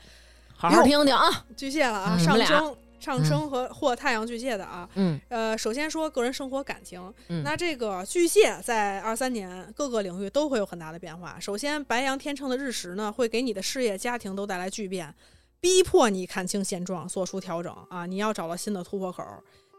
[SPEAKER 2] 好好
[SPEAKER 1] 哟
[SPEAKER 2] 听听啊。
[SPEAKER 1] 巨蟹了啊，
[SPEAKER 2] 嗯你
[SPEAKER 1] 上
[SPEAKER 2] 嗯们俩
[SPEAKER 1] 升上升和或太阳巨蟹的啊。
[SPEAKER 2] 嗯
[SPEAKER 1] 呃，首先说个人生活感情，
[SPEAKER 2] 嗯
[SPEAKER 1] 那这个巨蟹在二三年各个领域都会有很大的变化。首先，白羊天秤的日食呢，会给你的事业、家庭都带来巨变，逼迫你看清现状，做出调整啊！你要找到新的突破口。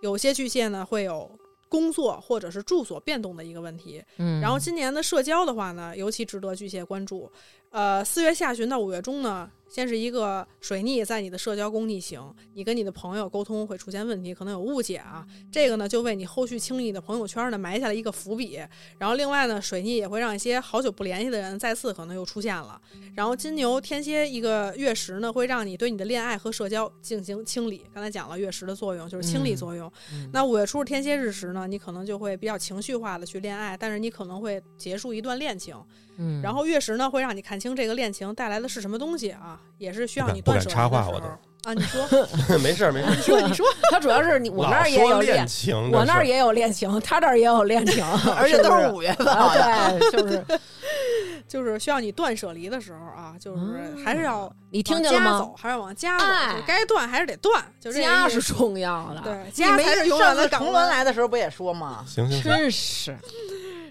[SPEAKER 1] 有些巨蟹呢，会有工作或者是住所变动的一个问题，
[SPEAKER 2] 嗯，
[SPEAKER 1] 然后今年的社交的话呢，尤其值得巨蟹关注。呃，四月下旬到五月中呢，先是一个水逆在你的社交宫逆行，你跟你的朋友沟通会出现问题，可能有误解啊。这个呢，就为你后续清理你的朋友圈呢埋下了一个伏笔。然后另外呢，水逆也会让一些好久不联系的人再次可能又出现了。然后金牛、天蝎一个月食呢，会让你对你的恋爱和社交进行清理。刚才讲了月食的作用就是清理
[SPEAKER 2] 嗯
[SPEAKER 1] 作用。
[SPEAKER 2] 嗯
[SPEAKER 1] 那五月初是天蝎日食呢，你可能就会比较情绪化的去恋爱，但是你可能会结束一段恋情。
[SPEAKER 2] 嗯，
[SPEAKER 1] 然后月食呢，会让你看清这个恋情带来的是什么东西啊，也是需要你
[SPEAKER 5] 不
[SPEAKER 1] 断
[SPEAKER 5] 敢
[SPEAKER 1] 舍离
[SPEAKER 5] 插话
[SPEAKER 1] 的时候
[SPEAKER 5] 我都
[SPEAKER 1] 啊。你 说，
[SPEAKER 5] 没事儿没事儿，
[SPEAKER 1] 你 说，你说，
[SPEAKER 2] 他主要是你我那儿也
[SPEAKER 5] 老
[SPEAKER 2] 有
[SPEAKER 5] 说
[SPEAKER 2] 恋
[SPEAKER 5] 恋，情，
[SPEAKER 2] 我那儿
[SPEAKER 5] 也
[SPEAKER 2] 也有恋情，他这儿也有恋情，
[SPEAKER 3] 而且都
[SPEAKER 2] 是
[SPEAKER 3] 是
[SPEAKER 2] 不
[SPEAKER 3] 五月份，
[SPEAKER 2] 是
[SPEAKER 3] 好像
[SPEAKER 2] 啊对，就是
[SPEAKER 1] 就是需要你断舍离的时候啊，就是还是要
[SPEAKER 2] 你听
[SPEAKER 1] 往
[SPEAKER 2] 见了
[SPEAKER 1] 家
[SPEAKER 2] 吗？
[SPEAKER 1] 走，还是往家走，
[SPEAKER 2] 哎
[SPEAKER 1] 就该断还是得断，就这
[SPEAKER 2] 家
[SPEAKER 1] 个意
[SPEAKER 2] 是
[SPEAKER 1] 思。
[SPEAKER 2] 重要的，
[SPEAKER 1] 对，
[SPEAKER 3] 你
[SPEAKER 1] 家
[SPEAKER 3] 没
[SPEAKER 1] 才是永远
[SPEAKER 3] 上
[SPEAKER 1] 的
[SPEAKER 3] 次
[SPEAKER 1] 港
[SPEAKER 3] 崇
[SPEAKER 1] 湾
[SPEAKER 3] 文。来的时候不也说吗？
[SPEAKER 5] 行行行，
[SPEAKER 2] 真是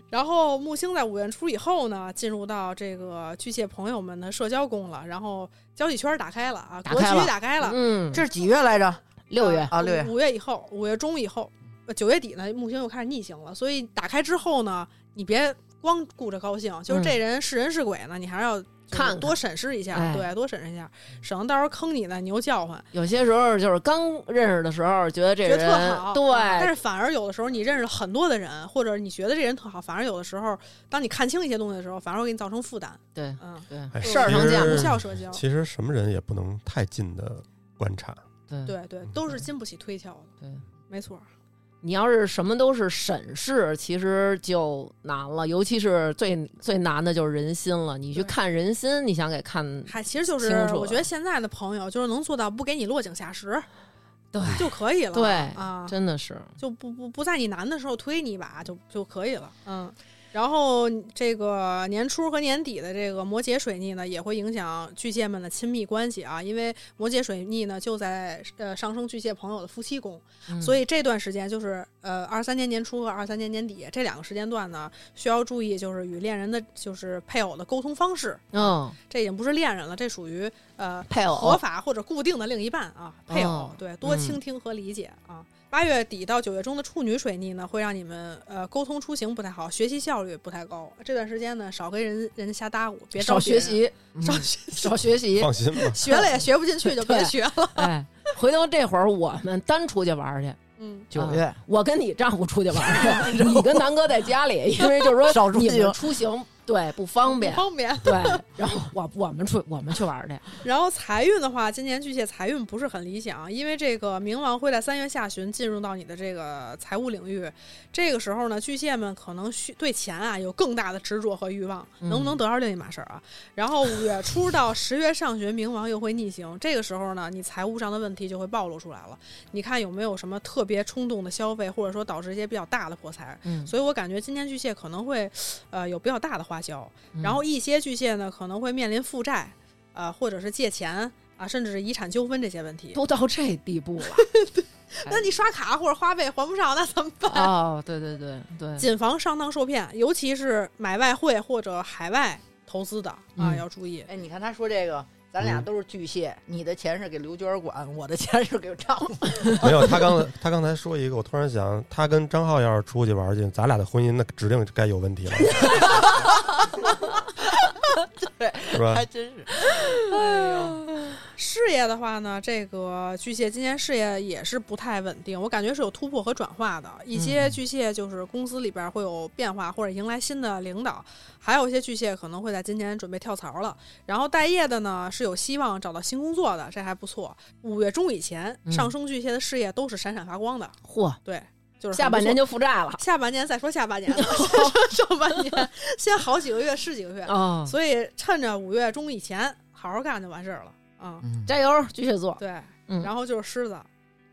[SPEAKER 1] 然后木星在五月初以后呢，进入到这个巨蟹朋友们的社交宫了，然后交际圈打开了啊，
[SPEAKER 2] 打
[SPEAKER 1] 格
[SPEAKER 2] 开了
[SPEAKER 1] 局打开了，
[SPEAKER 2] 嗯，
[SPEAKER 3] 这是几月来着？
[SPEAKER 2] 六月
[SPEAKER 3] 啊，六月。
[SPEAKER 1] 五月以后，五月中以后，呃九月底呢，木星又开始逆行了。所以打开之后呢，你别光顾着高兴，就是
[SPEAKER 2] 嗯
[SPEAKER 1] 这人是人是鬼呢，你还是要就是
[SPEAKER 2] 看看
[SPEAKER 1] 多审视一下，
[SPEAKER 2] 哎
[SPEAKER 1] 对，多审视一下，省得到时候坑你呢，你又叫唤，
[SPEAKER 2] 有些时候就是刚认识的时候，觉得这
[SPEAKER 1] 觉得特
[SPEAKER 2] 人
[SPEAKER 1] 好。嗯
[SPEAKER 2] 对，
[SPEAKER 1] 但是反而有的时候你认识了很多的人，或者你觉得这人特好，反而有的时候当你看清一些东西的时候，反而会给你造成负担。
[SPEAKER 2] 对
[SPEAKER 1] 嗯，
[SPEAKER 2] 对
[SPEAKER 5] 哎
[SPEAKER 2] 事儿上
[SPEAKER 5] 其
[SPEAKER 2] 见
[SPEAKER 5] 实
[SPEAKER 1] 无效社交，
[SPEAKER 5] 其实什么人也不能太近的观察，
[SPEAKER 2] 嗯对
[SPEAKER 1] 对对，都是经不起推敲的。
[SPEAKER 2] 对，
[SPEAKER 1] 没错。
[SPEAKER 2] 你要是什么都是审视，其实就难了，尤其是最最难的就是人心了。你
[SPEAKER 1] 对
[SPEAKER 2] 去看人心，你想给看
[SPEAKER 1] 嗨，其实就是
[SPEAKER 2] 清楚
[SPEAKER 1] 我
[SPEAKER 2] 了
[SPEAKER 1] 觉得现在的朋友就是能做到不给你落井下石
[SPEAKER 2] 对
[SPEAKER 1] 就可以了。
[SPEAKER 2] 对
[SPEAKER 1] 啊，
[SPEAKER 2] 真的是
[SPEAKER 1] 就不不不在你难的时候推你一把就就可以了，嗯。然后这个年初和年底的这个摩羯水逆呢，也会影响巨蟹们的亲密关系啊，因为摩羯水逆呢就在呃上升巨蟹朋友的夫妻宫，
[SPEAKER 2] 嗯
[SPEAKER 1] 所以这段时间就是呃二三年年初和二三年年底这两个时间段呢，需要注意就是与恋人的就是配偶的沟通方式，
[SPEAKER 2] 嗯，
[SPEAKER 1] 这已经不是恋人了，这属于呃
[SPEAKER 2] 配
[SPEAKER 1] 合
[SPEAKER 2] 偶
[SPEAKER 1] 法或者固定的另一半啊，配偶、
[SPEAKER 2] 哦
[SPEAKER 1] 对，多
[SPEAKER 2] 嗯
[SPEAKER 1] 倾听和理解、啊。八月底到九月中的处女水逆呢，会让你们呃沟通出行不太好，学习效率不太高。这段时间呢，少跟人人家瞎搭咕，别
[SPEAKER 2] 少
[SPEAKER 1] 着急
[SPEAKER 2] 学，习，
[SPEAKER 1] 少
[SPEAKER 2] 嗯
[SPEAKER 1] 学习，。
[SPEAKER 2] 少学习，
[SPEAKER 5] 放心吧
[SPEAKER 1] 学了也学不进去，就别
[SPEAKER 2] 对
[SPEAKER 1] 学了。
[SPEAKER 2] 哎，回头这会儿我们单出去玩儿去，
[SPEAKER 1] 嗯，
[SPEAKER 3] 九月
[SPEAKER 2] 啊我跟你丈夫出去玩儿去，你跟南哥在家里，因为就是说
[SPEAKER 3] 少出
[SPEAKER 2] 你
[SPEAKER 3] 行
[SPEAKER 2] 们出行对，不方便
[SPEAKER 1] 不。方 便。
[SPEAKER 2] 对，然后我我们去我们去玩儿去，
[SPEAKER 1] 然后财运的话，今年巨蟹财运不是很理想，因为这个冥王会在三月下旬进入到你的这个财务领域。这个时候呢，巨蟹们可能需对钱啊有更大的执着和欲望，
[SPEAKER 2] 嗯
[SPEAKER 1] 能不能得着另一码事儿啊。然后五月初到十月上旬，冥王又会逆行，这个时候呢，你财务上的问题就会暴露出来了。你看有没有什么特别冲动的消费，或者说导致一些比较大的破财？
[SPEAKER 2] 嗯，
[SPEAKER 1] 所以我感觉今年巨蟹可能会，呃，有比较大的花销。
[SPEAKER 2] 嗯
[SPEAKER 1] 然后一些巨蟹呢可能会面临负债，啊，或者是借钱啊，甚至是遗产纠纷这些问题。
[SPEAKER 2] 都到这地步了
[SPEAKER 1] 那你刷卡或者花呗还不上，那怎么办？
[SPEAKER 2] 哦，对对对对，
[SPEAKER 1] 谨防上当受骗，尤其是买外汇或者海外投资的啊，
[SPEAKER 2] 嗯
[SPEAKER 1] 要注意。
[SPEAKER 3] 哎，你看他说这个，咱俩
[SPEAKER 5] 嗯
[SPEAKER 3] 都是巨蟹，你的钱是给刘娟儿管，我的钱是给丈夫。
[SPEAKER 5] 没有，他刚才他刚才说一个，我突然想，他跟张浩要是出去玩去，咱俩的婚姻那指定该有问题了，
[SPEAKER 3] 对，
[SPEAKER 5] 是吧？
[SPEAKER 3] 还真是。哎
[SPEAKER 2] 嗯
[SPEAKER 3] 呦，
[SPEAKER 1] 事业的话呢，这个巨蟹今年事业也是不太稳定，我感觉是有突破和转化的。一些
[SPEAKER 2] 嗯
[SPEAKER 1] 巨蟹就是公司里边会有变化，或者迎来新的领导；还有一些巨蟹可能会在今年准备跳槽了。然后待业的呢是有希望找到新工作的，这还不错。五月中以前，
[SPEAKER 2] 嗯
[SPEAKER 1] 上升巨蟹的事业都是闪闪发光的，
[SPEAKER 2] 嚯，
[SPEAKER 1] 对，就是
[SPEAKER 2] 下半年
[SPEAKER 1] 就
[SPEAKER 2] 就负债了
[SPEAKER 1] 下半年再说下半 年，上半年先好几个月是几个月，
[SPEAKER 2] 哦，
[SPEAKER 1] 所以趁着五月中以前好好干就完事儿了啊。
[SPEAKER 3] 嗯，
[SPEAKER 2] 加油，巨蟹座，
[SPEAKER 1] 对，
[SPEAKER 2] 嗯
[SPEAKER 1] 然后就是狮子，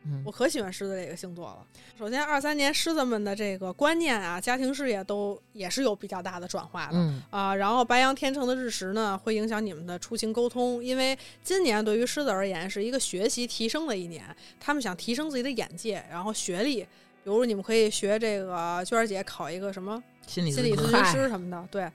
[SPEAKER 2] 嗯
[SPEAKER 1] 我可喜欢狮子这个星座了。首先，二三年狮子们的这个观念啊、家庭事业都也是有比较大的转化的。
[SPEAKER 2] 嗯
[SPEAKER 1] 啊，然后白羊天秤的日食呢，会影响你们的出行沟通，因为今年对于狮子而言是一个学习提升的一年，他们想提升自己的眼界，然后学历，比如你们可以学这个娟儿姐考一个什么
[SPEAKER 3] 心理
[SPEAKER 1] 心理
[SPEAKER 3] 咨
[SPEAKER 1] 咨
[SPEAKER 3] 询
[SPEAKER 1] 询师什么的，对，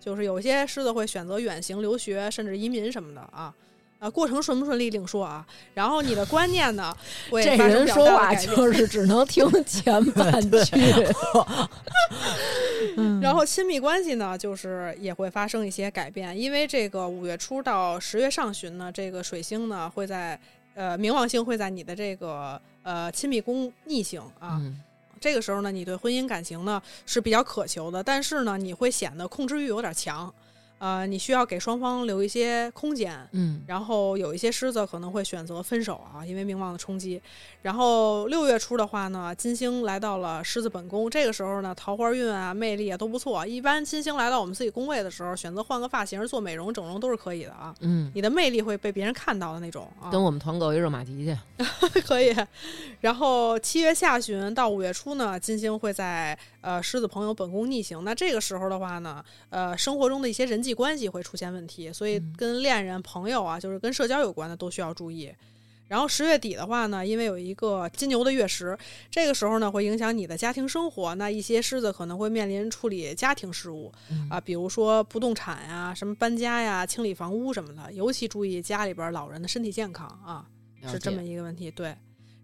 [SPEAKER 1] 就是有些狮子会选择远行留学，甚至移民什么的啊。啊，过程顺不顺利另说啊。然后你的观念 呢，会
[SPEAKER 2] 这
[SPEAKER 1] 发生
[SPEAKER 2] 人
[SPEAKER 1] 比较
[SPEAKER 2] 说
[SPEAKER 1] 大的
[SPEAKER 2] 话
[SPEAKER 1] 改变
[SPEAKER 2] 就是只能听前半 句，嗯
[SPEAKER 1] 然后亲密关系呢，就是也会发生一些改变，因为这个五月初到十月上旬呢，这个水星呢会在呃冥王星会在你的这个呃亲密宫逆行啊。
[SPEAKER 2] 嗯
[SPEAKER 1] 这个时候呢，你对婚姻感情呢是比较渴求的，但是呢，你会显得控制欲有点强，呃，你需要给双方留一些空间。
[SPEAKER 2] 嗯
[SPEAKER 1] 然后有一些狮子可能会选择分手啊，因为冥王的冲击。然后六月初的话呢，金星来到了狮子本宫，这个时候呢，桃花运啊、魅力啊都不错。一般金星来到我们自己宫位的时候，选择换个发型、做美容、整容都是可以的啊。
[SPEAKER 2] 嗯，
[SPEAKER 1] 你的魅力会被别人看到的那种啊，
[SPEAKER 2] 跟我们团购一热玛吉去，
[SPEAKER 1] 可以。然后七月下旬到五月初呢，金星会在呃狮子朋友本宫逆行。那这个时候的话呢，呃，生活中的一些人际关系会出现问题，所以
[SPEAKER 2] 嗯
[SPEAKER 1] 跟恋人、朋友啊，就是跟社交有关的都需要注意。然后十月底的话呢，因为有一个金牛的月食，这个时候呢会影响你的家庭生活。那一些狮子可能会面临处理家庭事务
[SPEAKER 2] 嗯
[SPEAKER 1] 啊，比如说不动产呀、什么搬家呀、清理房屋什么的，尤其注意家里边老人的身体健康啊。是这么一个问题。对，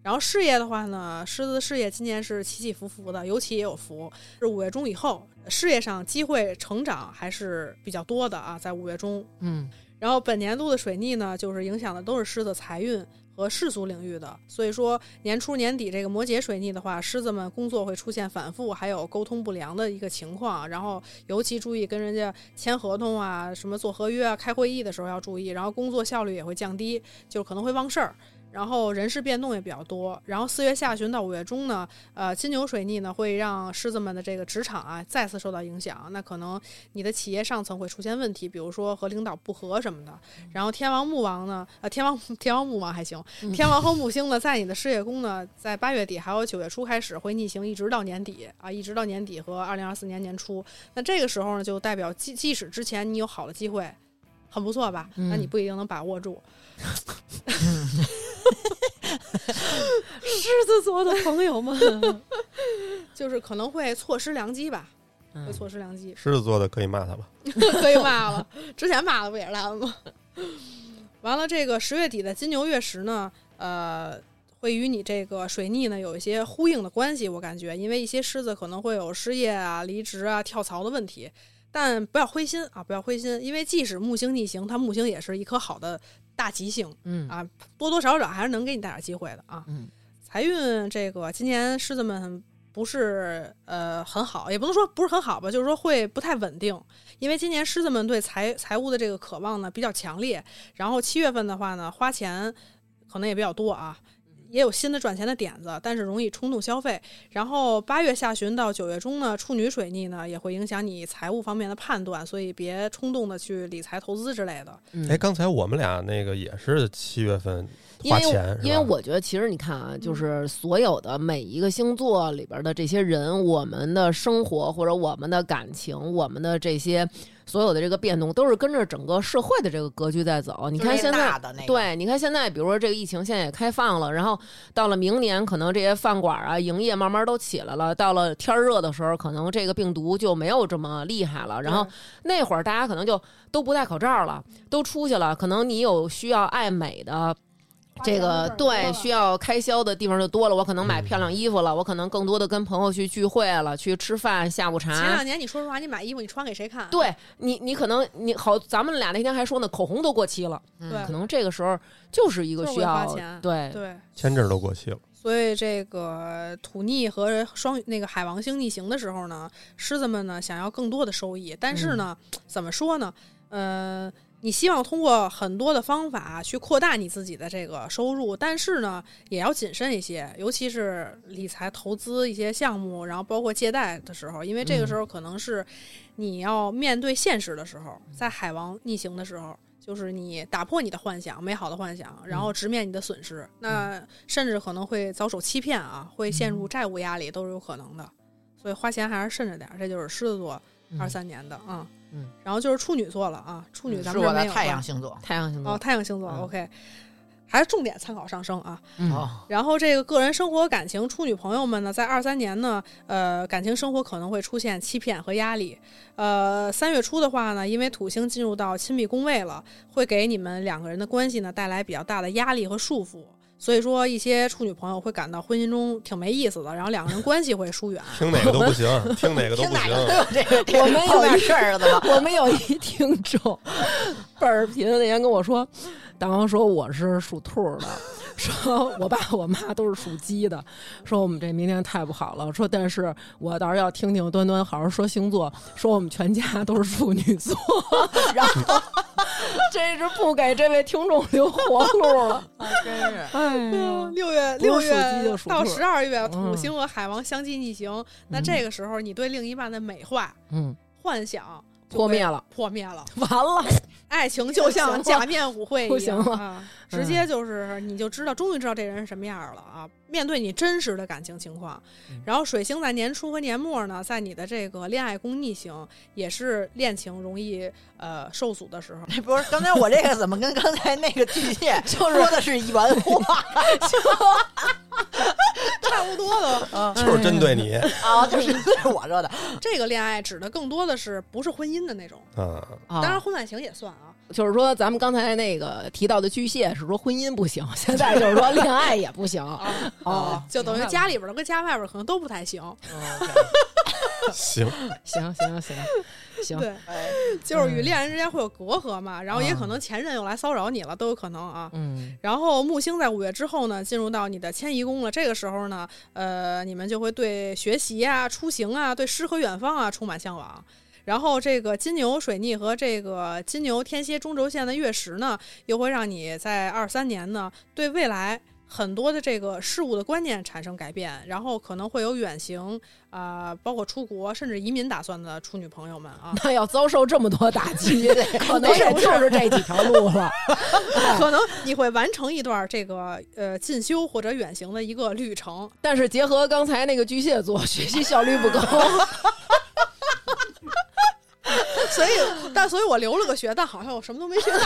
[SPEAKER 1] 然后事业的话呢，狮子的事业今年是起起伏伏的，尤其也有福。是五月中以后，事业上机会成长还是比较多的啊，在五月中。
[SPEAKER 2] 嗯
[SPEAKER 1] 然后本年度的水逆呢，就是影响的都是狮子财运。和世俗领域的，所以说年初年底这个摩羯水逆的话，狮子们工作会出现反复，还有沟通不良的一个情况，然后尤其注意跟人家签合同啊、什么做合约啊、开会议的时候要注意，然后工作效率也会降低，就可能会忘事儿。然后人事变动也比较多，然后四月下旬到五月中呢，呃，金牛水逆呢会让狮子们的这个职场啊再次受到影响，那可能你的企业上层会出现问题，比如说和领导不和什么的。然后天王木王呢，呃，天王天王木王还行，
[SPEAKER 2] 嗯
[SPEAKER 1] 天王和木星呢在你的事业宫呢，在八月底还有九月初开始会逆行，一直到年底啊，一直到年底和二零二四年年初。那这个时候呢，就代表即即使之前你有好的机会，很不错吧，那你
[SPEAKER 2] 嗯
[SPEAKER 1] 不一定能把握住。
[SPEAKER 2] 狮子座的朋友们，
[SPEAKER 1] 就是可能会错失良机吧，
[SPEAKER 2] 嗯
[SPEAKER 1] 会错失良机，
[SPEAKER 5] 狮子座的可以骂他吧？
[SPEAKER 1] 可以骂了。之前骂的不也是他们吗？ 完了，这个十月底的金牛月食呢，呃，会与你这个水逆呢有一些呼应的关系，我感觉，因为一些狮子可能会有失业啊、离职啊、跳槽的问题，但不要灰心啊，不要灰心，因为即使木星逆行，它木星也是一颗好的大吉星，
[SPEAKER 2] 嗯
[SPEAKER 1] 啊多多少少还是能给你带点机会的啊。
[SPEAKER 2] 嗯
[SPEAKER 1] 财运这个今年狮子们。不是呃很好，也不能说不是很好吧，就是说会不太稳定。因为今年狮子们对财财务的这个渴望呢比较强烈，然后七月份的话呢，花钱可能也比较多啊，也有新的赚钱的点子，但是容易冲动消费。然后八月下旬到九月中呢，处女水逆呢也会影响你财务方面的判断，所以别冲动的去理财投资之类的。
[SPEAKER 2] 嗯
[SPEAKER 5] 哎，刚才我们俩那个也是七月份
[SPEAKER 2] 因
[SPEAKER 5] 花
[SPEAKER 2] 为
[SPEAKER 5] 钱，是
[SPEAKER 2] 因为
[SPEAKER 5] 吧
[SPEAKER 2] 我觉得其实你看啊，
[SPEAKER 3] 嗯
[SPEAKER 2] 就是所有的每一个星座里边的这些人，我们的生活或者我们的感情，我们的这些所有的这个变动，都是跟着整个社会的这个格局在走。你
[SPEAKER 3] 就
[SPEAKER 2] 看
[SPEAKER 3] 那
[SPEAKER 2] 现在
[SPEAKER 3] 大的那个
[SPEAKER 2] 对，你看现在，比如说这个疫情现在也开放了，然后到了明年，可能这些饭馆啊营业慢慢都起来了。到了天儿热的时候，可能这个病毒就没有这么厉害了。然后那会儿大家可能就都不戴口罩了，都出去了。可能你有需要爱美的。这个对需要开销的地方就多了，我可能买漂亮衣服了，我可能更多的跟朋友去聚会了，去吃饭、下午茶。
[SPEAKER 1] 前两年你说实啊话，你买衣服你穿给谁看？
[SPEAKER 2] 啊
[SPEAKER 1] 啊
[SPEAKER 2] 对你，你可能你好，咱们俩那天还说呢，口红都过期了，
[SPEAKER 1] 对
[SPEAKER 3] 嗯
[SPEAKER 2] 可能这个时候就是一个
[SPEAKER 1] 就是
[SPEAKER 2] 需
[SPEAKER 1] 会花
[SPEAKER 2] 要
[SPEAKER 1] 钱
[SPEAKER 2] 对
[SPEAKER 1] 对。
[SPEAKER 5] 签证都过期了，
[SPEAKER 1] 所以这个土逆和双那个海王星逆行的时候呢，狮子们呢想要更多的收益，但是呢，怎么说呢？呃，你希望通过很多的方法去扩大你自己的这个收入，但是呢，也要谨慎一些，尤其是理财投资一些项目，然后包括借贷的时候，因为这个时候可能是你要面对现实的时候，在海王逆行的时候。就是你打破你的幻想，美好的幻想，然后直面你的损失，那甚至可能会遭受欺骗啊，会陷入债务压力都是有可能的。所以花钱还是慎着点儿，这就是狮子座
[SPEAKER 2] 嗯
[SPEAKER 1] 二三年的啊。
[SPEAKER 2] 嗯，
[SPEAKER 1] 然后就是处女座了啊，处女咱
[SPEAKER 3] 嗯是
[SPEAKER 1] 们这
[SPEAKER 3] 我
[SPEAKER 1] 儿没
[SPEAKER 3] 的
[SPEAKER 1] 有
[SPEAKER 3] 太
[SPEAKER 1] 吧
[SPEAKER 3] 阳星座。
[SPEAKER 2] 太阳星座
[SPEAKER 1] 哦，太阳星座、
[SPEAKER 2] 嗯
[SPEAKER 1] OK，还是重点参考上升啊。
[SPEAKER 2] 嗯
[SPEAKER 3] 哦，
[SPEAKER 1] 然后这个个人生活感情，处女朋友们呢，在二三年呢，呃，感情生活可能会出现欺骗和压力。呃，三月初的话呢，因为土星进入到亲密宫位了，会给你们两个人的关系呢带来比较大的压力和束缚。所以说，一些处女朋友会感到婚姻中挺没意思的，然后两个人关系会疏远。
[SPEAKER 5] 听哪个都不行，听哪个都
[SPEAKER 3] 听
[SPEAKER 5] 不
[SPEAKER 3] 哪
[SPEAKER 5] 行
[SPEAKER 3] 个。都有这 个，这个
[SPEAKER 2] 我们有
[SPEAKER 3] 碰点
[SPEAKER 2] 一
[SPEAKER 3] 事儿 的吗？
[SPEAKER 2] 我们有一听众倍儿贫，那天跟我说，大王说我是属兔儿的， 说我爸我妈都是属鸡的，说我们这明天太不好了，说但是我倒是要听听端端好好说星座，说我们全家都是处女座， 然后这是不给这位听众留活路了，
[SPEAKER 3] 真是。
[SPEAKER 2] 哎呀，
[SPEAKER 1] 六月
[SPEAKER 2] 不
[SPEAKER 1] 六
[SPEAKER 2] 是属鸡
[SPEAKER 1] 月
[SPEAKER 2] 就属
[SPEAKER 1] 到
[SPEAKER 2] 兔
[SPEAKER 1] 十二月，
[SPEAKER 2] 嗯
[SPEAKER 1] 土星和海王相继逆行，那
[SPEAKER 2] 嗯
[SPEAKER 1] 这个时候你对另一半的美化、
[SPEAKER 2] 嗯，
[SPEAKER 1] 幻想就
[SPEAKER 2] 破灭
[SPEAKER 1] 被
[SPEAKER 2] 了，
[SPEAKER 1] 破灭了。
[SPEAKER 2] 完了，
[SPEAKER 1] 爱情就像假面舞会
[SPEAKER 2] 不
[SPEAKER 1] 一
[SPEAKER 2] 行
[SPEAKER 1] 样
[SPEAKER 2] 了
[SPEAKER 1] 啊，直接就是你就知道，终于知道这人是什么样了啊！面对你真实的感情情况，然后水星在年初和年末呢，在你的这个恋爱宫逆行，也是恋情容易呃受阻的时候。
[SPEAKER 3] 哎不是，刚才我这个怎么跟刚才那个巨 蟹说的是原 话
[SPEAKER 1] 差不多了。
[SPEAKER 5] 就是针对你
[SPEAKER 3] 啊？就是 是我说的，
[SPEAKER 1] 这个恋爱指的更多的是不是婚姻的那种，
[SPEAKER 5] 啊！
[SPEAKER 2] 当
[SPEAKER 1] 当然婚外情也算啊。
[SPEAKER 2] 就是说，咱们刚才那个提到的巨蟹是说婚姻不行，现在就是说恋爱也不行。
[SPEAKER 1] 呃
[SPEAKER 2] 哦，
[SPEAKER 1] 就等于
[SPEAKER 2] 明白了
[SPEAKER 1] 家里边儿跟家外边儿可能都不太行。
[SPEAKER 5] 行，
[SPEAKER 2] 行行行行，
[SPEAKER 1] 对，就是与恋人之间会有隔阂嘛，然后也可能前任又来骚扰你了，都有可能啊。
[SPEAKER 2] 嗯
[SPEAKER 1] 然后木星在五月之后呢，进入到你的迁移宫了。这个时候呢，呃，你们就会对学习啊、出行啊、对诗和远方啊充满向往。然后这个金牛水逆和这个金牛天蝎中轴线的月食呢，又会让你在二三年呢对未来很多的这个事物的观念产生改变，然后可能会有远行啊、包括出国甚至移民打算的处女朋友们 啊，
[SPEAKER 2] 那要遭受这么多打击，可能
[SPEAKER 1] 不是
[SPEAKER 2] 也
[SPEAKER 1] 不
[SPEAKER 2] 就是这几条路了。
[SPEAKER 1] 可能你会完成一段这个呃进修或者远行的一个旅程。
[SPEAKER 2] 但是结合刚才那个巨蟹座，学习效率不 高，
[SPEAKER 1] 所以，但所以我留了个学，但好像我什么都没学到。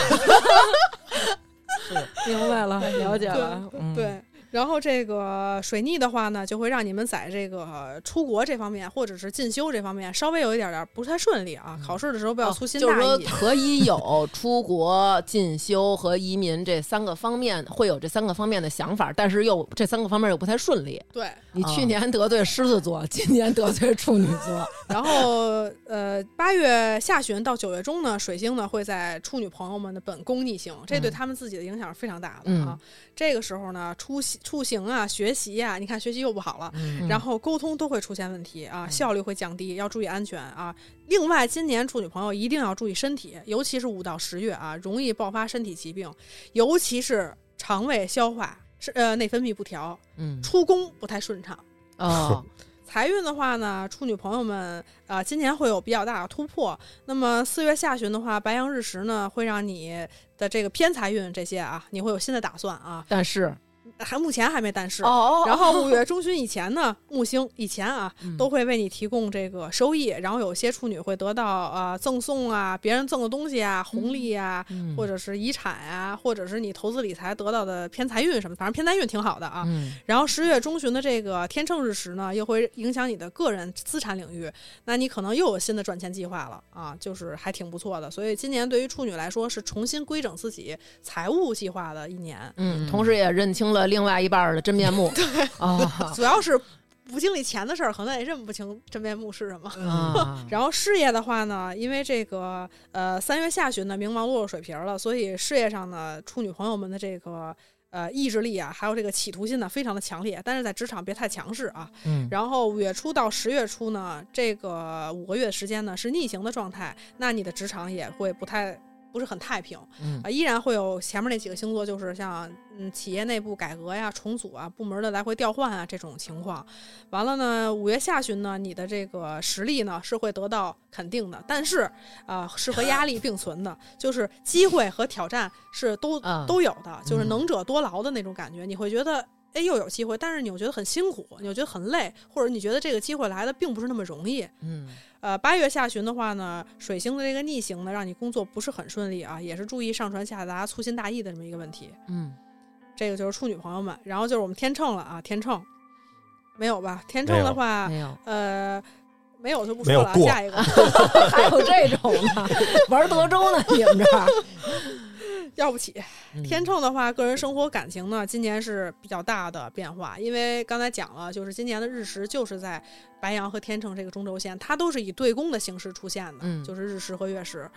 [SPEAKER 2] 明白了，了解了。嗯，
[SPEAKER 1] 对，然后这个水逆的话呢，就会让你们在这个出国这方面，或者是进修这方面，稍微有一点点不太顺利啊。考试的时候不要粗心
[SPEAKER 2] 嗯哦就是
[SPEAKER 1] 大
[SPEAKER 2] 说
[SPEAKER 1] 意。
[SPEAKER 2] 可以有出国、进修和移民这三个方面，会有这三个方面的想法，但是又这三个方面又不太顺利。
[SPEAKER 1] 对，
[SPEAKER 2] 你去年得罪狮子座，今年得罪处女座，
[SPEAKER 1] 然后呃，八月下旬到九月中呢，水星呢会在处女朋友们的本宫逆行，这对
[SPEAKER 2] 嗯
[SPEAKER 1] 他们自己的影响是非常大的
[SPEAKER 2] 嗯
[SPEAKER 1] 啊。这个时候呢，出行出行啊、学习呀、你看学习又不好了，
[SPEAKER 3] 嗯
[SPEAKER 1] 然后沟通都会出现问题啊，
[SPEAKER 3] 嗯
[SPEAKER 1] 效率会降低，要注意安全啊。另外，今年处女朋友一定要注意身体，尤其是五到十月啊，容易爆发身体疾病，尤其是肠胃消化是呃内分泌不调，
[SPEAKER 2] 嗯
[SPEAKER 1] 出宫不太顺畅。
[SPEAKER 2] 哦，
[SPEAKER 1] 财运的话呢，处女朋友们啊、呃今年会有比较大的突破。那么四月下旬的话，白羊日食呢，会让你的这个偏财运这些啊，你会有新的打算啊。
[SPEAKER 2] 但是
[SPEAKER 1] 还目前还没，但是。
[SPEAKER 2] 哦
[SPEAKER 1] 然后五月中旬以前呢，木星以前啊，
[SPEAKER 2] 嗯
[SPEAKER 1] 都会为你提供这个收益，然后有些处女会得到呃赠送啊，别人赠的东西啊，红利啊，或
[SPEAKER 2] 者
[SPEAKER 1] 者是遗产啊，或者是你投资理财得到的偏财运什么，反正偏财运挺好的啊。
[SPEAKER 2] 嗯
[SPEAKER 1] 然后十月中旬的这个天秤日食呢，又会影响你的个人资产领域，那你可能又有新的赚钱计划了啊，就是还挺不错的。所以今年对于处女来说是重新规整自己财务计划的一年，
[SPEAKER 2] 嗯，同时也认清了另外一半儿的真面 目 啊
[SPEAKER 1] 主要是不经历钱的事儿，可能也认不清真面目是什么。
[SPEAKER 2] 啊，
[SPEAKER 1] 然后事业的话呢，因为这个呃三月下旬呢，冥王落入水瓶了，所以事业上呢，处女朋友们的这个呃意志力啊，还有这个企图心呢，非常的强烈，但是在职场别太强势啊。
[SPEAKER 2] 嗯
[SPEAKER 1] 然后五月初到十月初呢，这个五个月时间呢是逆行的状态，那你的职场也会不太不是很太平啊、
[SPEAKER 2] 嗯
[SPEAKER 1] 依然会有前面那几个星座，就是像嗯企业内部改革呀、重组啊、部门的来回调换啊这种情况。完了呢，五月下旬呢，你的这个实力呢是会得到肯定的，但是啊、是和压力并存的，就是机会和挑战是都、
[SPEAKER 2] 啊
[SPEAKER 1] 都有的，就是
[SPEAKER 2] 嗯嗯
[SPEAKER 1] 能者多劳的那种感觉，你会觉得。哎，又有机会，但是你又觉得很辛苦，你又觉得很累，或者你觉得这个机会来的并不是那么容易。
[SPEAKER 2] 嗯
[SPEAKER 1] 呃，八月下旬的话呢，水星的这个逆行呢，让你工作不是很顺利啊，也是注意上传下达、粗心大意的这么一个问题。
[SPEAKER 2] 嗯，
[SPEAKER 1] 这个就是处女朋友们，然后就是我们天秤了啊，天秤没有吧？天秤
[SPEAKER 5] 没有
[SPEAKER 1] 的话，
[SPEAKER 2] 没有
[SPEAKER 1] 呃，没有就不说
[SPEAKER 5] 没有
[SPEAKER 1] 了啊，
[SPEAKER 5] 过
[SPEAKER 1] 下一个，
[SPEAKER 2] 还有这种 呢，玩德州呢，你们这儿
[SPEAKER 1] 啊 要不起。
[SPEAKER 2] 嗯
[SPEAKER 1] 天秤的话，个人生活感情呢，今年是比较大的变化，因为刚才讲了，就是今年的日食就是在白羊和天秤这个中轴线，它都是以对宫的形式出现的，
[SPEAKER 2] 嗯
[SPEAKER 1] 就是日食和月食。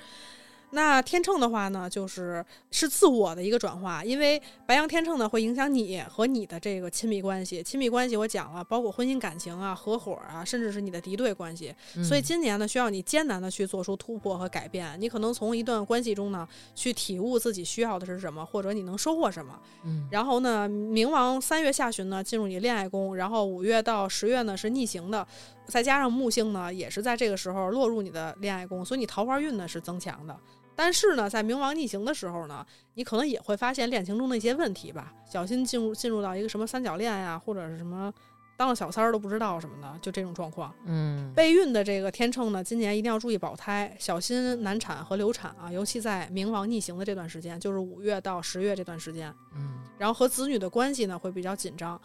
[SPEAKER 1] 那天秤的话呢，就是是自我的一个转化，因为白羊天秤呢会影响你和你的这个亲密关系，亲密关系我讲了，包括婚姻感情啊、合伙啊，甚至是你的敌对关系。
[SPEAKER 2] 嗯
[SPEAKER 1] 所以今年呢，需要你艰难的去做出突破和改变。你可能从一段关系中呢，去体悟自己需要的是什么，或者你能收获什么。
[SPEAKER 2] 嗯
[SPEAKER 1] 然后呢，冥王三月下旬呢进入你恋爱宫，然后五月到十月呢是逆行的，再加上木星呢也是在这个时候落入你的恋爱宫，所以你桃花运呢是增强的。但是呢，在冥王逆行的时候呢，你可能也会发现恋情中的一些问题吧，小心进入进入到一个什么三角恋呀、或者是什么当了小三儿都不知道什么的，就这种状况。
[SPEAKER 2] 嗯
[SPEAKER 1] 备孕的这个天秤呢，今年一定要注意保胎，小心难产和流产啊，尤其在冥王逆行的这段时间，就是五月到十月这段时间。
[SPEAKER 2] 嗯
[SPEAKER 1] 然后和子女的关系呢会比较紧张。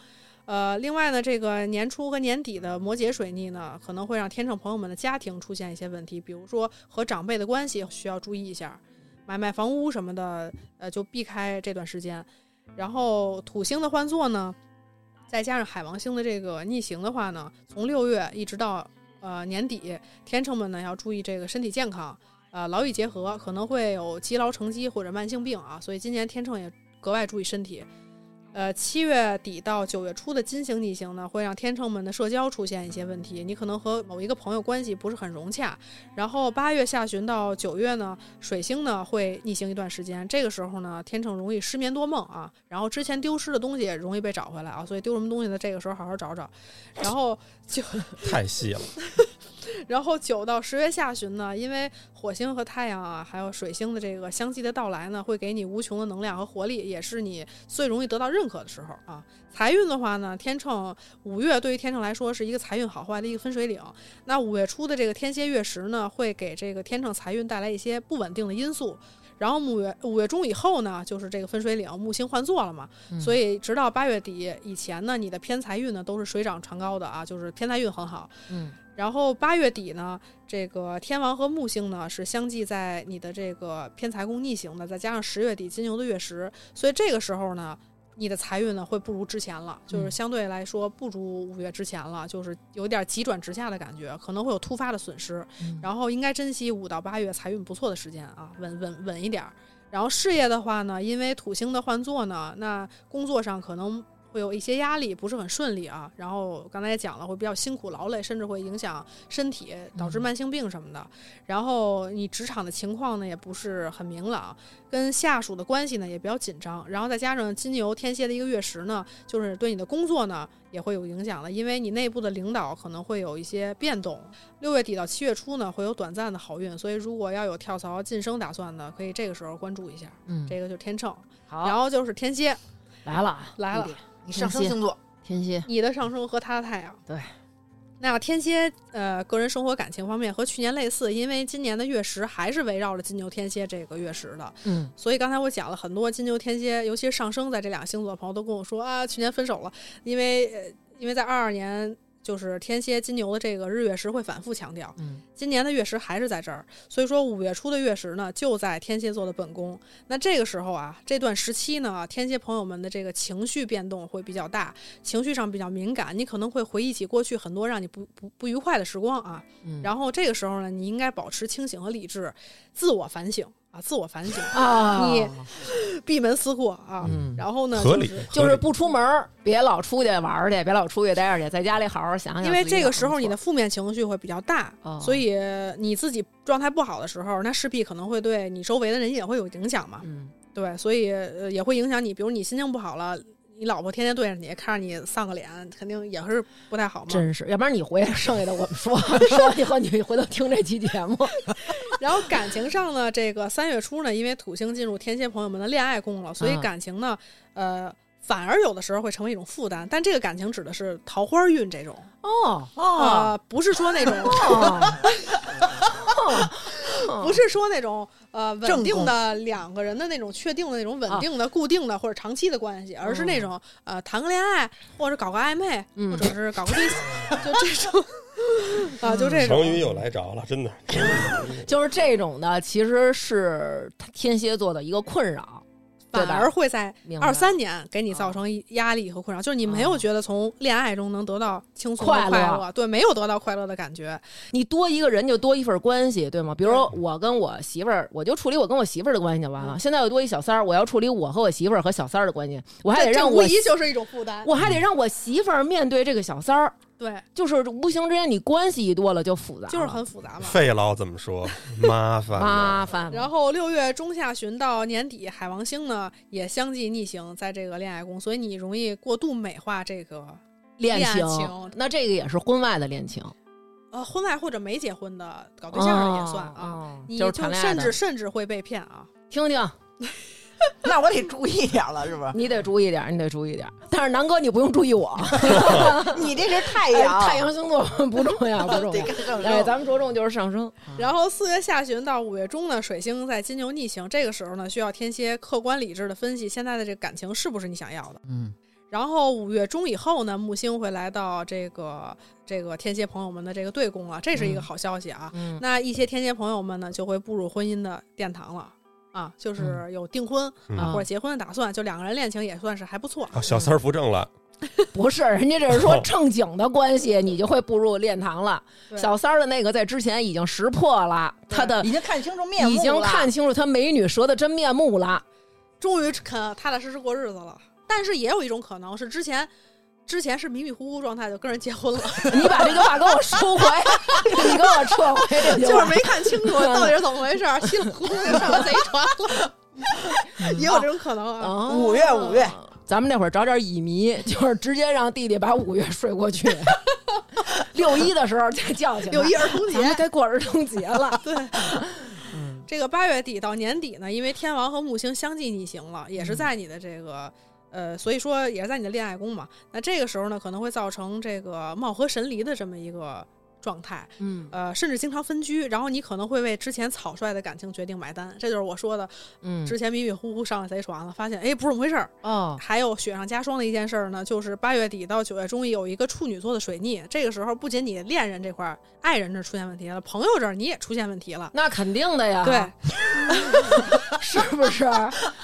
[SPEAKER 1] 呃，另外呢，这个年初和年底的摩羯水逆呢，可能会让天秤朋友们的家庭出现一些问题，比如说和长辈的关系需要注意一下，买卖房屋什么的，呃，就避开这段时间。然后土星的换座呢，再加上海王星的这个逆行的话呢，从六月一直到呃年底，天秤们呢要注意这个身体健康，呃，劳逸结合，可能会有积劳成疾或者慢性病啊，所以今年天秤也格外注意身体。呃，七月底到九月初的金星逆行呢，会让天秤们的社交出现一些问题，你可能和某一个朋友关系不是很融洽。然后八月下旬到九月呢，水星呢会逆行一段时间，这个时候呢，天秤容易失眠多梦啊，然后之前丢失的东西也容易被找回来啊，所以丢什么东西呢？这个时候好好找找。然后九
[SPEAKER 5] 太细了，
[SPEAKER 1] 然后九到十月下旬呢，因为火星和太阳啊，还有水星的这个相继的到来呢，会给你无穷的能量和活力，也是你最容易得到认可的时候啊。财运的话呢，天秤五月对于天秤来说是一个财运好坏的一个分水岭。那五月初的这个天蝎月食呢，会给这个天秤财运带来一些不稳定的因素。然后五月五月中以后呢，就是这个分水岭，木星换座了嘛，
[SPEAKER 2] 嗯
[SPEAKER 1] 所以直到八月底以前呢，你的偏财运呢都是水涨船高的啊，就是偏财运很好。
[SPEAKER 2] 嗯
[SPEAKER 1] 然后八月底呢，这个天王和木星呢是相继在你的这个偏财宫逆行的，再加上十月底金牛的月食，所以这个时候呢，你的财运呢会不如之前了，就是
[SPEAKER 2] 嗯
[SPEAKER 1] 相对来说不如五月之前了，就是有点急转直下的感觉，可能会有突发的损失。
[SPEAKER 2] 嗯
[SPEAKER 1] 然后应该珍惜五到八月财运不错的时间啊，稳稳稳一点儿。然后事业的话呢，因为土星的换座呢，那工作上可能会有一些压力，不是很顺利啊。然后刚才也讲了，会比较辛苦劳累，甚至会影响身体，导
[SPEAKER 2] 嗯
[SPEAKER 1] 致慢性病什么的。然后你职场的情况呢，也不是很明朗，跟下属的关系呢也比较紧张。然后再加上金牛天蝎的一个月食呢，就是对你的工作呢也会有影响了，因为你内部的领导可能会有一些变动。六月底到七月初呢，会有短暂的好运，所以如果要有跳槽晋升打算的，可以这个时候关注一下。
[SPEAKER 2] 嗯，
[SPEAKER 1] 这个就是天秤，然
[SPEAKER 2] 好
[SPEAKER 1] 后就是天蝎
[SPEAKER 2] 来了啊，
[SPEAKER 1] 来了。
[SPEAKER 3] 你上升星座，
[SPEAKER 2] 天蝎，
[SPEAKER 1] 你的上升和他的太阳。
[SPEAKER 2] 对。
[SPEAKER 1] 那天蝎，呃，个人生活感情方面和去年类似，因为今年的月食还是围绕着金牛天蝎这个月食的，
[SPEAKER 2] 嗯，
[SPEAKER 1] 所以刚才我讲了很多金牛天蝎，尤其是上升在这两个星座的朋友都跟我说啊，去年分手了，因为呃，因为在二二年就是天蝎金牛的这个日月食会反复强调，
[SPEAKER 2] 嗯，
[SPEAKER 1] 今年的月食还是在这儿，所以说五月初的月食呢就在天蝎座的本宫。那这个时候啊，这段时期呢，天蝎朋友们的这个情绪变动会比较大，情绪上比较敏感，你可能会回忆起过去很多让你不不不愉快的时光啊。
[SPEAKER 2] 嗯
[SPEAKER 1] 然后这个时候呢，你应该保持清醒和理智，自我反省啊，自我反 省，
[SPEAKER 2] 啊
[SPEAKER 1] 你闭门思过啊。
[SPEAKER 2] 嗯，
[SPEAKER 1] 然后呢，
[SPEAKER 5] 合
[SPEAKER 1] 就
[SPEAKER 5] 理
[SPEAKER 1] 是。
[SPEAKER 2] 就
[SPEAKER 5] 合
[SPEAKER 2] 是
[SPEAKER 5] 理
[SPEAKER 2] 不出门儿，别老出去玩儿去，别老出去待着去，在家里好好想想。
[SPEAKER 1] 因为这个时候你的负面情绪会比较大，
[SPEAKER 2] 哦
[SPEAKER 1] 所以你自己状态不好的时候，那势必可能会对你周围的人也会有影响嘛。
[SPEAKER 2] 嗯，
[SPEAKER 1] 对，所以呃也会影响你，比如你心情不好了，你老婆天天对着你，看着你丧个脸，肯定也是不太好嘛。
[SPEAKER 2] 真是，要不然你回来，剩下的我们说 说以后，你回头听这期节目。
[SPEAKER 1] 然后感情上呢，这个三月初呢，因为土星进入天蝎朋友们的恋爱宫了，所以
[SPEAKER 2] 啊
[SPEAKER 1] 感情呢，呃，反而有的时候会成为一种负担。但这个感情指的是桃花运这种，
[SPEAKER 2] 哦
[SPEAKER 1] 啊，不是说那种，
[SPEAKER 2] 哦，
[SPEAKER 1] 不是说那种呃稳
[SPEAKER 3] 正
[SPEAKER 1] 定
[SPEAKER 3] 宫
[SPEAKER 1] 的两个人的那种确定的那种稳
[SPEAKER 2] 啊
[SPEAKER 1] 定的、固定的或者长期的关系，而是那种呃谈个恋爱或者搞个暧昧，
[SPEAKER 2] 嗯
[SPEAKER 1] 或者是搞个对象，就这 种啊，就这
[SPEAKER 5] 嗯成
[SPEAKER 1] 种。
[SPEAKER 5] 语又来着了，真的。
[SPEAKER 2] 就是这种的，其实是天蝎座的一个困扰，对
[SPEAKER 1] 反
[SPEAKER 2] 吧
[SPEAKER 1] 而会在
[SPEAKER 2] 明白
[SPEAKER 1] 二三年给你造成压力和困扰，就是你没有觉得从恋爱中能得到轻松和
[SPEAKER 2] 嗯快乐
[SPEAKER 1] 快乐，对，没有得到快乐的感觉。
[SPEAKER 2] 你多一个人就多一份关系，对吗？嗯比如说我跟我媳妇儿，我就处理我跟我媳妇儿的关系就完了。现在又多一小三儿，我要处理我和我媳妇儿和小三儿的关系，我还得
[SPEAKER 1] 这这
[SPEAKER 2] 让
[SPEAKER 1] 无
[SPEAKER 2] 我
[SPEAKER 1] 疑就是一种负担。
[SPEAKER 2] 我还得让我媳妇儿面对这个小三儿，
[SPEAKER 1] 对，
[SPEAKER 2] 就是无形之间你关系一多了就复杂了，
[SPEAKER 1] 就是很复杂嘛。
[SPEAKER 5] 费老怎么说？麻烦
[SPEAKER 2] 麻烦。
[SPEAKER 1] 然后六月中下旬到年底，海王星呢也相继逆行在这个恋爱宫，所以你容易过度美化这个
[SPEAKER 2] 恋
[SPEAKER 1] 恋情
[SPEAKER 2] 那这个也是婚外的恋情，
[SPEAKER 1] 呃婚外或者没结婚的搞对象的也算啊，
[SPEAKER 2] 哦
[SPEAKER 1] 你
[SPEAKER 2] 就是
[SPEAKER 1] 就
[SPEAKER 2] 谈恋爱
[SPEAKER 1] 甚
[SPEAKER 2] 的
[SPEAKER 1] 至甚至会被骗啊。
[SPEAKER 2] 听听，
[SPEAKER 3] 那我得注意点儿了，是 不是？
[SPEAKER 2] 你得注意点儿，你得注意点儿。但是南哥，你不用注意我，
[SPEAKER 3] 你这是太
[SPEAKER 2] 哎
[SPEAKER 3] 阳，
[SPEAKER 2] 太阳星座不重要，不重
[SPEAKER 3] 得
[SPEAKER 2] 要。
[SPEAKER 3] 看上
[SPEAKER 2] 哎，
[SPEAKER 3] 升。
[SPEAKER 2] 咱们着重就是上升。
[SPEAKER 1] 然后四月下旬到五月中呢，水星在金牛逆行，这个时候呢，需要天蝎客观理智的分析现在的这个感情是不是你想要的。
[SPEAKER 3] 嗯，
[SPEAKER 1] 然后五月中以后呢，木星会来到这个这个天蝎朋友们的这个对宫了，这是一个好消息啊。
[SPEAKER 2] 嗯
[SPEAKER 1] 那一些天蝎朋友们呢，就会步入婚姻的殿堂了啊，就是有订婚、啊
[SPEAKER 2] 嗯
[SPEAKER 1] 或者结婚的打算，就两个人恋情也算是还不错。
[SPEAKER 5] 哦，小三儿扶正了，
[SPEAKER 2] 不是，人家这是说正经的关系，你就会步入殿堂了。
[SPEAKER 1] 对
[SPEAKER 2] 小三儿的那个在之前已经识破了他的，
[SPEAKER 3] 已经看清楚面目
[SPEAKER 2] 已
[SPEAKER 3] 了，
[SPEAKER 2] 经看清楚他美女蛇的真面目了。
[SPEAKER 1] 终于肯踏踏实实过日子了，但是也有一种可能是之前之前是迷迷糊糊状态就跟人结婚了，
[SPEAKER 2] 你把这句话给我收回， 你给我撤回这 句
[SPEAKER 1] 就
[SPEAKER 2] 话
[SPEAKER 1] 是没看清 楚到底是怎么回事儿，稀里糊涂就上了贼船 了，也有这种可能啊。
[SPEAKER 2] 哦
[SPEAKER 3] 五月五月，
[SPEAKER 2] 咱们那会儿找点 乙醚，就是直接让弟弟把五月睡过去，六一的时候再叫醒他。
[SPEAKER 1] 六一儿童
[SPEAKER 2] 咱们
[SPEAKER 1] 节，
[SPEAKER 2] 该过儿童节了。 嗯
[SPEAKER 1] 对，这个八月底到年底呢，因为天王和木星相继逆行了，
[SPEAKER 2] 嗯
[SPEAKER 1] 也是在你的这个。呃，所以说也是在你的恋爱宫嘛，那这个时候呢，可能会造成这个貌合神离的这么一个状态，
[SPEAKER 2] 嗯
[SPEAKER 1] 呃，甚至经常分居，然后你可能会为之前草率的感情决定买单，这就是我说的，
[SPEAKER 2] 嗯
[SPEAKER 1] 之前迷迷糊糊上了贼船了，发现哎不是这么回事儿，
[SPEAKER 2] 哦，
[SPEAKER 1] 还有雪上加霜的一件事儿呢，就是八月底到九月中有一个处女座的水逆，这个时候不仅你恋人这块儿、爱人这儿出现问题了，朋友这儿你也出现问题了。
[SPEAKER 2] 那肯定的呀，
[SPEAKER 1] 对，，
[SPEAKER 2] 是不 是？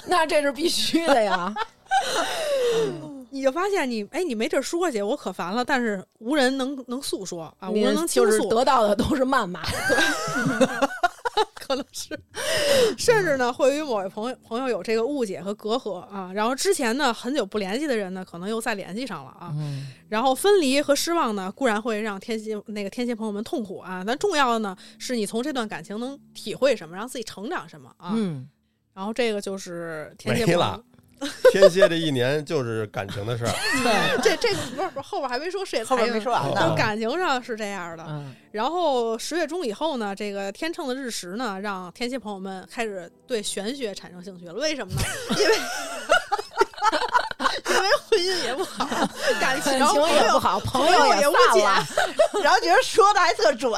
[SPEAKER 2] 那这是必须的呀。
[SPEAKER 1] 你就发现你，哎，你没地儿说去，我可烦了，但是无人能能诉说啊，无
[SPEAKER 2] 你
[SPEAKER 1] 人能倾
[SPEAKER 2] 就是
[SPEAKER 1] 诉，
[SPEAKER 2] 得到的都是谩骂，
[SPEAKER 1] 可能是，甚至呢会与某位朋友朋友有这个误解和隔阂啊。然后之前呢很久不联系的人呢，可能又再联系上了啊。
[SPEAKER 2] 嗯，
[SPEAKER 1] 然后分离和失望呢，固然会让天蝎那个天蝎朋友们痛苦啊，但重要的呢是你从这段感情能体会什么，让自己成长什么啊。
[SPEAKER 2] 嗯，
[SPEAKER 1] 然后这个就是天蝎
[SPEAKER 5] 没
[SPEAKER 1] 朋
[SPEAKER 5] 了
[SPEAKER 1] 友，
[SPEAKER 5] 天蝎这一年就是感情的事儿，
[SPEAKER 2] 对，
[SPEAKER 1] 这这个不是不是后边还没说事业
[SPEAKER 3] 后边没说完
[SPEAKER 1] 就是
[SPEAKER 3] 呢。
[SPEAKER 1] 感情上是这样的，
[SPEAKER 2] 嗯，
[SPEAKER 1] 然后十月中以后呢，这个天秤的日食呢，让天蝎朋友们开始对玄学产生兴趣了。为什么呢？ 因为因为婚姻也不好，感情
[SPEAKER 2] 感情
[SPEAKER 1] 朋
[SPEAKER 2] 也
[SPEAKER 1] 友
[SPEAKER 2] 不好，朋
[SPEAKER 1] 友
[SPEAKER 2] 友
[SPEAKER 1] 也
[SPEAKER 2] 散
[SPEAKER 1] 误解
[SPEAKER 2] 了，
[SPEAKER 3] 然后觉得说的还特准，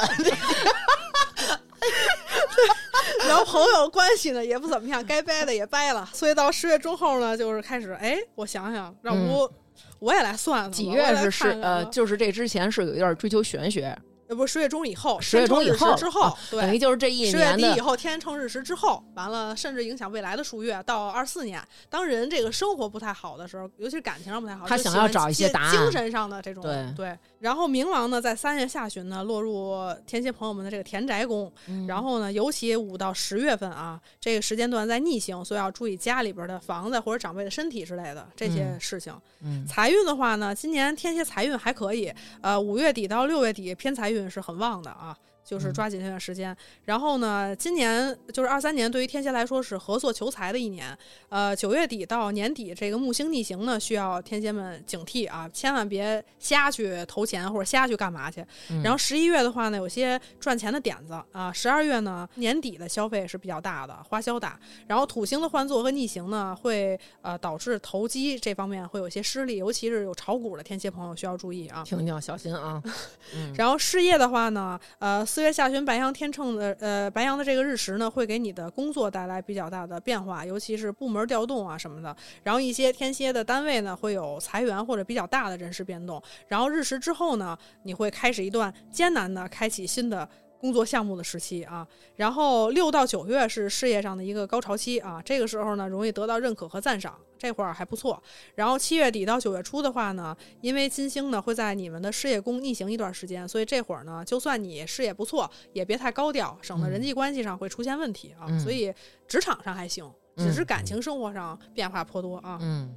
[SPEAKER 1] 然后朋友关系呢也不怎么样，该掰的也掰了。所以到十月中后呢，就是开始哎，我想想，让我、我也来算算吧。
[SPEAKER 2] 嗯几
[SPEAKER 1] 我也
[SPEAKER 2] 月
[SPEAKER 1] 来
[SPEAKER 2] 是是
[SPEAKER 1] 看看嗯吧
[SPEAKER 2] 呃，就是这之前是有一段追求玄学，
[SPEAKER 1] 呃不是十月中以后，
[SPEAKER 2] 十月中以
[SPEAKER 1] 天秤
[SPEAKER 2] 后
[SPEAKER 1] 日食之后，
[SPEAKER 2] 啊
[SPEAKER 1] 对，
[SPEAKER 2] 等于就是这一
[SPEAKER 1] 十月
[SPEAKER 2] 年
[SPEAKER 1] 底
[SPEAKER 2] 的
[SPEAKER 1] 以后，天秤日食之后，完了，甚至影响未来的数月到二四年。当人这个生活不太好的时候，尤其是感情上不太好，
[SPEAKER 2] 他
[SPEAKER 1] 就
[SPEAKER 2] 想
[SPEAKER 1] 喜欢
[SPEAKER 2] 要找一些答案
[SPEAKER 1] 精神上的这种
[SPEAKER 2] 对
[SPEAKER 1] 然后冥王呢，在三月下旬呢，落入天蝎朋友们的这个田宅宫。
[SPEAKER 2] 嗯
[SPEAKER 1] 然后呢，尤其五到十月份啊，这个时间段在逆行，所以要注意家里边的房子或者长辈的身体之类的这些
[SPEAKER 2] 嗯
[SPEAKER 1] 事情。
[SPEAKER 2] 嗯
[SPEAKER 1] 财运的话呢，今年天蝎财运还可以，呃，五月底到六月底偏财运是很旺的啊，就是
[SPEAKER 2] 嗯
[SPEAKER 1] 抓紧这段时间。然后呢，今年就是二三年，对于天蝎来说是合作求财的一年。呃，九月底到年底，这个木星逆行呢，需要天蝎们警惕啊，千万别瞎去投钱或者瞎去干嘛去。
[SPEAKER 2] 嗯
[SPEAKER 1] 然后十一月的话呢，有些赚钱的点子啊；十二月呢，年底的消费是比较大的，花销大。然后土星的换座和逆行呢，会呃导致投机这方面会有一些失利，尤其是有炒股的天蝎朋友需要注意啊。
[SPEAKER 2] 听听，小心啊，嗯
[SPEAKER 1] 然后事业的话呢，呃，四月下旬白羊天秤的呃白羊的这个日食呢，会给你的工作带来比较大的变化，尤其是部门调动啊什么的。然后一些天蝎的单位呢，会有裁员或者比较大的人事变动。然后日食之后呢，你会开始一段艰难的开启新的。工作项目的时期啊，然后六到九月是事业上的一个高潮期啊，这个时候呢容易得到认可和赞赏，这会儿还不错。然后七月底到九月初的话呢，因为金星呢会在你们的事业宫逆行一段时间，所以这会儿呢，就算你事业不错，也别太高调，省得人际关系上会出现问题啊。
[SPEAKER 2] 嗯
[SPEAKER 1] 所以职场上还行，
[SPEAKER 2] 嗯
[SPEAKER 1] 只是感情生活上变化颇多啊。
[SPEAKER 2] 嗯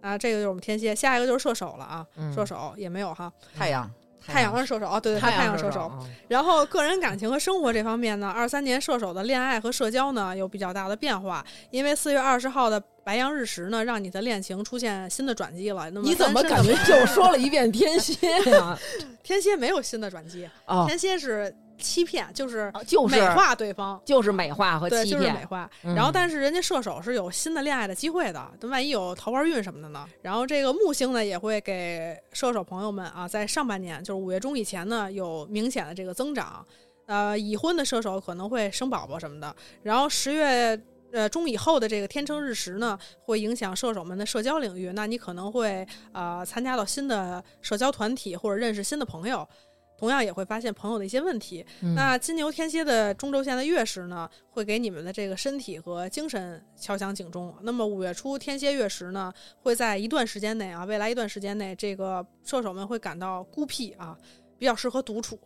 [SPEAKER 1] 啊，这个就是我们天蝎，下一个就是射手了啊。
[SPEAKER 2] 嗯，
[SPEAKER 1] 射手也没有哈，
[SPEAKER 3] 太阳，
[SPEAKER 1] 太阳是射手哦，对对，
[SPEAKER 2] 太
[SPEAKER 1] 对太
[SPEAKER 2] 阳
[SPEAKER 1] 射手
[SPEAKER 2] 手。，嗯
[SPEAKER 1] 然后个人感情和生活这方面呢，二三年射手的恋爱和社交呢有比较大的变化，因为四月二十号的白羊日食呢，让你的恋情出现新的转机了。那么
[SPEAKER 2] 你怎么
[SPEAKER 1] 单身
[SPEAKER 2] 感
[SPEAKER 1] 的
[SPEAKER 2] 觉又说了一遍 天蝎呀？
[SPEAKER 1] 天蝎没有新的转机，
[SPEAKER 2] 哦，
[SPEAKER 1] 天蝎是欺骗，就是
[SPEAKER 2] 啊就是
[SPEAKER 1] 美化对方，
[SPEAKER 2] 就是美化和
[SPEAKER 1] 对，
[SPEAKER 2] 欺
[SPEAKER 1] 就是美
[SPEAKER 2] 骗，
[SPEAKER 1] 化。
[SPEAKER 2] 嗯
[SPEAKER 1] 然后，但是人家射手是有新的恋爱的机会的，那万一有桃花运什么的呢？然后这个木星呢，也会给射手朋友们啊，在上半年，就是五月中以前呢，有明显的这个增长。呃，已婚的射手可能会生宝宝什么的。然后十月。呃，中以后的这个天秤日食呢，会影响射手们的社交领域。那你可能会呃参加到新的社交团体，或者认识新的朋友，同样也会发现朋友的一些问题。
[SPEAKER 2] 嗯
[SPEAKER 1] 那金牛天蝎的中轴线的月食呢，会给你们的这个身体和精神敲响警钟。那么五月初天蝎月食呢，会在一段时间内啊，未来一段时间内，这个射手们会感到孤僻啊。比较适合独处，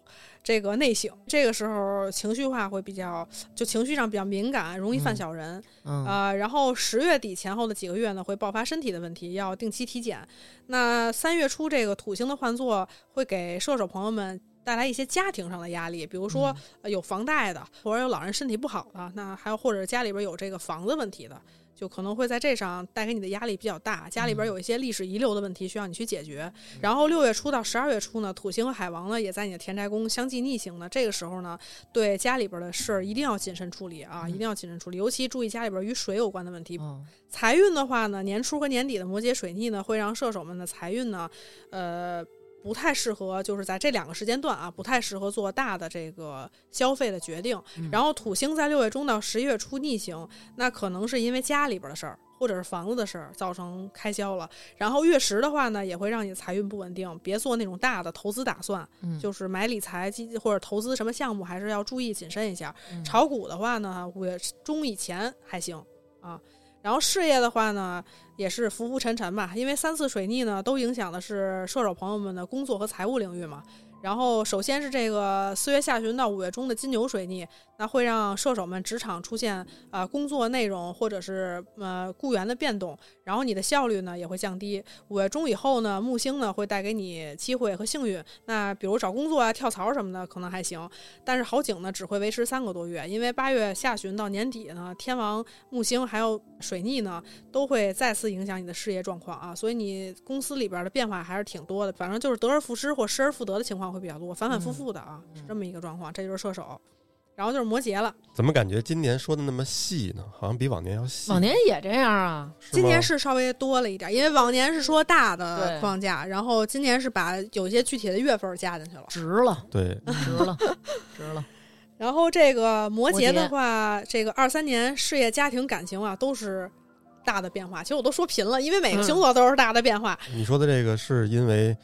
[SPEAKER 1] 这个内省，这个时候情绪化会比较，就情绪上比较敏感，容易犯
[SPEAKER 2] 嗯
[SPEAKER 1] 小人。
[SPEAKER 2] 嗯
[SPEAKER 1] 啊，然后十月底前后的几个月呢，会爆发身体的问题，要定期体检。那三月初这个土星的换座会给射手朋友们带来一些家庭上的压力，比如说、呃有房贷的，或者有老人身体不好的，那还有或者家里边有这个房子问题的。就可能会在这上带给你的压力比较大，家里边有一些历史遗留的问题需要你去解决。然后六月初到十二月初呢，土星和海王呢也在你的田宅宫相继逆行呢，这个时候呢，对家里边的事儿一定要谨慎处理啊，
[SPEAKER 2] 嗯
[SPEAKER 1] 一定要谨慎处理，尤其注意家里边与水有关的问题。
[SPEAKER 2] 嗯
[SPEAKER 1] 财运的话呢，年初和年底的摩羯水逆呢，会让射手们的财运呢，呃，不太适合，就是在这两个时间段啊，不太适合做大的这个消费的决定。
[SPEAKER 2] 嗯
[SPEAKER 1] 然后土星在六月中到十一月初逆行，那可能是因为家里边的事儿。或者是房子的事儿造成开销了，然后月食的话呢，也会让你财运不稳定，别做那种大的投资打算，
[SPEAKER 2] 嗯
[SPEAKER 1] 就是买理财基金或者投资什么项目，还是要注意谨慎一下。
[SPEAKER 2] 嗯
[SPEAKER 1] 炒股的话呢，五月中以前还行啊。然后事业的话呢，也是浮浮沉沉吧，因为三次水逆呢都影响的是射手朋友们的工作和财务领域嘛。然后，首先是这个四月下旬到五月中的金牛水逆，那会让射手们职场出现呃工作内容或者是呃雇员的变动，然后你的效率呢也会降低。五月中以后呢，木星呢会带给你机会和幸运，那比如找工作啊、跳槽什么的可能还行，但是好景呢只会维持三个多月，因为八月下旬到年底呢，天王、木星还有水逆呢都会再次影响你的事业状况啊，所以你公司里边的变化还是挺多的，反正就是得而复失或失而复得的情况会比较多，反反复复的啊，
[SPEAKER 2] 嗯
[SPEAKER 1] 是这么一个状况，这就是射手。然后就是摩羯了，
[SPEAKER 5] 怎么感觉今年说的那么细呢？好像比往年要细。
[SPEAKER 2] 往年也这样啊，
[SPEAKER 5] 是
[SPEAKER 1] 今年
[SPEAKER 5] 吗
[SPEAKER 1] 是稍微多了一点，因为往年是说大的
[SPEAKER 2] 对
[SPEAKER 1] 框架，然后今年是把有一些具体的月份加进去了。
[SPEAKER 2] 值了，
[SPEAKER 5] 对，
[SPEAKER 2] 值了，值了。
[SPEAKER 1] 然后这个摩羯
[SPEAKER 2] 摩
[SPEAKER 1] 的
[SPEAKER 2] 羯
[SPEAKER 1] 话，这个二三年事业、家庭、感情啊，都是大的变化。其实我都说贫了，因为每个
[SPEAKER 2] 嗯
[SPEAKER 1] 星座都是大的变化。
[SPEAKER 5] 你说的这个是因为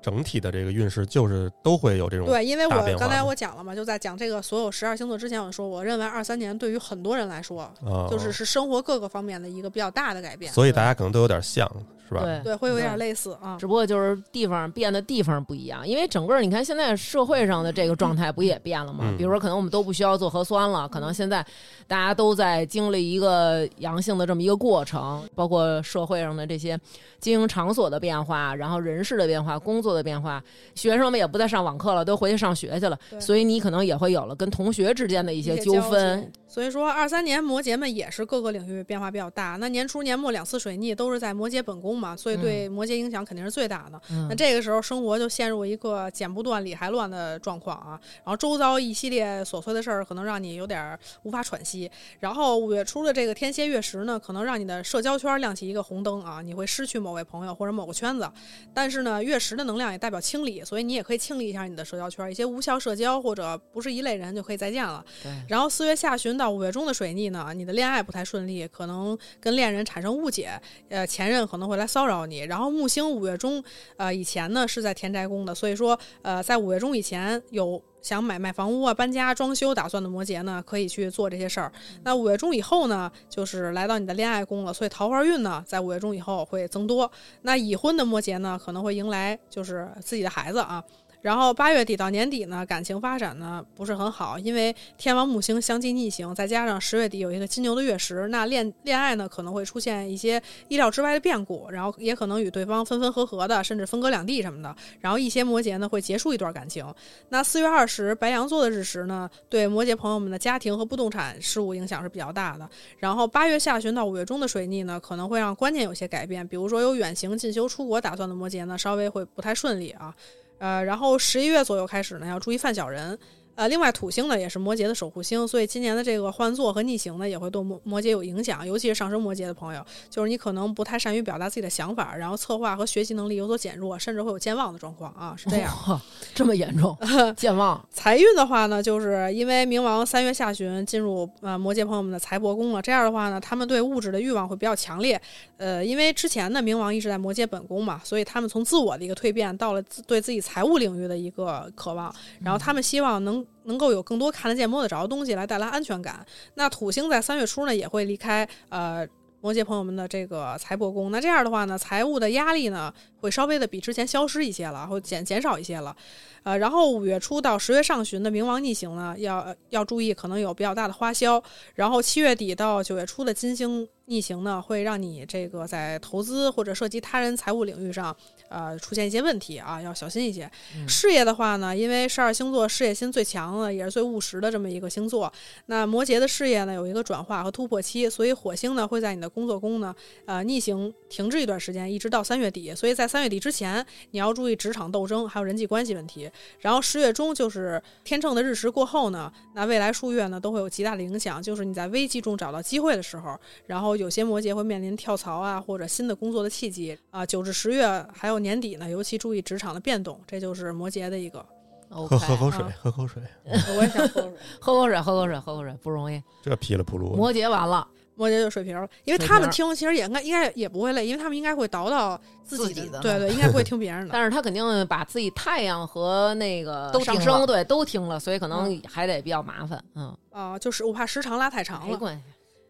[SPEAKER 5] 整体的这个运势就是都会有这种
[SPEAKER 1] 对，因为
[SPEAKER 5] 大变
[SPEAKER 1] 我
[SPEAKER 5] 化
[SPEAKER 1] 刚才
[SPEAKER 5] 嘛
[SPEAKER 1] 我讲了嘛，就在讲这个所有十二星座之前，我说我认为二三年对于很多人来说，
[SPEAKER 5] 啊，
[SPEAKER 1] 就是是生活各个方面的一个比较大的改变。
[SPEAKER 5] 所以大家可能都有点像，是吧？
[SPEAKER 2] 对
[SPEAKER 1] 对，会有点
[SPEAKER 2] 对
[SPEAKER 1] 类似啊。
[SPEAKER 2] 只不过就是地方变的地方不一样，因为整个你看现在社会上的这个状态不也变了吗？
[SPEAKER 5] 嗯
[SPEAKER 2] 比如说，可能我们都不需要做核酸了，可能现在大家都在经历一个阳性的这么一个过程，包括社会上的这些经营场所的变化，然后人事的变化、工作的变化，学生们也不再上网课了，都回去上学去了，
[SPEAKER 1] 对
[SPEAKER 2] 所以你可能也会有了跟同学之间的一些纠纷，
[SPEAKER 1] 所以说，二三年摩羯们也是各个领域变化比较大。那年初年末两次水逆都是在摩羯本宫嘛，所以对摩羯影响肯定是最大的。
[SPEAKER 2] 嗯
[SPEAKER 1] 那这个时候生活就陷入一个剪不断理还乱的状况啊，然后周遭一系列琐碎的事儿可能让你有点儿无法喘息。然后五月初的这个天蝎月食呢，可能让你的社交圈亮起一个红灯啊，你会失去某位朋友或者某个圈子。但是呢，月食的能量也代表清理，所以你也可以清理一下你的社交圈，一些无效社交或者不是一类人就可以再见了。
[SPEAKER 2] 对
[SPEAKER 1] 然后四月下旬到五月中的水逆呢，你的恋爱不太顺利，可能跟恋人产生误解，呃，前任可能会来骚扰你。然后木星五月中，呃，以前呢是在田宅宫的，所以说，呃，在五月中以前有。想买卖房屋啊、搬家、装修打算的摩羯呢，可以去做这些事儿。那五月中以后呢，就是来到你的恋爱宫了，所以桃花运呢，在五月中以后会增多。那已婚的摩羯呢，可能会迎来就是自己的孩子啊。然后八月底到年底呢，感情发展呢不是很好，因为天王木星相继逆行，再加上十月底有一个金牛的月食，那恋恋爱呢可能会出现一些意料之外的变故，然后也可能与对方分分合合的，甚至分隔两地什么的。然后一些摩羯呢会结束一段感情。那四月二十白羊座的日食呢，对摩羯朋友们的家庭和不动产事务影响是比较大的。然后八月下旬到五月中的水逆呢，可能会让观念有些改变，比如说有远行、进修、出国打算的摩羯呢，稍微会不太顺利啊。呃，然后十一月左右开始呢，要注意犯小人。呃，另外土星呢也是摩羯的守护星，所以今年的这个换座和逆行呢也会对摩摩羯有影响，尤其是上升摩羯的朋友，就是你可能不太善于表达自己的想法，然后策划和学习能力有所减弱，甚至会有健忘的状况啊，是这样。
[SPEAKER 2] 哇这么 严重，健忘，
[SPEAKER 1] 财运的话呢，就是因为冥王三月下旬进入呃摩羯朋友们的财帛宫了，这样的话呢，他们对物质的欲望会比较强烈。呃，因为之前呢，冥王一直在摩羯本宫嘛， 所以他们从自我的一个蜕变到了自对自己财务领域的一个渴望，然后他们希望能能够有更多看得见、摸得着的东西来带来安全感。那土星在三月初呢，也会离开呃。摩羯朋友们的这个财帛宫，那这样的话呢，财务的压力呢会稍微的比之前消失一些了，会减减少一些了。呃，然后五月初到十月上旬的冥王逆行呢，要呃要注意，可能有比较大的花销。然后七月底到九月初的金星逆行呢，会让你这个在投资或者涉及他人财务领域上，呃，出现一些问题啊，要小心一些。
[SPEAKER 2] 嗯
[SPEAKER 1] 事业的话呢，因为十二星座事业心最强的，也是最务实的这么一个星座。那摩羯的事业呢，有一个转化和突破期，所以火星呢会在你的工作宫呢，呃，逆行停滞一段时间，一直到三月底。所以在三月底之前，你要注意职场斗争还有人际关系问题。然后十月中就是天秤的日食过后呢，那未来数月呢都会有极大的影响，就是你在危机中找到机会的时候，然后有些摩羯会面临跳槽啊或者新的工作的契机啊。九至十月还有年底呢，尤其注意职场的变动，这就是摩羯的一个。
[SPEAKER 2] OK，
[SPEAKER 5] 喝喝口水
[SPEAKER 1] 啊，
[SPEAKER 5] 喝口水，
[SPEAKER 1] 我也想说说，
[SPEAKER 2] 喝口水，喝口水，喝口水，不容易。
[SPEAKER 5] 这噼里扑噜的。
[SPEAKER 2] 摩羯完了，
[SPEAKER 1] 摩羯就水瓶儿了，因为
[SPEAKER 2] 水
[SPEAKER 1] 他们
[SPEAKER 2] 瓶
[SPEAKER 1] 听其实也应该应该也不会累，因为他们应该会倒到自己
[SPEAKER 3] 自己的
[SPEAKER 1] 对对，应该不会听别 人的。
[SPEAKER 2] 但是他肯定把自己太阳和那个
[SPEAKER 3] 都
[SPEAKER 2] 上
[SPEAKER 3] 听
[SPEAKER 2] 升
[SPEAKER 3] 了
[SPEAKER 2] 对都听了，所以可能还得比较麻烦。嗯，
[SPEAKER 1] 啊、就是我怕时长拉太长
[SPEAKER 2] 没
[SPEAKER 1] 了。
[SPEAKER 2] 关系，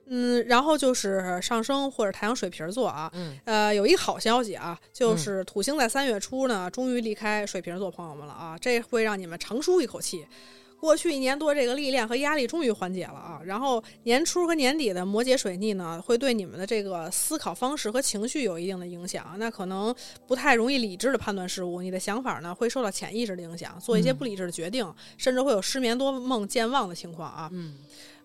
[SPEAKER 1] 嗯，然后就是上升或者太阳水瓶座啊，
[SPEAKER 2] 嗯
[SPEAKER 1] 呃，有一个好消息啊，就是土星在三月初呢，终于离开水瓶座朋友们了啊，这会让你们长舒一口气。过去一年多这个历练和压力终于缓解了啊，然后年初和年底的摩羯水逆呢，会对你们的这个思考方式和情绪有一定的影响，那可能不太容易理智的判断事物，你的想法呢会受到潜意识的影响，做一些
[SPEAKER 2] 嗯
[SPEAKER 1] 不理智的决定，甚至会有失眠多梦、健忘的情况啊。
[SPEAKER 2] 嗯，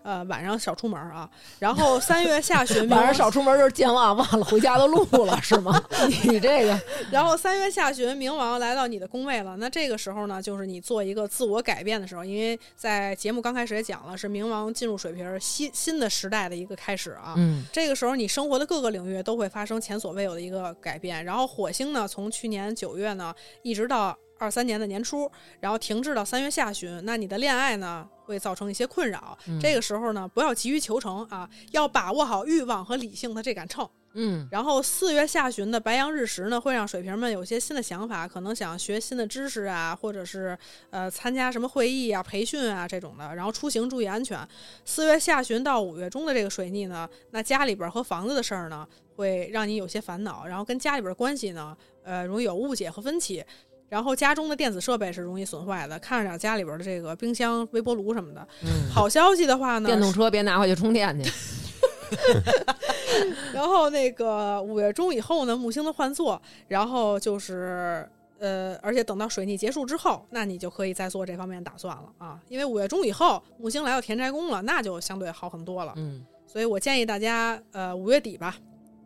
[SPEAKER 1] 呃，晚上少出门啊，然后三月下 旬
[SPEAKER 2] 晚上少出门就是健忘，忘了回家的路了，是 吗？你这个，
[SPEAKER 1] 然后三月下旬，冥王来到你的宫位了。那这个时候呢，就是你做一个自我改变的时候，因为在节目刚开始也讲了，是冥王进入水瓶儿新新的时代的一个开始啊。
[SPEAKER 2] 嗯
[SPEAKER 1] 这个时候，你生活的各个领域都会发生前所未有的一个改变。然后火星呢，从去年九月呢，一直到二三年的年初，然后停滞到三月下旬。那你的恋爱呢，会造成一些困扰。
[SPEAKER 2] 嗯
[SPEAKER 1] 这个时候呢，不要急于求成啊，要把握好欲望和理性的这杆秤。
[SPEAKER 2] 嗯
[SPEAKER 1] 然后四月下旬的白羊日食呢，会让水瓶们有些新的想法，可能想学新的知识啊，或者是呃参加什么会议啊、培训啊这种的。然后出行注意安全。四月下旬到五月中的这个水逆呢，那家里边和房子的事儿呢，会让你有些烦恼，然后跟家里边关系呢，呃，容易有误解和分歧。然后家中的电子设备是容易损坏的，看着点家里边的这个冰箱、微波炉什么的。
[SPEAKER 2] 嗯，
[SPEAKER 1] 好消息的话呢，
[SPEAKER 2] 电动车别拿回去充电去。
[SPEAKER 1] 然后那个五月中以后呢，木星的换座，然后就是呃，而且等到水逆结束之后，那你就可以再做这方面的打算了啊。因为五月中以后，木星来到田宅宫了，那就相对好很多了。
[SPEAKER 2] 嗯
[SPEAKER 1] 所以我建议大家，呃，五月底吧，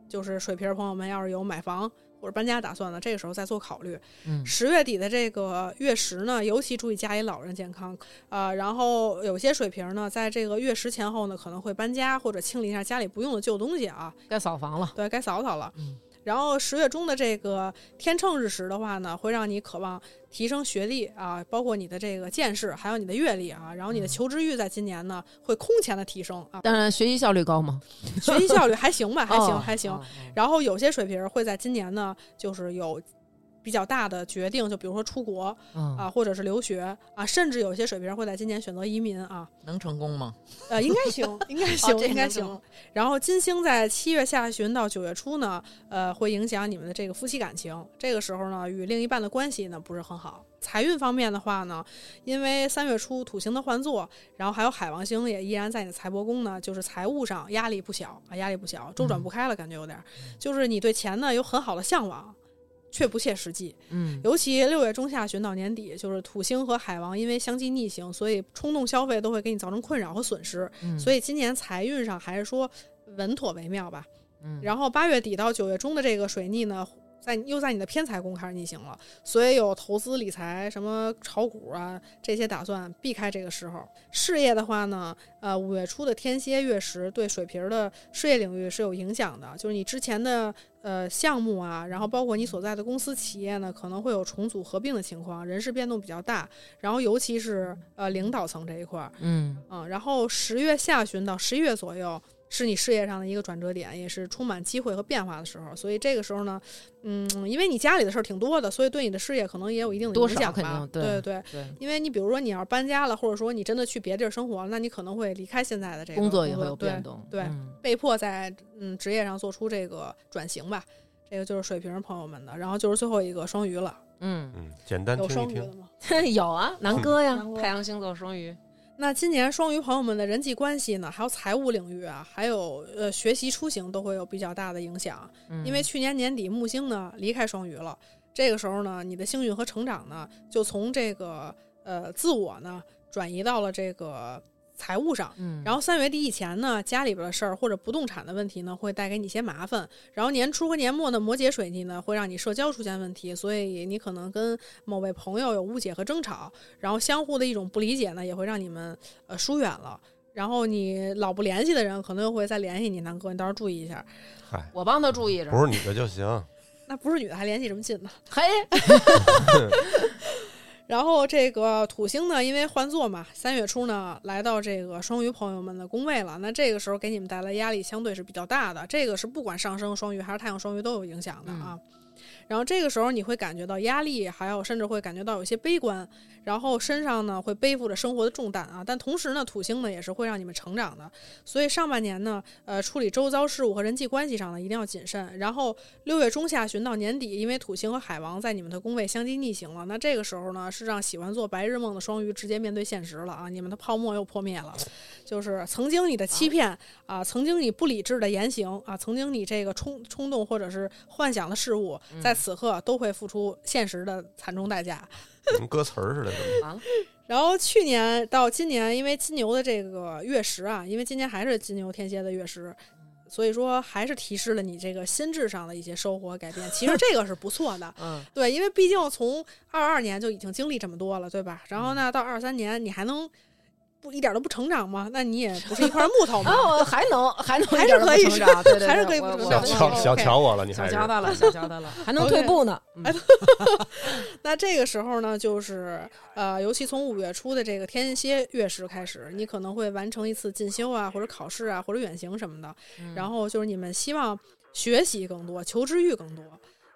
[SPEAKER 1] 就是水瓶儿朋友们要是有买房或者搬家打算的，这个时候再做考虑。
[SPEAKER 2] 嗯
[SPEAKER 1] 十月底的这个月食呢，尤其注意家里老人健康啊、呃然后有些水瓶儿呢，在这个月食前后呢，可能会搬家或者清理一下家里不用的旧东西啊。
[SPEAKER 2] 该扫房了。
[SPEAKER 1] 对，该扫扫了。
[SPEAKER 2] 嗯
[SPEAKER 1] 然后十月中的这个天秤日食的话呢，会让你渴望提升学历啊，包括你的这个见识，还有你的阅历啊，然后你
[SPEAKER 2] 嗯
[SPEAKER 1] 的求知欲在今年呢会空前的提升啊，
[SPEAKER 2] 当然，学习效率高吗？
[SPEAKER 1] 学习 效率还行吧，还行
[SPEAKER 2] 哦
[SPEAKER 1] 还行。。
[SPEAKER 2] 哦
[SPEAKER 1] 然后有些水平会在今年呢，就是有比较大的决定，就比如说出国
[SPEAKER 2] 哦
[SPEAKER 1] 啊，或者是留学啊，甚至有些水平会在今年选择移民啊，
[SPEAKER 3] 能成功吗？
[SPEAKER 1] 呃，应该行，应该行，
[SPEAKER 3] 这
[SPEAKER 1] 应该
[SPEAKER 3] 能成
[SPEAKER 1] 行。然后金星在七月下旬到九月初呢，呃，会影响你们的这个夫妻感情。这个时候呢，与另一半的关系呢不是很好。财运方面的话呢，因为三月初土星的换座，然后还有海王星也依然在你的财帛宫呢，就是财务上压力不小啊，压力不小，周转不开了，感觉有点儿。就是你对钱呢有很好的向往，却不切实际。
[SPEAKER 2] 嗯
[SPEAKER 1] 尤其六月中下旬到年底，就是土星和海王因为相继逆行，所以冲动消费都会给你造成困扰和损失。
[SPEAKER 2] 嗯，
[SPEAKER 1] 所以今年财运上还是说稳妥为妙吧。
[SPEAKER 2] 嗯
[SPEAKER 1] 然后八月底到九月中的这个水逆呢，在又在你的偏财宫开始逆行了，所以有投资理财、什么炒股啊这些打算避开这个时候。事业的话呢，呃，五月初的天蝎月食对水瓶儿的事业领域是有影响的，就是你之前的。呃，项目啊，然后包括你所在的公司、企业呢，可能会有重组、合并的情况，人事变动比较大，然后尤其是呃领导层这一块儿，
[SPEAKER 2] 嗯
[SPEAKER 1] 嗯，然后十月下旬到十一月左右是你事业上的一个转折点，也是充满机会和变化的时候。所以这个时候呢，嗯，因为你家里的事儿挺多的，所以对你的事业可能也有一定的
[SPEAKER 2] 多
[SPEAKER 1] 影
[SPEAKER 2] 少
[SPEAKER 1] 响吧。
[SPEAKER 2] 肯定对
[SPEAKER 1] 对对
[SPEAKER 2] 对
[SPEAKER 1] 因为你比如说你要是搬家了，或者说你真的去别地儿生活了，那你可能会离开现在的这个
[SPEAKER 2] 工作也会有
[SPEAKER 1] 对
[SPEAKER 2] 变动。
[SPEAKER 1] 对
[SPEAKER 2] 嗯
[SPEAKER 1] 被迫在嗯职业上做出这个转型吧。这个就是水瓶朋友们的，然后就是最后一个双鱼了，
[SPEAKER 2] 嗯，
[SPEAKER 5] 嗯，简单
[SPEAKER 1] 有
[SPEAKER 5] 听
[SPEAKER 1] 双
[SPEAKER 5] 一
[SPEAKER 1] 鱼的
[SPEAKER 5] 听，
[SPEAKER 1] 吗？
[SPEAKER 2] 有啊，南哥呀
[SPEAKER 1] 南，哥
[SPEAKER 2] 太阳星座双鱼。
[SPEAKER 1] 那今年双鱼朋友们的人际关系呢，还有财务领域啊，还有呃学习出行都会有比较大的影响。因
[SPEAKER 2] 嗯
[SPEAKER 1] 为去年年底木星呢离开双鱼了，这个时候呢，你的幸运和成长呢，就从这个呃自我呢转移到了这个财务上。
[SPEAKER 2] 嗯，
[SPEAKER 1] 然后三月底以前呢，家里边的事儿或者不动产的问题呢，会带给你一些麻烦。然后年初和年末的摩羯水逆呢，会让你社交出现问题，所以你可能跟某位朋友有误解和争吵，然后相互的一种不理解呢，也会让你们呃疏远了。然后你老不联系的人，可能又会再联系你，南哥，你到时候注意一下。
[SPEAKER 5] 嗨，
[SPEAKER 2] 我帮他注意着。
[SPEAKER 5] 不是你的就行。
[SPEAKER 1] 那不是女的还联系什么劲呢？
[SPEAKER 2] 嘿，
[SPEAKER 1] 然后这个土星呢，因为换座嘛，三月初呢来到这个双鱼朋友们的宫位了。那这个时候给你们带来压力相对是比较大的，这个是不管上升双鱼还是太阳双鱼都有影响的啊。然后这个时候你会感觉到压力，还有甚至会感觉到有些悲观，然后身上呢会背负着生活的重担啊。但同时呢，土星呢也是会让你们成长的，所以上半年呢，呃，处理周遭事务和人际关系上呢一定要谨慎。然后六月中下旬到年底，因为土星和海王在你们的宫位相继逆行了，那这个时候呢是让喜欢做白日梦的双鱼直接面对现实了啊！你们的泡沫又破灭了，就是曾经你的欺骗啊、曾经你不理智的言行啊，曾经你这个冲冲动或者是幻想的事物，在此刻都会付出现实的惨重代价。
[SPEAKER 5] 跟歌词儿似的，怎么
[SPEAKER 2] 完了，
[SPEAKER 1] 然后去年到今年，因为金牛的这个月食啊，因为今年还是金牛天蝎的月食，所以说还是提示了你这个心智上的一些收获和改变。其实这个是不错的，
[SPEAKER 2] 嗯，
[SPEAKER 1] 对，因为毕竟从二二年就已经经历这么多了，对吧？然后呢，到二三年你还能不一点都不成长吗？那你也不是一块木头嘛
[SPEAKER 2] 啊，。 我还能还能
[SPEAKER 1] 还
[SPEAKER 2] 一点
[SPEAKER 1] 是
[SPEAKER 2] 都
[SPEAKER 1] 可
[SPEAKER 2] 不
[SPEAKER 1] 以
[SPEAKER 2] 成
[SPEAKER 1] 是
[SPEAKER 2] 长，对对对，
[SPEAKER 1] 还是可以
[SPEAKER 2] 我
[SPEAKER 1] 不成
[SPEAKER 2] 我
[SPEAKER 1] 长
[SPEAKER 5] 小
[SPEAKER 1] 对
[SPEAKER 5] 瞧
[SPEAKER 1] 对
[SPEAKER 5] 小
[SPEAKER 1] 对
[SPEAKER 5] 瞧我了，你
[SPEAKER 2] 小
[SPEAKER 5] 还是
[SPEAKER 2] 瞧他 了，小瞧他了，还能退步呢，嗯
[SPEAKER 1] 那这个时候呢，就是呃，尤其从五月初的这个天蝎月食开始，你可能会完成一次进修啊，或者考试啊，或者远行什么的。
[SPEAKER 2] 嗯
[SPEAKER 1] 然后就是你们希望学习更多，求知欲更多。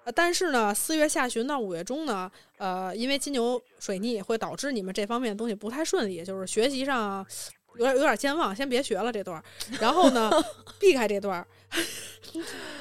[SPEAKER 1] 呃，但是呢，四月下旬到五月中呢，呃，因为金牛水逆会导致你们这方面的东西不太顺利，就是学习上啊有点有点健忘，先别学了这段儿。然后呢，避开这段儿。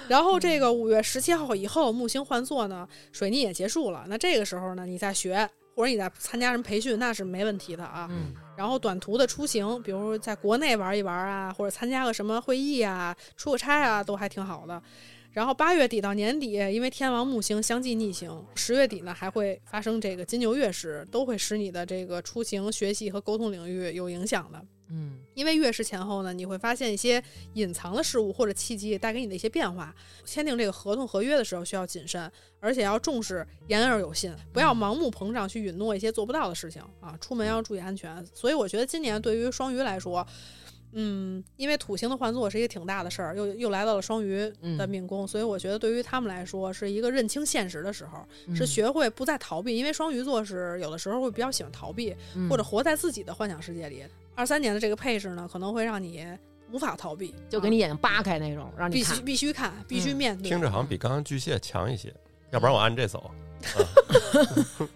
[SPEAKER 1] 然后这个五月十七号以后，木星换座呢，水逆也结束了。那这个时候呢，你再学或者你再参加什么培训，那是没问题的啊。
[SPEAKER 2] 嗯
[SPEAKER 1] 然后短途的出行，比如说在国内玩一玩啊，或者参加个什么会议啊、出个差啊，都还挺好的。然后八月底到年底，因为天王木星相继逆行，十月底呢还会发生这个金牛月食，都会使你的这个出行、学习和沟通领域有影响的。
[SPEAKER 2] 嗯
[SPEAKER 1] 因为月食前后呢，你会发现一些隐藏的事物或者契机带给你的一些变化。签订这个合同合约的时候需要谨慎，而且要重视言而有信，不要盲目膨胀去允诺一些做不到的事情啊。出门要注意安全。所以我觉得今年对于双鱼来说，嗯，因为土星的换座是一个挺大的事儿，又又来到了双鱼的
[SPEAKER 2] 嗯
[SPEAKER 1] 命宫，所以我觉得对于他们来说是一个认清现实的时候，
[SPEAKER 2] 嗯，
[SPEAKER 1] 是学会不再逃避，因为双鱼座是有的时候会比较喜欢逃避，
[SPEAKER 2] 嗯
[SPEAKER 1] 或者活在自己的幻想世界里。二三年的这个配置呢，可能会让你无法逃避，啊
[SPEAKER 2] 就给你眼睛扒开那种，让
[SPEAKER 1] 必
[SPEAKER 2] 你看
[SPEAKER 1] 须。必须看，必须
[SPEAKER 2] 嗯
[SPEAKER 1] 面对。
[SPEAKER 5] 听着好像比刚刚巨蟹强一些，要不然我按这啊走。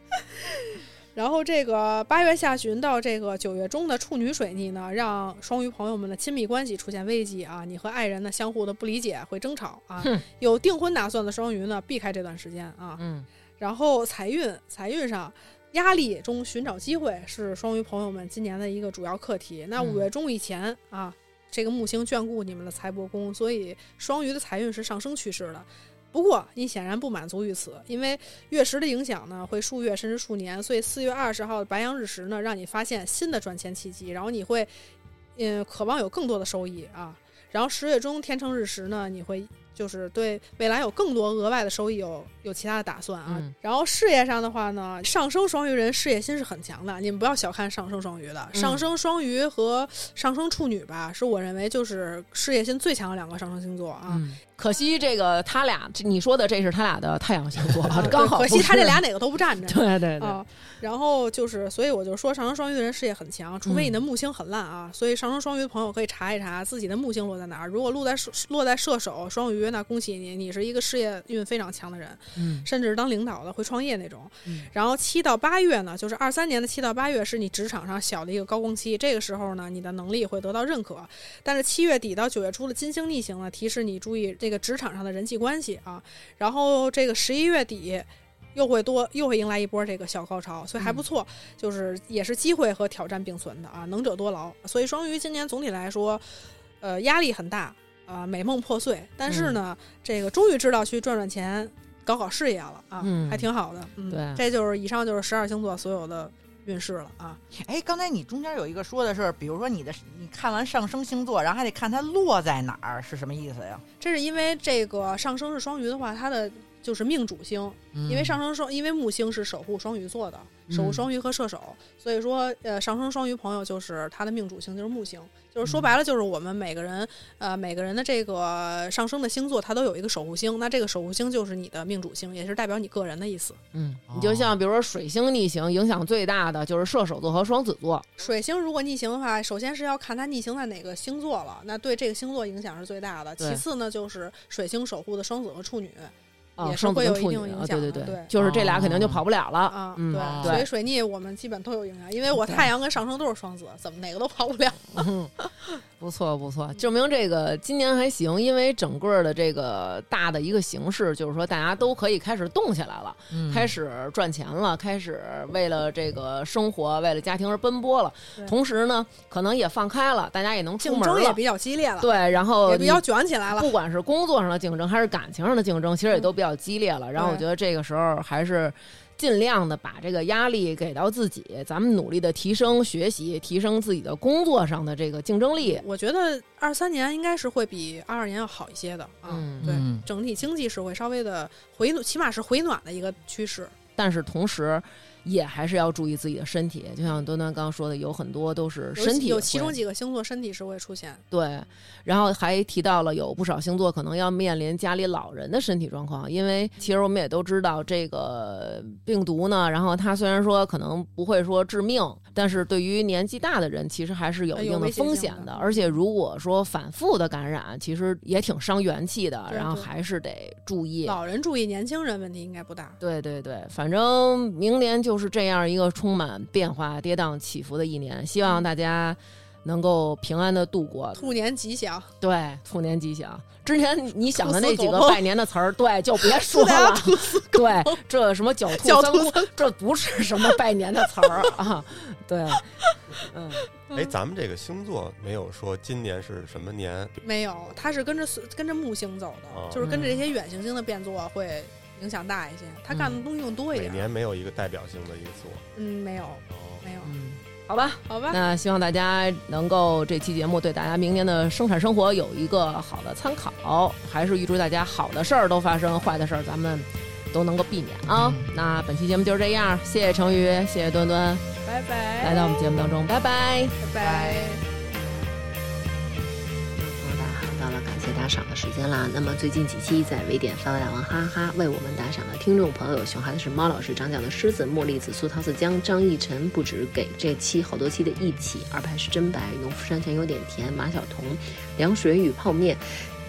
[SPEAKER 1] 然后这个八月下旬到这个九月中的处女水逆呢，让双鱼朋友们的亲密关系出现危机啊！你和爱人呢相互的不理解会争吵啊
[SPEAKER 2] 哼。
[SPEAKER 1] 有订婚打算的双鱼呢，避开这段时间啊。
[SPEAKER 2] 嗯，
[SPEAKER 1] 然后财运，财运上。压力中寻找机会是双鱼朋友们今年的一个主要课题。那
[SPEAKER 2] 嗯
[SPEAKER 1] 五月中以前、啊，这个木星眷顾你们的财帛宫，所以双鱼的财运是上升趋势的。不过你显然不满足于此，因为月食的影响呢会数月甚至数年，所以四月二十号的白羊日食呢，让你发现新的赚钱契机，然后你会，嗯，渴望有更多的收益啊。然后十月中天秤日食呢，你会就是对未来有更多额外的收益有有其他的打算啊。
[SPEAKER 2] 嗯
[SPEAKER 1] 然后事业上的话呢，上升双鱼人事业心是很强的，你们不要小看上升双鱼的，
[SPEAKER 2] 嗯
[SPEAKER 1] 上升双鱼和上升处女吧，是我认为就是事业心最强的两个上升星座啊。
[SPEAKER 2] 嗯，可惜这个他俩，这你说的这是他俩的太阳星座
[SPEAKER 1] 啊，
[SPEAKER 2] 刚
[SPEAKER 1] 对
[SPEAKER 2] 好
[SPEAKER 1] 可惜
[SPEAKER 2] 不
[SPEAKER 1] 他这
[SPEAKER 2] 是
[SPEAKER 1] 俩，哪个都不占着。
[SPEAKER 2] 对对对，
[SPEAKER 1] 啊，然后就是，所以我就说上升双鱼的人事业很强，除非你的
[SPEAKER 2] 嗯
[SPEAKER 1] 木星很烂啊。所以上升双鱼的朋友可以查一查自己的木星落在哪儿。如果落在射落在射手、双鱼，那恭喜你，你是一个事业运非常强的人，
[SPEAKER 2] 嗯
[SPEAKER 1] 甚至是当领导的、会创业那种。
[SPEAKER 2] 嗯
[SPEAKER 1] 然后七到八月呢，就是二三年的七到八月是你职场上小的一个高峰期，这个时候呢，你的能力会得到认可。但是七月底到九月初的金星逆行呢，提示你注意这个职场上的人际关系啊。然后这个十一月底。又会多，又会迎来一波这个小高潮，所以
[SPEAKER 2] 嗯
[SPEAKER 1] 还不错，就是也是机会和挑战并存的啊，能者多劳。所以双鱼今年总体来说，呃，压力很大啊、美梦破碎，但是呢，
[SPEAKER 2] 嗯
[SPEAKER 1] 这个终于知道去赚赚钱，搞搞事业了啊，
[SPEAKER 2] 嗯
[SPEAKER 1] 还挺好的。嗯，
[SPEAKER 2] 对啊
[SPEAKER 1] 这就是以上就是十二星座所有的运势了啊。
[SPEAKER 3] 哎，刚才你中间有一个说的是，比如说你的你看完上升星座，然后还得看它落在哪儿，是什么意思呀？
[SPEAKER 1] 这是因为这个上升是双鱼的话，它的就是命主星，因为上升双，因为木星是守护双鱼座的，守护
[SPEAKER 2] 嗯
[SPEAKER 1] 双鱼和射手，所以说呃，上升双鱼朋友就是他的命主星就是木星，就是
[SPEAKER 2] 嗯
[SPEAKER 1] 说白了就是我们每个人呃每个人的这个上升的星座，它都有一个守护星，那这个守护星就是你的命主星，也是代表你个人的意思。
[SPEAKER 2] 嗯，
[SPEAKER 5] 哦
[SPEAKER 2] 你就像比如说水星逆行，影响最大的就是射手座和双子座。
[SPEAKER 1] 水星如果逆行的话，首先是要看它逆行在哪个星座了，那对这个星座影响是最大的。
[SPEAKER 2] 对
[SPEAKER 1] 其次呢，就是水星守护的双子和处女，
[SPEAKER 2] 啊，
[SPEAKER 1] 也是
[SPEAKER 2] 双子
[SPEAKER 1] 会
[SPEAKER 2] 跟
[SPEAKER 1] 有一
[SPEAKER 2] 处女
[SPEAKER 1] 定影
[SPEAKER 2] 啊，
[SPEAKER 1] 响
[SPEAKER 2] 对
[SPEAKER 1] 的
[SPEAKER 2] 对
[SPEAKER 1] 对
[SPEAKER 2] 就是这俩肯定就跑不了了。
[SPEAKER 1] 啊，
[SPEAKER 2] 嗯
[SPEAKER 1] 对，
[SPEAKER 2] 对嗯
[SPEAKER 1] 所以水逆我们基本都有影响，因为我
[SPEAKER 2] 对
[SPEAKER 1] 太阳跟上升都是双子，怎么哪个都跑不了。
[SPEAKER 2] 嗯， 不错不错，证明这个今年还行，因为整个的这个大的一个形势，就是说大家都可以开始动起来了，
[SPEAKER 3] 嗯
[SPEAKER 2] 开始赚钱了，开始为了这个生活、为了家庭而奔波了
[SPEAKER 1] 对。
[SPEAKER 2] 同时呢，可能也放开了，大家也能出
[SPEAKER 1] 竞
[SPEAKER 2] 门
[SPEAKER 1] 争也
[SPEAKER 2] 了。
[SPEAKER 1] 比较激烈了，
[SPEAKER 2] 对，然后
[SPEAKER 1] 也比
[SPEAKER 2] 你
[SPEAKER 1] 较卷起来了。嗯
[SPEAKER 2] 不管是工作上的竞争还是感情上的竞争，其实也都比较激烈了。然后我觉得这个时候还是尽量的把这个压力给到自己，咱们努力的提升学习，提升自己的工作上的这个竞争力。
[SPEAKER 1] 我觉得二三年应该是会比二二年要好一些的啊，
[SPEAKER 2] 嗯
[SPEAKER 1] 对，
[SPEAKER 3] 嗯
[SPEAKER 1] 整体经济是会稍微的回暖，起码是回暖的一个趋势。
[SPEAKER 2] 但是同时，也还是要注意自己的身体。就像端端刚刚说的，有很多都是
[SPEAKER 1] 有
[SPEAKER 2] 身体
[SPEAKER 1] 有其中
[SPEAKER 2] 会
[SPEAKER 1] 几个星座身体是会出现，
[SPEAKER 2] 对，然后还提到了有不少星座可能要面临家里老人的身体状况，因为其实我们也都知道这个病毒呢，然后它虽然说可能不会说致命，但是对于年纪大的人其实还是有
[SPEAKER 1] 哎
[SPEAKER 2] 一
[SPEAKER 1] 有
[SPEAKER 2] 定的
[SPEAKER 1] 威胁
[SPEAKER 2] 风
[SPEAKER 1] 性
[SPEAKER 2] 险
[SPEAKER 1] 的
[SPEAKER 2] 的，而且如果说反复的感染，其实也挺伤元气的，
[SPEAKER 1] 对
[SPEAKER 2] 然后
[SPEAKER 1] 对
[SPEAKER 2] 还是得注意。
[SPEAKER 1] 老人注意，年轻人问题应该不大。
[SPEAKER 2] 对对对，反正明年就是这样一个充满变化、跌宕起伏的一年，希望大家能够平安的度过。
[SPEAKER 1] 嗯兔年吉祥，
[SPEAKER 2] 对，兔年吉祥。之前你想的
[SPEAKER 1] 兔死
[SPEAKER 2] 那几
[SPEAKER 1] 狗啊
[SPEAKER 2] 个
[SPEAKER 1] 烹
[SPEAKER 2] 拜年的词儿，对，就别说
[SPEAKER 1] 大家
[SPEAKER 2] 了。 对，这什么狡兔
[SPEAKER 1] 狡
[SPEAKER 2] 三
[SPEAKER 1] 兔
[SPEAKER 2] 窟，这不是什么拜年的词儿啊。 对，嗯，
[SPEAKER 5] 哎，咱们这个星座没有说今年是什么年，
[SPEAKER 1] 没有，它是跟着随跟着木星走的，
[SPEAKER 5] 哦
[SPEAKER 1] 就是跟着
[SPEAKER 2] 嗯
[SPEAKER 1] 这些远行星的变作会影响大一些，它干
[SPEAKER 2] 嗯
[SPEAKER 1] 的东西更多一
[SPEAKER 5] 每
[SPEAKER 1] 点。
[SPEAKER 5] 年没有一个代表性的一个座。
[SPEAKER 1] 嗯，没有，
[SPEAKER 5] 哦，
[SPEAKER 1] 没有，
[SPEAKER 2] 嗯好吧，
[SPEAKER 1] 好吧，
[SPEAKER 2] 那希望大家能够这期节目对大家明年的生产生活有一个好的参考，还是预祝大家好的事儿都发生，坏的事儿咱们都能够避免啊。
[SPEAKER 1] 嗯
[SPEAKER 2] 那本期节目就是这样，谢谢成宇，谢谢端端
[SPEAKER 1] 拜拜，
[SPEAKER 2] 来到我们节目当中，拜拜。
[SPEAKER 1] 拜拜。
[SPEAKER 6] 好吧，到了感谢打赏的时间啦。那么最近几期在微点发大王哈哈为我们打赏的听众朋友，熊孩子是猫老师、长角的狮子、茉莉紫苏、桃子江、张逸晨，不止给这期好多期的一起，二排是真白、农夫山泉有点甜、马晓彤、凉水与泡面。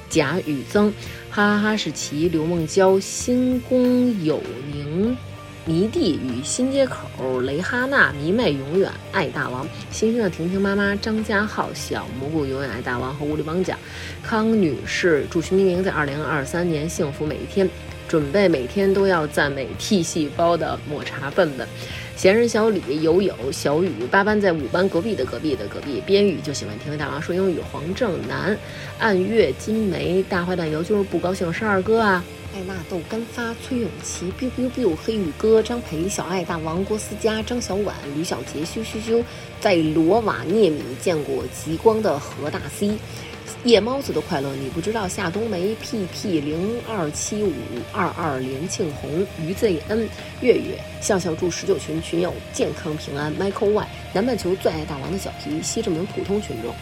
[SPEAKER 6] 贾雨增，哈哈哈士奇、刘梦娇、新宫有宁、迷弟与新街口、雷哈娜、迷妹永远爱大王、新生的婷婷妈妈、张家浩、小蘑菇永远爱大王和无力帮讲。康女士祝徐明明在二零二三年幸福每一天，准备每天都要赞美 T 细胞的抹茶笨笨。闲人小李、友友、小雨、八班在五班隔壁的隔壁的隔壁，边雨就喜欢听大王说英语。黄正南、暗月、金梅、大坏蛋尤就是不高兴，是二哥啊。艾纳豆干发、崔永琪、biu biu biu、黑羽哥、张培、小爱、大王、郭思佳、张小婉、吕小杰、羞羞羞，在罗瓦涅米见过极光的何大 C。夜猫子的快乐，你不知道。夏冬梅、PP 零二七五二二、连庆红、于 ZN、月月、笑笑祝十九群群友健康平安。Michael Y 南半球最爱大王的小皮，西直门普通群众。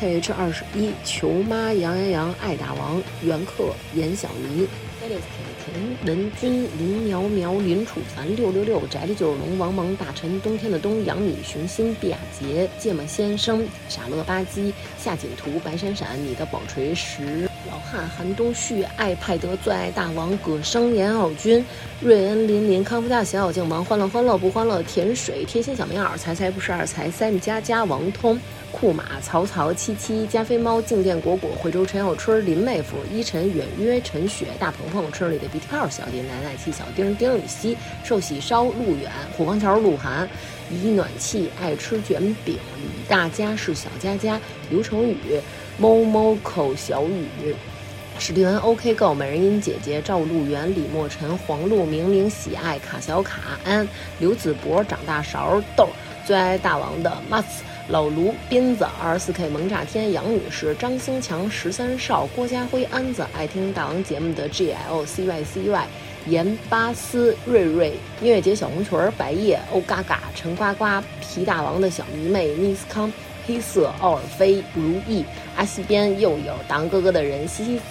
[SPEAKER 6] KH 二十一、球妈、杨洋洋、爱大王、袁克、严小妮、Felix、甜甜、文君、林苗苗、林楚凡、六六六、宅里九龙、王蒙、大陈、冬天的冬、杨米、熊心、毕雅杰、芥末先生、傻乐吧唧、夏锦图、白闪闪、你的宝锤石、老汉、韩东旭、爱派德、最爱大王、葛生、严傲君、瑞恩、林林、康复大、小小静、王欢乐、欢乐不欢乐、甜水、贴心小棉袄、财财不是二财、三米佳佳、王通。库马、曹操、七七、加菲猫、静电果果、惠州陈小春、林妹夫、依晨、远约、陈雪、大鹏鹏、春里的鼻涕泡、小蝶、奶奶气、小丁、丁禹兮、寿喜烧、陆远、虎坊桥、鹿晗、以暖气、爱吃卷饼、李大家是小佳佳、刘成宇、猫猫口小雨。史蒂文 OK Go 美人音姐姐赵露媛李莫尘黄璐明明喜爱卡小卡安刘子博长大勺豆儿最爱大王的 m a s 老卢斌子二十四 K 萌炸天杨女士张兴强十三少郭家辉安子爱听大王节目的 G L C Y C Y 严巴斯瑞瑞音乐节小红裙儿白夜欧嘎嘎陈呱呱皮大王的小迷妹 Miss 康黑色奥尔菲如意阿西边又有达哥哥的人西西子。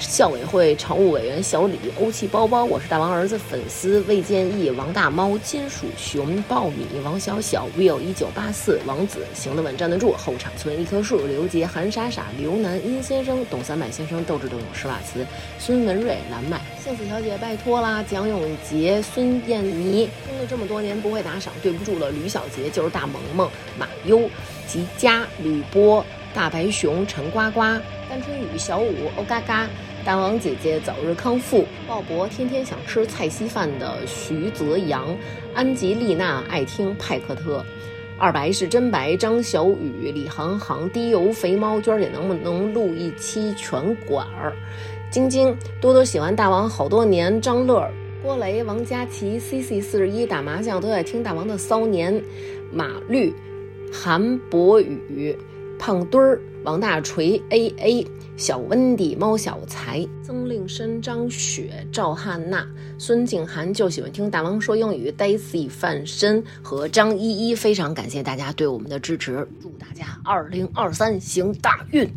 [SPEAKER 6] 校委会常务委员小李、欧气包包，我是大王儿子粉丝魏建义、王大猫、金属熊、爆米、王小小、Will 一九八四、王子、行得稳站得住、后场村一棵树、刘杰、韩傻傻、刘楠、殷先生、董三百先生、斗智斗勇、施瓦茨、孙文瑞、蓝麦、幸子小姐，拜托啦！蒋永杰、孙燕妮，听了这么多年不会打赏，对不住了。吕小杰就是大萌萌、马优、吉佳、吕波、大白熊、陈呱呱、甘春雨、小五、欧嘎嘎。大王姐姐早日康复。鲍勃天天想吃菜稀饭的徐泽阳，安吉丽娜爱听派克特，二白是真白，张小雨、李航航、低油肥猫，娟儿姐能不能录一期拳馆儿？晶晶多多喜欢大王好多年，张乐儿、郭雷、王佳琪、C C 四十一打麻将都在听大王的骚年，马律、韩博宇、胖墩儿、王大锤、A A。小温迪、猫小才、曾令申、张雪、赵汉娜、孙静涵就喜欢听大王说英语，Daisy、范申和张依依，非常感谢大家对我们的支持，祝大家二零二三行大运！